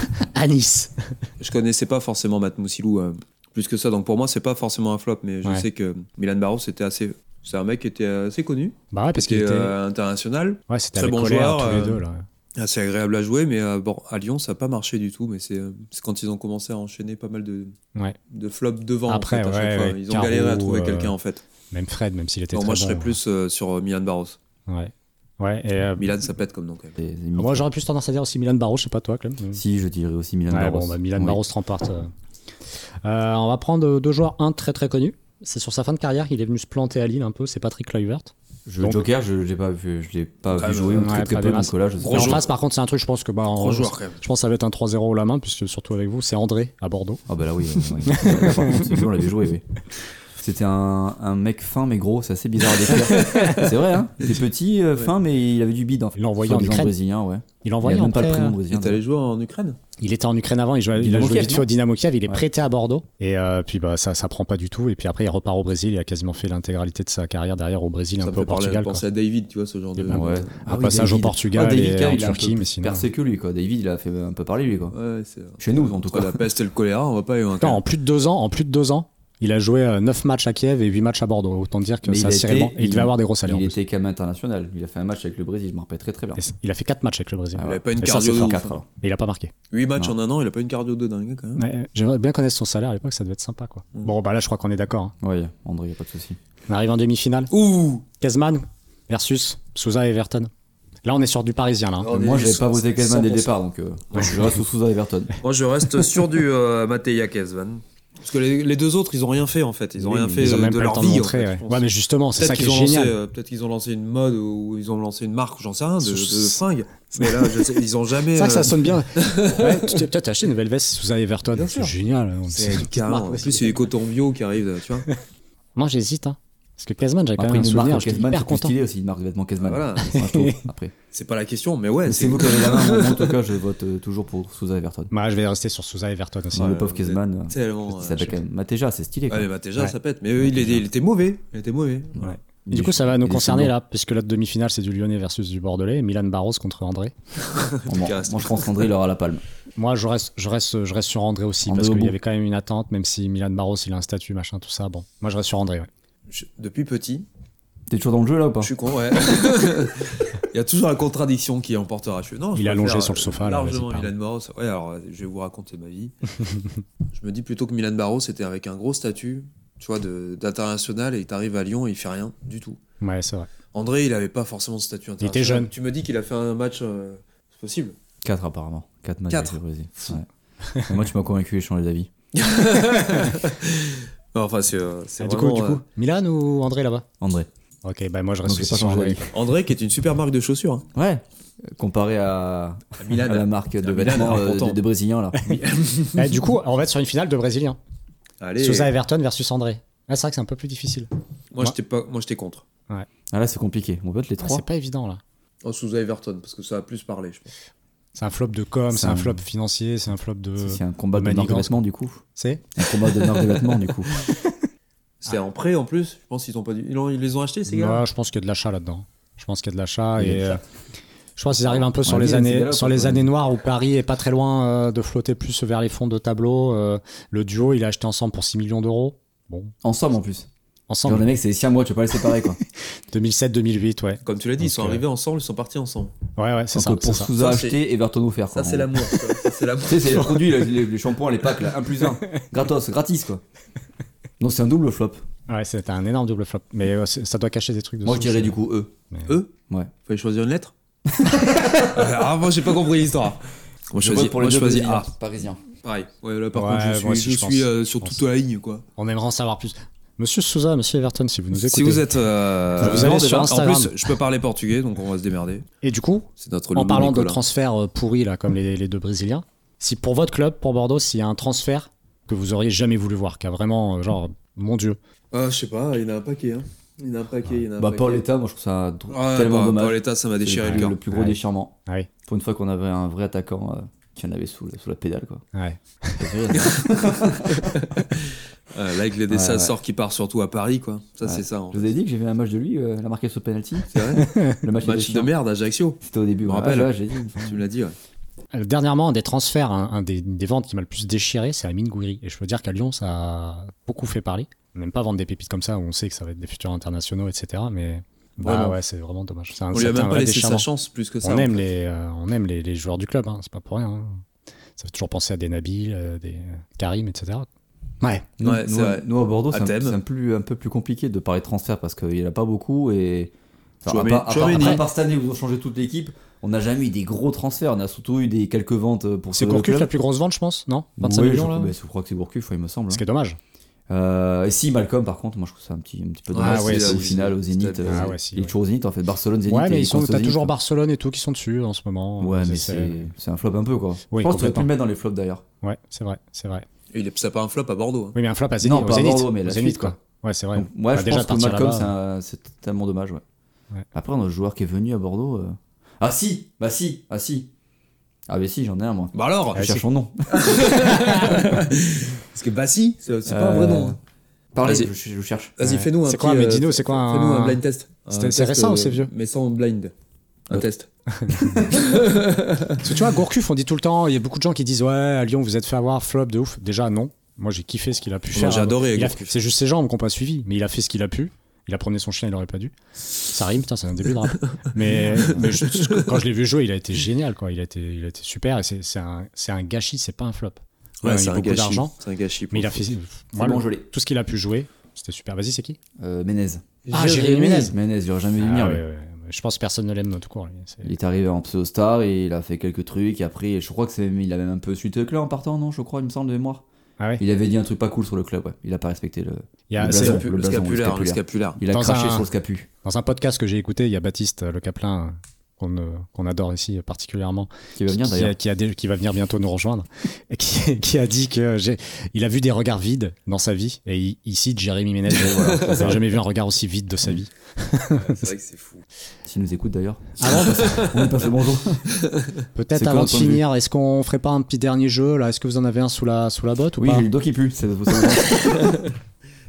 Speaker 1: Nice. à Nice.
Speaker 2: Je connaissais pas forcément Matt Moussilou euh, plus que ça, donc pour moi c'est pas forcément un flop, mais je
Speaker 1: Ouais.
Speaker 2: sais que Milan Barros c'était assez. C'est un mec qui était assez connu,
Speaker 1: Bah ouais, parce
Speaker 2: qui
Speaker 1: qu'il
Speaker 2: était
Speaker 1: était.
Speaker 2: euh, international,
Speaker 1: ouais, c'était
Speaker 2: très
Speaker 1: avec
Speaker 2: bon
Speaker 1: Colère,
Speaker 2: joueur,
Speaker 1: tous les
Speaker 2: euh,
Speaker 1: deux là.
Speaker 2: assez agréable à jouer, mais euh, bon, à Lyon ça a pas marché du tout. Mais c'est euh, c'est quand ils ont commencé à enchaîner pas mal de,
Speaker 1: Ouais.
Speaker 2: de flops devant. en
Speaker 1: Après,
Speaker 2: fait, à
Speaker 1: ouais,
Speaker 2: chaque fois.
Speaker 1: ouais,
Speaker 2: Ils ont
Speaker 1: Caro,
Speaker 2: galéré à trouver
Speaker 1: euh,
Speaker 2: quelqu'un en fait.
Speaker 1: Même Fred, même s'il était
Speaker 2: Non,
Speaker 1: très
Speaker 2: moi,
Speaker 1: bon.
Speaker 2: je serais plus euh, sur euh, Milan Barros.
Speaker 1: Ouais. Ouais. Et, euh,
Speaker 2: Milan, ça pète comme nom quand même.
Speaker 3: Et- et
Speaker 1: Ah, moi,
Speaker 3: Milan-
Speaker 1: j'aurais plus tendance à dire aussi Milan Barros. Je sais pas toi, Clem.
Speaker 3: Si, je dirais aussi Milan
Speaker 1: Ouais,
Speaker 3: Barros.
Speaker 1: bon, bah, Milan
Speaker 3: Oui.
Speaker 1: Barros remporte. euh. Euh, on va prendre deux joueurs, un très très connu. C'est sur sa fin de carrière qu'il est venu se planter à Lille un peu. C'est Patrick Kluivert.
Speaker 3: Je,
Speaker 1: Donc-
Speaker 3: Joker, je l'ai pas vu, je l'ai pas
Speaker 2: Quand
Speaker 3: vu
Speaker 2: même,
Speaker 3: jouer ou
Speaker 1: ouais,
Speaker 3: très,
Speaker 1: pas
Speaker 3: très
Speaker 1: des
Speaker 3: peu.
Speaker 1: masses.
Speaker 3: Donc là, je sais
Speaker 2: Gros
Speaker 1: Et
Speaker 3: pas.
Speaker 1: en
Speaker 2: joueur.
Speaker 1: face, par contre, c'est un truc, je pense que bah, en-
Speaker 2: Gros joueur quand même.
Speaker 1: Je pense que ça va être un 3-0 à la main, puisque surtout avec vous, c'est André à Bordeaux.
Speaker 3: Ah bah là oui, euh, ouais. Là, par contre, celui-là, on l'avait joué, oui. C'était un, un mec fin mais gros, c'est assez bizarre à décrire. c'est vrai, hein Il était petit, euh, fin, mais il avait du bide en fait.
Speaker 1: Il l'a envoyé en
Speaker 3: Soi-disant
Speaker 1: Ukraine.
Speaker 3: brésilien, ouais.
Speaker 1: Il
Speaker 3: Il
Speaker 1: envoyait
Speaker 3: a
Speaker 1: en
Speaker 3: même pas le
Speaker 1: prêt,
Speaker 3: prénom
Speaker 1: euh,
Speaker 3: brésilien.
Speaker 2: Il est allé jouer en Ukraine
Speaker 1: Il était en Ukraine avant, il, jouait- il a
Speaker 3: Dynamo
Speaker 1: joué
Speaker 3: Kiev,
Speaker 1: vite fait au
Speaker 3: non
Speaker 1: Dynamo Kiev, il est
Speaker 3: Ouais.
Speaker 1: prêté à Bordeaux. Et euh, puis bah, ça, ça prend pas du tout. Et puis après, il repart au Brésil. Il a quasiment fait l'intégralité de sa carrière derrière au Brésil,
Speaker 2: Ça
Speaker 1: un
Speaker 2: me
Speaker 1: peu au
Speaker 2: fait parler,
Speaker 1: Portugal. quoi.
Speaker 2: penser à David, tu vois, ce genre de.
Speaker 1: ben,
Speaker 3: Ouais.
Speaker 1: Un passage au Portugal
Speaker 3: Ah, David
Speaker 1: et
Speaker 3: Carr,
Speaker 1: en
Speaker 3: il a un peu
Speaker 1: Turquie, mais sinon.
Speaker 3: Percé que lui, quoi. David, il a fait un peu parler, lui, quoi.
Speaker 2: Ouais, c'est.
Speaker 3: Chez nous, en tout
Speaker 2: Entre
Speaker 3: cas.
Speaker 2: la peste et le choléra, on va pas y avoir un
Speaker 1: Attends, en plus de deux ans, en plus de deux ans, il a joué 9 matchs à Kiev et 8 matchs à Bordeaux. Autant dire que
Speaker 3: Mais
Speaker 1: ça
Speaker 3: il a
Speaker 1: serrait
Speaker 3: été-
Speaker 1: bon. Et il devait avoir des gros salaires. en
Speaker 3: Il
Speaker 1: plus.
Speaker 3: était quand même international. Il a fait un match avec le Brésil, je me rappelle très très bien.
Speaker 1: Et c- Il a fait 4 matchs avec le Brésil.
Speaker 3: Ah
Speaker 2: Il
Speaker 3: ouais.
Speaker 2: a pas une
Speaker 1: Et ça, c'est
Speaker 2: cardio de
Speaker 1: fort,
Speaker 2: ouf.
Speaker 3: quatre, alors.
Speaker 1: 8 Et il a pas marqué.
Speaker 2: 8 matchs en un an, il a pas une cardio de dingue quand même.
Speaker 1: Ouais, J'aimerais bien connaître son salaire à l'époque, ça devait être sympa. quoi.
Speaker 2: Mm.
Speaker 1: Bon, bah là, je crois qu'on est d'accord. hein.
Speaker 3: Ouais, André, y a pas de souci.
Speaker 1: On arrive en demi-finale.
Speaker 2: Ouh
Speaker 1: Kazman versus Souza et Everton. Là, on est sur du parisien, là. hein.
Speaker 2: On est
Speaker 3: Moi, j'avais
Speaker 2: sur-
Speaker 3: pas voté Kazman dès le
Speaker 1: 100%.
Speaker 3: départ, donc euh, je reste sous Sousa Everton.
Speaker 2: Moi, je reste sur du euh, Mateja Kezvan. Parce que les, les deux autres, ils ont rien fait en fait. Ils ont
Speaker 3: Oui,
Speaker 2: rien
Speaker 3: ils
Speaker 2: fait
Speaker 1: Ils ont
Speaker 2: euh,
Speaker 1: même
Speaker 2: de
Speaker 1: pas le
Speaker 2: leur
Speaker 1: temps de
Speaker 2: vie. en
Speaker 1: montrer.
Speaker 2: fait,
Speaker 1: ouais.
Speaker 2: je pense.
Speaker 1: Ouais, mais justement, c'est ça
Speaker 2: Peut-être
Speaker 1: qui est
Speaker 2: qu'ils ont, lancé,
Speaker 1: génial.
Speaker 2: euh, peut-être qu'ils ont lancé une mode ou ils ont lancé une marque, j'en sais rien, de, de
Speaker 1: Je-
Speaker 2: fringues. Mais là, je sais- ils ont jamais.
Speaker 1: C'est vrai que ça
Speaker 2: euh,
Speaker 1: sonne bien. ouais, tu t'es- t'as acheté une nouvelle veste sous Everton.
Speaker 2: Bien
Speaker 1: C'est
Speaker 2: sûr.
Speaker 1: génial. On-
Speaker 2: c'est
Speaker 1: une
Speaker 2: carrément.
Speaker 1: marque,
Speaker 2: En
Speaker 1: ouais,
Speaker 2: plus,
Speaker 1: c'est-
Speaker 2: c'est du coton bio qui arrive, tu vois.
Speaker 1: Moi, j'hésite. Hein. Parce que Kazman, j'avais quand
Speaker 3: Après,
Speaker 1: même un
Speaker 3: une
Speaker 1: souvenir.
Speaker 3: marque
Speaker 1: J'étais
Speaker 3: Kazman,
Speaker 1: hyper
Speaker 3: c'est plus
Speaker 1: content.
Speaker 3: stylé aussi, une marque de vêtements Kazman.
Speaker 2: Voilà.
Speaker 3: Enfin, je trouve, après.
Speaker 2: C'est pas la question, mais ouais.
Speaker 3: Euh, C'est vous qui avez la main, moi, en tout cas, je vote euh, toujours pour Sousa Everton.
Speaker 1: Moi, je vais rester sur Sousa Everton aussi.
Speaker 2: Ouais.
Speaker 3: le pauvre Kezman. euh,
Speaker 2: Tellement.
Speaker 3: Il
Speaker 2: euh,
Speaker 3: s'appelle quand même Mateja, c'est stylé. quoi.
Speaker 2: Ouais, bah déjà,
Speaker 1: Ouais.
Speaker 2: ça pète. Mais eux, il, était- il était mauvais. Il était mauvais.
Speaker 3: Ouais.
Speaker 1: Du coup, ça va
Speaker 3: Il
Speaker 1: nous
Speaker 3: est
Speaker 1: concerner
Speaker 3: bon.
Speaker 1: là, puisque l'autre demi-finale, c'est du Lyonnais versus du Bordelais. Milan Barros contre André.
Speaker 3: Bon, Moi,
Speaker 2: Podcast.
Speaker 3: moi, je pense qu'André, il aura la palme.
Speaker 1: Moi, je reste, je reste, je reste sur André aussi,
Speaker 3: André
Speaker 1: parce
Speaker 3: au
Speaker 1: qu'il y
Speaker 3: bout.
Speaker 1: avait quand même une attente, même si Milan Barros, il a un statut, machin, tout ça. Bon, moi, je reste sur André. ouais.
Speaker 2: Je- depuis petit,
Speaker 3: T'es toujours dans le jeu là ou pas
Speaker 2: je suis con, ouais. il y a toujours la contradiction qui emportera. Je, fais, non, je
Speaker 1: Il est allongé
Speaker 2: préfère,
Speaker 1: sur le
Speaker 2: euh,
Speaker 1: sofa, là,
Speaker 2: Largement,
Speaker 1: vas-y, parle.
Speaker 2: Milan Barros. Ouais, alors, euh, je vais vous raconter ma vie. je me dis plutôt que Milan Barros était avec un gros statut, tu vois, de- d'international, et il t'arrive à Lyon et il fait rien du tout.
Speaker 1: Ouais, c'est vrai.
Speaker 2: André, il avait pas forcément de statut international.
Speaker 1: était jeune.
Speaker 2: Tu me dis qu'il a fait un match. euh, c'est possible.
Speaker 3: 4 apparemment. 4 matchs
Speaker 2: Quatre.
Speaker 3: avec le Brésil. Ouais. Mais moi, tu m'as convaincu et changé d'avis.
Speaker 2: Non, Enfin, c'est. euh, c'est
Speaker 1: Ah, du coup,
Speaker 2: vraiment,
Speaker 1: du coup,
Speaker 2: euh,
Speaker 1: Milan ou André là-bas
Speaker 3: André.
Speaker 1: Ok, bah moi, je
Speaker 3: Donc,
Speaker 1: reste
Speaker 3: j'ai
Speaker 1: aussi
Speaker 3: pas
Speaker 1: sur
Speaker 3: changé
Speaker 1: André.
Speaker 3: d'avis.
Speaker 2: André, qui est une super marque de chaussures. hein.
Speaker 3: Ouais. Euh, Comparé à,
Speaker 2: À
Speaker 3: à
Speaker 2: Milan.
Speaker 3: la marque
Speaker 2: Ah,
Speaker 3: de
Speaker 2: Milan,
Speaker 3: vêtements euh,
Speaker 2: important.
Speaker 3: des, des Brésiliens là.
Speaker 1: Eh, du coup, on va être sur une finale de Brésiliens.
Speaker 2: Allez.
Speaker 1: Sousa Everton versus André. Ah, c'est vrai que c'est un peu plus difficile.
Speaker 2: Moi, j'étais pas, moi, j'étais contre.
Speaker 3: Ah, là, c'est compliqué. On peut être les
Speaker 1: Ah,
Speaker 3: 3.
Speaker 1: c'est pas évident là.
Speaker 2: Oh, sous Everton, parce que ça a plus parlé, je pense.
Speaker 1: C'est un flop de com, c'est
Speaker 3: C'est
Speaker 1: un
Speaker 3: un-
Speaker 1: flop financier, c'est un flop de.
Speaker 3: C'est un combat de marque
Speaker 1: manigance,
Speaker 3: de vêtements du coup.
Speaker 1: C'est
Speaker 3: Un combat de marque de vêtements du coup.
Speaker 2: C'est en prêt en plus. Je pense qu'ils ont pas dû- ils, l'ont- ils les ont achetés, ces gars.
Speaker 1: Moi, je pense qu'il y a de l'achat là-dedans. Je pense qu'il y a de l'achat
Speaker 3: Il y a de
Speaker 1: et. euh, Je pense qu'ils arrivent un peu sur
Speaker 3: a
Speaker 1: les
Speaker 3: dit, c'est
Speaker 1: années,
Speaker 3: galop,
Speaker 1: sur
Speaker 3: quoi,
Speaker 1: les
Speaker 3: quand
Speaker 1: années noires où Paris est pas très loin euh, de flotter plus vers les fonds de tableau. Euh, le duo, il a acheté ensemble pour 6 millions d'euros. Bon,
Speaker 3: Ensemble en plus. Genre,
Speaker 1: ensemble,
Speaker 3: les mecs, c'est les siens, moi, tu peux pas les séparer quoi.
Speaker 1: 2007-2008, ouais.
Speaker 2: Comme tu l'as dit, ils sont
Speaker 1: Donc, euh,
Speaker 2: arrivés ensemble, ils sont partis ensemble.
Speaker 1: Ouais, ouais, c'est
Speaker 3: Donc,
Speaker 1: ça.
Speaker 3: euh,
Speaker 1: c'est
Speaker 3: Pour
Speaker 1: ça.
Speaker 3: Sousa
Speaker 2: Ça, c'est-
Speaker 3: acheter et Everton offert.
Speaker 2: Ça,
Speaker 3: quoi.
Speaker 2: c'est l'amour. ça. Ça, c'est l'amour.
Speaker 3: Tu sais, c'est les produits, les, les- les shampoings, les packs là. 1 plus 1. Gratos, gratis quoi. Non, c'est un double flop.
Speaker 1: Ouais, c'était un énorme double flop. Mais euh, c'est- ça doit cacher des trucs de
Speaker 3: Moi, je
Speaker 1: sous,
Speaker 3: dirais
Speaker 1: sais.
Speaker 3: du coup eux.
Speaker 2: Eux
Speaker 3: Ouais.
Speaker 2: Fallait choisir une lettre Euh, Ah, moi, j'ai pas compris l'histoire. Moi, je
Speaker 3: Je
Speaker 2: choisis,
Speaker 3: vote pour les
Speaker 2: moi, je
Speaker 3: deux
Speaker 2: choisis
Speaker 3: Brésiliens,
Speaker 2: A.
Speaker 3: parisiens.
Speaker 2: Pareil. Ouais, là, par
Speaker 1: Ouais,
Speaker 2: contre, je suis,
Speaker 1: moi aussi,
Speaker 2: je
Speaker 1: je pense.
Speaker 2: suis, euh, sur
Speaker 1: Je pense.
Speaker 2: toute la ligne, quoi.
Speaker 1: On aimerait en savoir plus. Monsieur Souza, monsieur Everton, si vous nous écoutez.
Speaker 2: Si vous êtes. euh,
Speaker 1: Vous
Speaker 2: vraiment
Speaker 1: allez sur
Speaker 2: des-
Speaker 1: Instagram.
Speaker 2: En plus, je peux parler portugais, donc on va se démerder.
Speaker 1: Et du coup,
Speaker 2: C'est notre
Speaker 1: en
Speaker 2: loulou,
Speaker 1: parlant de
Speaker 2: Nicolas.
Speaker 1: transferts euh, pourris, là, comme les, les deux Brésiliens, si pour votre club, pour Bordeaux, s'il y a un transfert que vous auriez jamais voulu voir, qui a vraiment, euh, genre, mon Dieu.
Speaker 2: Ah, je sais pas, il y en a un paquet, hein. Il y en a un paquet, il y en a un
Speaker 3: Bah,
Speaker 2: paquet.
Speaker 3: Paul Eta, moi, je trouve ça dr-
Speaker 2: Ouais,
Speaker 3: tellement
Speaker 2: bah,
Speaker 3: dommage.
Speaker 2: Paul Eta, ça m'a
Speaker 3: C'est
Speaker 2: déchiré
Speaker 3: le,
Speaker 2: le
Speaker 3: plus-
Speaker 2: cœur.
Speaker 3: le plus gros
Speaker 1: Ouais.
Speaker 3: déchirement.
Speaker 1: Ah oui,
Speaker 3: Pour une fois qu'on avait un vrai attaquant euh, qui en avait sous, le- sous la pédale, quoi.
Speaker 1: ouais.
Speaker 3: C'est vrai, hein.
Speaker 2: Euh, là, avec les
Speaker 3: Ouais,
Speaker 2: dessins
Speaker 3: ouais.
Speaker 2: sort qui part surtout à Paris, quoi. Ça,
Speaker 3: Ouais.
Speaker 2: c'est ça. en
Speaker 3: Je vous avais dit que j'avais un match de lui, euh, la marqué sur penalty.
Speaker 2: C'est vrai
Speaker 3: Le match,
Speaker 2: Match de
Speaker 3: de
Speaker 2: merde, Ajaccio.
Speaker 3: C'était au début.
Speaker 2: Je me
Speaker 3: ouais.
Speaker 2: rappelle.
Speaker 3: Ouais, ouais, j'ai dit.
Speaker 2: Tu me l'as dit, ouais.
Speaker 1: Euh, Dernièrement, un des transferts, un, un des, une des ventes qui m'a le plus déchiré, c'est Amine Gouiri. Et je peux dire qu'à Lyon, ça a beaucoup fait parler. On n'aime pas vendre des pépites comme ça, où on sait que ça va être des futurs internationaux, etc. Mais bah,
Speaker 2: Vraiment.
Speaker 1: ouais, c'est vraiment dommage. C'est un-
Speaker 2: On lui
Speaker 1: c'était
Speaker 2: a
Speaker 1: un
Speaker 2: même pas
Speaker 1: vrai
Speaker 2: laissé
Speaker 1: déchirement.
Speaker 2: sa chance plus que ça.
Speaker 1: on, aime les, euh, on aime les, les joueurs du club, hein, c'est pas pour rien. hein. Ça fait toujours penser à des Nabil, euh, des Karim, etc. Ouais,
Speaker 3: Nous,
Speaker 2: Ouais,
Speaker 3: nous,
Speaker 2: c'est vrai.
Speaker 3: nous, à Bordeaux, c'est
Speaker 2: À
Speaker 3: un,
Speaker 2: Thèbes.
Speaker 3: c'est un plus, un peu plus compliqué de parler de transfert parce qu'il n'y en a pas beaucoup. Et... Enfin, à,
Speaker 2: Chouamé-
Speaker 3: part, à, part,
Speaker 2: Chouameni.
Speaker 3: à part cette année où ils ont changé toute l'équipe, on n'a jamais eu des gros transferts. On a surtout eu des quelques ventes euh, pour
Speaker 1: C'est
Speaker 3: sauver le
Speaker 1: Gourcuff la
Speaker 3: club.
Speaker 1: plus grosse vente, je pense, non 25
Speaker 3: Oui, je
Speaker 1: millions
Speaker 3: crois-
Speaker 1: là
Speaker 3: bah, Je crois que c'est Gourcuff, ouais, il me semble.
Speaker 1: Ce
Speaker 3: hein.
Speaker 1: qui est dommage.
Speaker 3: Euh, et si Malcolm, par contre, moi je trouve ça un petit, un petit peu
Speaker 2: Ah
Speaker 3: dommage.
Speaker 1: ouais,
Speaker 3: c'est
Speaker 1: si,
Speaker 3: au
Speaker 2: si.
Speaker 3: final, au Zénith,
Speaker 2: Ah
Speaker 3: euh,
Speaker 1: ouais, si,
Speaker 3: il est
Speaker 1: ouais.
Speaker 3: toujours au Zénith en fait. Barcelone, Zénith.
Speaker 1: ouais,
Speaker 3: et
Speaker 1: mais ils
Speaker 3: il
Speaker 1: sont,
Speaker 3: compte au
Speaker 1: t'as
Speaker 3: Zénith,
Speaker 1: toujours
Speaker 3: quoi.
Speaker 1: Barcelone et tout qui sont dessus en ce moment.
Speaker 3: Ouais,
Speaker 1: Ça,
Speaker 3: mais c'est c'est un flop un peu quoi.
Speaker 1: Oui,
Speaker 3: je pense qu'on aurait pu
Speaker 1: complètement.
Speaker 3: le mettre dans les flops d'ailleurs.
Speaker 1: Ouais, c'est vrai, c'est vrai.
Speaker 2: Et il est- ça pas un flop à Bordeaux. hein.
Speaker 1: Oui, mais un flop à Zénith.
Speaker 3: pas
Speaker 1: au
Speaker 3: à
Speaker 1: Zénith,
Speaker 3: Bordeaux, mais
Speaker 1: au
Speaker 3: la
Speaker 1: Zénith,
Speaker 3: suite, quoi.
Speaker 1: Ouais, c'est vrai.
Speaker 3: Donc, ouais,
Speaker 1: Bah,
Speaker 3: je
Speaker 1: déjà,
Speaker 3: pense que
Speaker 1: partir
Speaker 3: Malcolm,
Speaker 1: là-bas,
Speaker 3: c'est un- c'est totalement dommage. Ouais.
Speaker 1: Ouais.
Speaker 3: Après, notre joueur qui est venu à Bordeaux. euh, Ah si Bah si Ah si Ah mais si, j'en ai un moi.
Speaker 2: Bah alors
Speaker 1: Ah,
Speaker 3: Je
Speaker 1: si.
Speaker 3: cherche son nom.
Speaker 2: Parce que Bassi, c'est c'est pas un vrai
Speaker 3: Euh,
Speaker 2: nom. hein.
Speaker 3: Parlez,
Speaker 2: Vas-y.
Speaker 3: je, je cherche.
Speaker 2: Vas-y,
Speaker 1: ouais.
Speaker 2: fais-nous un
Speaker 1: C'est quoi,
Speaker 2: petit,
Speaker 1: mais
Speaker 2: euh,
Speaker 1: dis-nous, c'est quoi
Speaker 2: Fais-nous
Speaker 1: un-
Speaker 2: un blind test.
Speaker 1: C'était-
Speaker 2: Un
Speaker 1: c'est
Speaker 2: test,
Speaker 1: récent ou c'est
Speaker 2: euh,
Speaker 1: vieux
Speaker 2: Mais sans blind. Un
Speaker 3: Ouais.
Speaker 2: test.
Speaker 1: Parce que tu vois, Gourcuff, on dit tout le temps, il y a beaucoup de gens qui disent Ouais, à Lyon, vous êtes fait avoir, flop de ouf. Déjà, non. Moi, j'ai kiffé ce qu'il a pu
Speaker 2: Moi,
Speaker 1: faire.
Speaker 2: j'ai adoré
Speaker 1: Il a-
Speaker 2: Gourcuff.
Speaker 1: C'est juste ses jambes qu'on n'a pas suivi, mais il a fait ce qu'il a pu. Il a promené son chien, il aurait pas dû. Ça rime, putain, c'est un début de rap. Mais, mais je- quand je l'ai vu jouer, il a été génial, quoi. Il a été, il a été super et c'est c'est un, c'est un gâchis, c'est pas un flop. Ouais, il a beaucoup d'argent,
Speaker 2: C'est un gâchis.
Speaker 1: mais il a fait
Speaker 3: Moi,
Speaker 1: moi,
Speaker 3: bon,
Speaker 1: le-
Speaker 3: je l'ai.
Speaker 1: tout ce qu'il a pu jouer. C'était super. Vas-y, c'est qui
Speaker 3: Euh, Ménez.
Speaker 1: Ah, Jérémy Ménez.
Speaker 3: Ménez, j'aurais jamais vu venir.
Speaker 1: Ah,
Speaker 3: lui.
Speaker 1: ouais, ouais, ouais. je pense que personne ne l'aime tout court. lui. C'est-
Speaker 3: Il est arrivé en pseudo-star, il a fait quelques trucs, et après, je crois que c'est, il a même un peu suite le club en partant, non Je crois, il me semble, de mémoire.
Speaker 1: Ah ouais.
Speaker 3: Il avait dit un truc pas cool sur le club, ouais. Il a pas respecté le.
Speaker 1: Il y a-
Speaker 3: Le
Speaker 1: c'est-
Speaker 3: blason.
Speaker 2: Scapu- le
Speaker 3: blason, le
Speaker 2: scapulaire, le
Speaker 3: scapulaire.
Speaker 2: scapulaire.
Speaker 3: Il a
Speaker 1: Dans
Speaker 3: craché
Speaker 1: un-
Speaker 3: sur le scapu.
Speaker 1: Dans un podcast que j'ai écouté, il y a Baptiste euh, Le Caplin, euh, qu'on euh, qu'on adore ici euh, particulièrement,
Speaker 3: Qui va venir
Speaker 1: qui,
Speaker 3: d'ailleurs.
Speaker 1: a- qui a dé- qui va venir bientôt nous rejoindre, et qui, qui a dit que j'ai- il a vu des regards vides dans sa vie, et il, il cite Jérémy Ménez. J'ai jamais vu un regard aussi vide de sa vie.
Speaker 2: C'est vrai que c'est fou.
Speaker 3: S'il nous écoute d'ailleurs. Ah,
Speaker 1: Avant,
Speaker 3: On lui passe le bonjour. C'est
Speaker 1: peut-être
Speaker 3: quoi,
Speaker 1: avant de
Speaker 3: entendu
Speaker 1: finir, est-ce qu'on ferait pas un petit dernier jeu là Est-ce que vous en avez un sous la sous la botte ou
Speaker 3: Oui,
Speaker 1: pas
Speaker 3: j'ai le dos qui pue. C'est, c'est-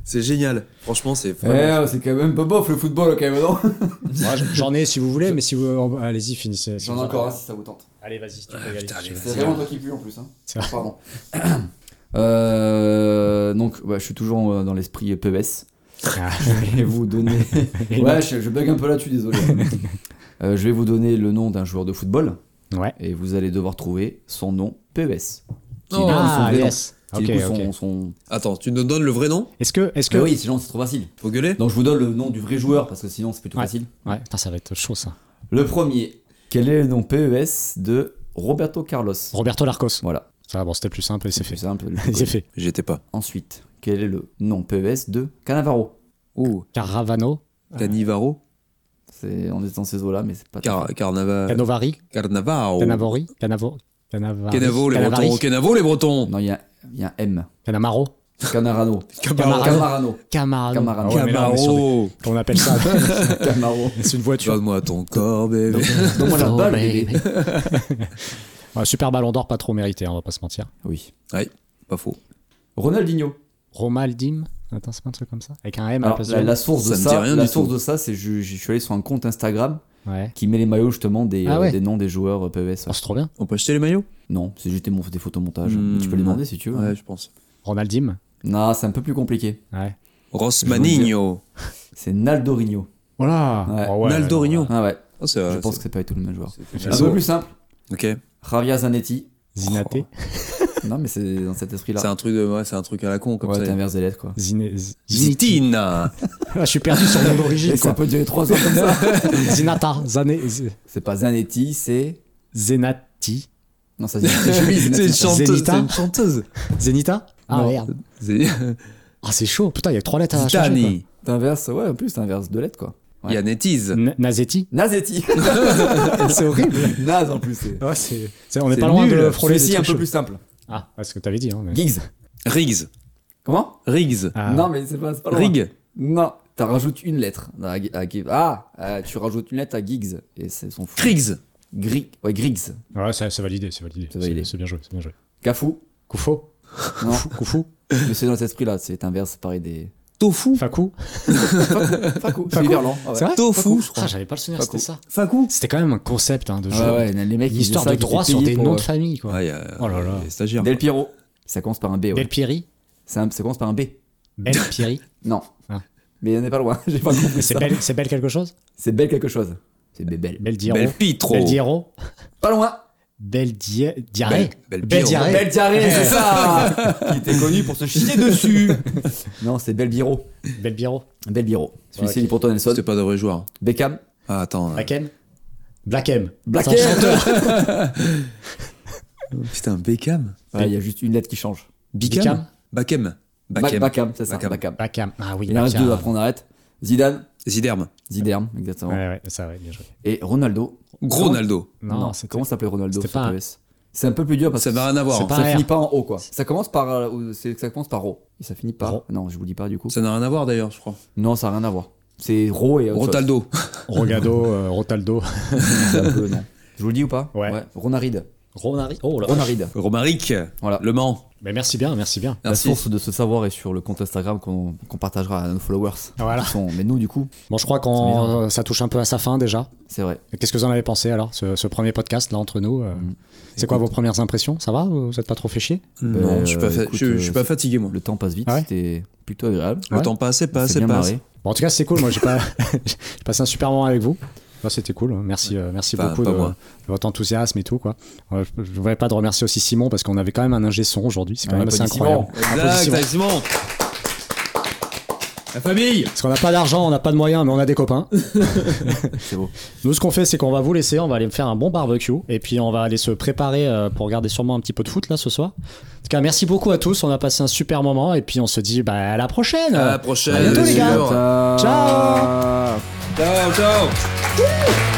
Speaker 2: C'est génial. Franchement, c'est
Speaker 3: Eh,
Speaker 2: vraiment-
Speaker 3: c'est quand même pas bof le football, quand même, non
Speaker 1: Moi, j- J'en ai si vous voulez, mais si vous allez-y finissez. si
Speaker 3: J'en ai
Speaker 1: vous-
Speaker 3: encore un si ça vous tente.
Speaker 1: Allez, vas-y, si tu peux y aller.
Speaker 2: putain,
Speaker 1: si tu
Speaker 2: les
Speaker 1: veux.
Speaker 3: C'est vraiment toi qui pue en plus. Hein.
Speaker 1: C'est vrai.
Speaker 3: Pardon. Euh, donc, ouais, je suis toujours euh, dans l'esprit PES.
Speaker 1: Ah.
Speaker 3: Je vais vous donner.
Speaker 1: Et
Speaker 3: ouais, je, je bug un peu là-dessus, désolé. Euh, je vais vous donner le nom d'un joueur de football
Speaker 1: Ouais.
Speaker 3: et vous allez devoir trouver son nom PES.
Speaker 2: Oh.
Speaker 3: Qui, du coup, son
Speaker 1: Ah,
Speaker 3: vrai nom.
Speaker 1: yes.
Speaker 3: Qui,
Speaker 1: Ok,
Speaker 3: du coup,
Speaker 1: ok.
Speaker 3: son- son-
Speaker 2: Attends, tu nous donnes le vrai nom
Speaker 1: Est-ce que, est-ce que,
Speaker 3: Mais oui, sinon c'est trop facile.
Speaker 2: Faut gueuler
Speaker 3: Donc je vous donne le nom du vrai joueur parce que sinon c'est plutôt
Speaker 1: Ouais.
Speaker 3: facile.
Speaker 1: ouais, putain, ça va être chaud ça.
Speaker 3: Le premier. Quel est le nom PES de Roberto Carlos
Speaker 1: Roberto Larcos.
Speaker 3: Voilà.
Speaker 1: Ça, bon, c'était plus simple et c'est fait.
Speaker 3: C'est un peu le-
Speaker 1: C'est fait.
Speaker 2: J'étais pas.
Speaker 3: Ensuite, quel est le nom PES de Cannavaro
Speaker 2: Oh,
Speaker 1: Caravano,
Speaker 2: Canivaro
Speaker 3: C'est on est dans ces eaux-là, mais c'est pas.
Speaker 2: Car Carnava...
Speaker 1: Canovari,
Speaker 2: Carnavao
Speaker 1: Canavori, Canavo, Canavari,
Speaker 2: Kenavo, oh. les
Speaker 1: Canavari,
Speaker 2: Bretons Kenavo, les Bretons
Speaker 3: Non, il y a, il y a un M.
Speaker 1: Canamaro,
Speaker 3: Canarano.
Speaker 1: Camaro.
Speaker 3: Camarano.
Speaker 1: Camarano.
Speaker 3: Camarano.
Speaker 1: Ah ouais, mais là, on est sur des-
Speaker 2: Camaro
Speaker 1: Comment on appelle ça
Speaker 3: Camaro.
Speaker 1: C'est une
Speaker 2: Tu
Speaker 1: voiture.
Speaker 2: vois de moi ton corps, bébé.
Speaker 3: Donne-moi la
Speaker 1: Oh,
Speaker 3: balle,
Speaker 1: baby.
Speaker 3: bébé.
Speaker 1: Ouais, super ballon d'or, pas trop mérité, hein, on va pas se mentir.
Speaker 3: Oui.
Speaker 2: Pas faux.
Speaker 3: Ronaldinho.
Speaker 1: Romaldim, attends, c'est pas un truc comme ça Avec un M à la
Speaker 3: Alors,
Speaker 1: place
Speaker 3: la,
Speaker 1: de-
Speaker 3: la source de
Speaker 2: Ça me
Speaker 3: ça,
Speaker 2: dit rien
Speaker 3: la
Speaker 2: du
Speaker 3: source
Speaker 2: tout.
Speaker 3: de ça, c'est je, je suis allé sur un compte Instagram
Speaker 1: Ouais.
Speaker 3: qui met les maillots justement des,
Speaker 1: Ah
Speaker 3: euh,
Speaker 1: ouais.
Speaker 3: des noms des joueurs euh, PES. ouais.
Speaker 1: Oh, c'est trop bien.
Speaker 2: On peut acheter les maillots
Speaker 3: Non, c'est juste des, mon- des photomontages.
Speaker 2: Hmm,
Speaker 3: tu peux les
Speaker 2: non.
Speaker 3: demander si tu veux.
Speaker 2: Ouais, je pense.
Speaker 1: Romaldim.
Speaker 3: Non, c'est un peu plus compliqué.
Speaker 1: Ouais.
Speaker 2: Rosmaninho.
Speaker 3: C'est Naldorino.
Speaker 1: Voilà.
Speaker 3: Ouais.
Speaker 2: Naldorino.
Speaker 3: Ah ouais,
Speaker 2: Oh, c'est-
Speaker 3: je pense
Speaker 2: c'est-
Speaker 3: que c'est pas du tout le même joueur.
Speaker 2: c'est-
Speaker 3: Un peu plus simple.
Speaker 2: Ok.
Speaker 3: Javier Zanetti.
Speaker 1: Zinaté.
Speaker 3: Non, mais c'est dans cet esprit-là.
Speaker 2: C'est un truc de, ouais, c'est un truc à la con comme
Speaker 3: Ouais,
Speaker 2: ça.
Speaker 3: t'inverses les lettres quoi.
Speaker 1: Ziné- Z-
Speaker 2: Zitine.
Speaker 1: Ah, Je suis perdu sur mon origine.
Speaker 3: Et ça
Speaker 1: quoi.
Speaker 3: peut durer 3 ans comme ça.
Speaker 1: Zinata, Zané, Z-
Speaker 3: C'est pas Zanetti, c'est.
Speaker 1: Zenati.
Speaker 3: Non, ça se dit. c'est Julie
Speaker 2: C'est une
Speaker 3: Zanetti.
Speaker 2: chanteuse.
Speaker 1: Zenita
Speaker 2: C'est une chanteuse.
Speaker 1: Zenita Ah
Speaker 2: Non.
Speaker 1: merde.
Speaker 2: C'est-
Speaker 1: Ah c'est chaud, putain, il y a que trois lettres à changer. quoi.
Speaker 2: Zitani.
Speaker 3: T'inverses, ouais, en plus, t'inverses deux lettres quoi. Ouais.
Speaker 2: Yanetise.
Speaker 1: N- Nazetti
Speaker 3: Nazetti.
Speaker 1: C'est horrible.
Speaker 3: Naze en plus. C'est
Speaker 1: Ouais, c'est- c'est- on n'est
Speaker 2: C'est
Speaker 1: pas loin
Speaker 2: nul.
Speaker 1: de frôler des
Speaker 3: Celui-ci un
Speaker 1: trucs
Speaker 3: peu
Speaker 1: chauds.
Speaker 3: plus simple.
Speaker 1: Ah, ouais, ce que t'avais dit. Hein, mais-
Speaker 3: Giggs.
Speaker 2: Riggs.
Speaker 3: Comment
Speaker 2: Riggs.
Speaker 1: Ah.
Speaker 3: Non, mais c'est pas, c'est pas loin.
Speaker 2: Riggs.
Speaker 3: Non, t'as rajoutes une lettre à, à- à- Ah, euh, tu rajoutes une lettre à Giggs. Et c'est son fou.
Speaker 2: Riggs.
Speaker 3: Grig. Ouais, Griggs.
Speaker 1: Ouais, ça- c'est validé, c'est validé.
Speaker 3: C'est validé.
Speaker 1: C'est c'est bien joué, c'est bien joué.
Speaker 3: Cafou.
Speaker 1: Koufo
Speaker 3: Non,
Speaker 1: Koufou
Speaker 3: mais c'est dans cet esprit-là. C'est inverse, pareil des.
Speaker 2: Tofu.
Speaker 1: Fakou
Speaker 3: Fakou. C'est Verlan.
Speaker 1: C'est vrai
Speaker 2: Tofu, je
Speaker 1: Ah,
Speaker 2: crois.
Speaker 1: j'avais pas le souvenir,
Speaker 2: Fakou.
Speaker 1: c'était ça.
Speaker 2: Fakou.
Speaker 1: C'était quand même un concept hein, de jeu.
Speaker 3: Ouais, ouais, les mecs. ils
Speaker 1: L'histoire
Speaker 3: faisaient
Speaker 1: de
Speaker 3: ça, ils
Speaker 1: droit
Speaker 3: étaient
Speaker 1: sur
Speaker 3: payés
Speaker 1: des
Speaker 3: pour,
Speaker 1: noms de
Speaker 3: euh,
Speaker 1: famille, quoi.
Speaker 2: Ah, il y a-
Speaker 1: Oh là là.
Speaker 2: les stagiaires.
Speaker 3: Del Piero. Ça commence par un B, ouais.
Speaker 1: Del Pieri
Speaker 3: C'est un- ça commence par un B.
Speaker 1: Belle Pieri
Speaker 3: Non.
Speaker 1: Ah.
Speaker 3: Mais on n'est pas loin, j'ai pas compris.
Speaker 1: C'est
Speaker 3: ça.
Speaker 1: belle, c'est belle quelque chose
Speaker 3: C'est belle quelque chose. C'est belle.
Speaker 1: Belle Diero
Speaker 2: Bel Pitro.
Speaker 1: Bel Diero
Speaker 3: Pas loin
Speaker 1: Belle Diarrhée
Speaker 2: Bel
Speaker 1: Belle
Speaker 2: Piero.
Speaker 1: diarrhée.
Speaker 3: Belle diarrhée, c'est ça Qui était connu pour se chier dessus Non, c'est Belle Biro.
Speaker 1: Belle Biro
Speaker 3: Belle Biro. Celui-ci,
Speaker 1: Ouais.
Speaker 3: il est pour toi, Nelson.
Speaker 2: C'était pas de vrais joueurs.
Speaker 3: Beckham.
Speaker 2: Ah, attends.
Speaker 1: Black M Black M
Speaker 3: Black
Speaker 1: C'est un chanteur.
Speaker 2: Putain, euh, Beckham.
Speaker 3: Ouais, Il y a juste une lettre qui change.
Speaker 1: Beckham
Speaker 2: Beckham.
Speaker 3: Ba-
Speaker 2: Beckham.
Speaker 3: Beckham, c'est ça.
Speaker 2: Beckham.
Speaker 3: Beckham.
Speaker 1: Black M Ah oui,
Speaker 3: Il en reste
Speaker 1: Beckham.
Speaker 3: deux, après on arrête. Zidane.
Speaker 2: Ziderme.
Speaker 3: Ziderme, exactement.
Speaker 1: Ouais, ouais, ça, ouais, bien joué.
Speaker 3: Et Ronaldo.
Speaker 2: Gronaldo.
Speaker 1: Non, non, c'était-
Speaker 3: Comment s'appelait Ronaldo
Speaker 1: c'était
Speaker 3: sur
Speaker 1: pas un-
Speaker 3: PES C'est un peu plus dur parce
Speaker 2: Ça
Speaker 3: que
Speaker 2: n'a rien à voir.
Speaker 1: c'est
Speaker 2: hein.
Speaker 1: pas-
Speaker 3: ça
Speaker 1: un
Speaker 3: finit
Speaker 1: R.
Speaker 3: pas en O, quoi. Ça commence par, euh, ou c'est- ça commence par O. Et ça finit par.
Speaker 1: Ro.
Speaker 3: Non, je vous dis pas du coup.
Speaker 2: Ça n'a rien à voir d'ailleurs, je crois.
Speaker 3: Non, ça n'a rien à voir. C'est Ro
Speaker 2: Euh,
Speaker 3: et autre chose.
Speaker 2: Rotaldo.
Speaker 1: Rogado, euh, Rotaldo.
Speaker 3: C'est un peu le nom. Je vous le dis ou pas
Speaker 1: Ouais.
Speaker 3: Ronaride.
Speaker 1: Ronari. Oh là.
Speaker 3: Ronaride.
Speaker 2: Romaric.
Speaker 3: Voilà.
Speaker 2: Le Mans.
Speaker 1: Mais merci bien, merci bien.
Speaker 3: La
Speaker 2: Merci.
Speaker 3: source de ce savoir est sur le compte Instagram qu'on qu'on partagera à nos followers.
Speaker 1: Voilà.
Speaker 3: Qui sont- Mais nous, du coup,
Speaker 1: Bon, je crois
Speaker 3: C'est bien.
Speaker 1: qu'on ça touche un peu à sa fin déjà.
Speaker 3: c'est vrai.
Speaker 1: Qu'est-ce que vous en avez pensé alors, ce, ce premier podcast là entre nous euh,
Speaker 3: Mm.
Speaker 1: C'est quoi vos premières impressions Ça va Vous vous êtes pas trop fait chier
Speaker 2: Non, je suis pas,
Speaker 3: Euh,
Speaker 2: fa-
Speaker 3: écoute,
Speaker 2: je, je
Speaker 3: euh,
Speaker 2: suis pas fatigué, moi.
Speaker 3: Le temps passe vite,
Speaker 1: Ah ouais
Speaker 3: c'était plutôt agréable.
Speaker 2: Le
Speaker 1: Ouais.
Speaker 2: temps passé,
Speaker 3: On s'est
Speaker 2: passé,
Speaker 3: bien
Speaker 2: passé.
Speaker 3: marré.
Speaker 1: Bon, en tout cas, c'est cool. Moi, j'ai pas... j'ai passé un super moment avec vous. Bah, C'était cool. Merci, euh, merci
Speaker 2: Enfin,
Speaker 1: beaucoup de,
Speaker 2: pas moi.
Speaker 1: de votre enthousiasme et tout. Quoi. Euh, je ne voulais pas de remercier aussi Simon parce qu'on avait quand même un ingé son aujourd'hui. C'est quand
Speaker 3: Un
Speaker 1: même assez
Speaker 3: applaudissement.
Speaker 1: incroyable.
Speaker 2: Exact,
Speaker 1: Applaudissements.
Speaker 2: Simon. La famille
Speaker 1: Parce qu'on n'a pas d'argent, on n'a pas de moyens, mais on a des copains.
Speaker 3: C'est beau.
Speaker 1: Nous, ce qu'on fait, c'est qu'on va vous laisser, on va aller faire un bon barbecue, et puis on va aller se préparer euh, pour regarder sûrement un petit peu de foot là ce soir. En tout cas, merci beaucoup à tous, on a passé un super moment, et puis on se dit bah, à la prochaine
Speaker 2: À la prochaine
Speaker 1: bientôt, les
Speaker 2: bien
Speaker 1: gars.
Speaker 2: sûr.
Speaker 1: Ciao
Speaker 2: Ciao, ciao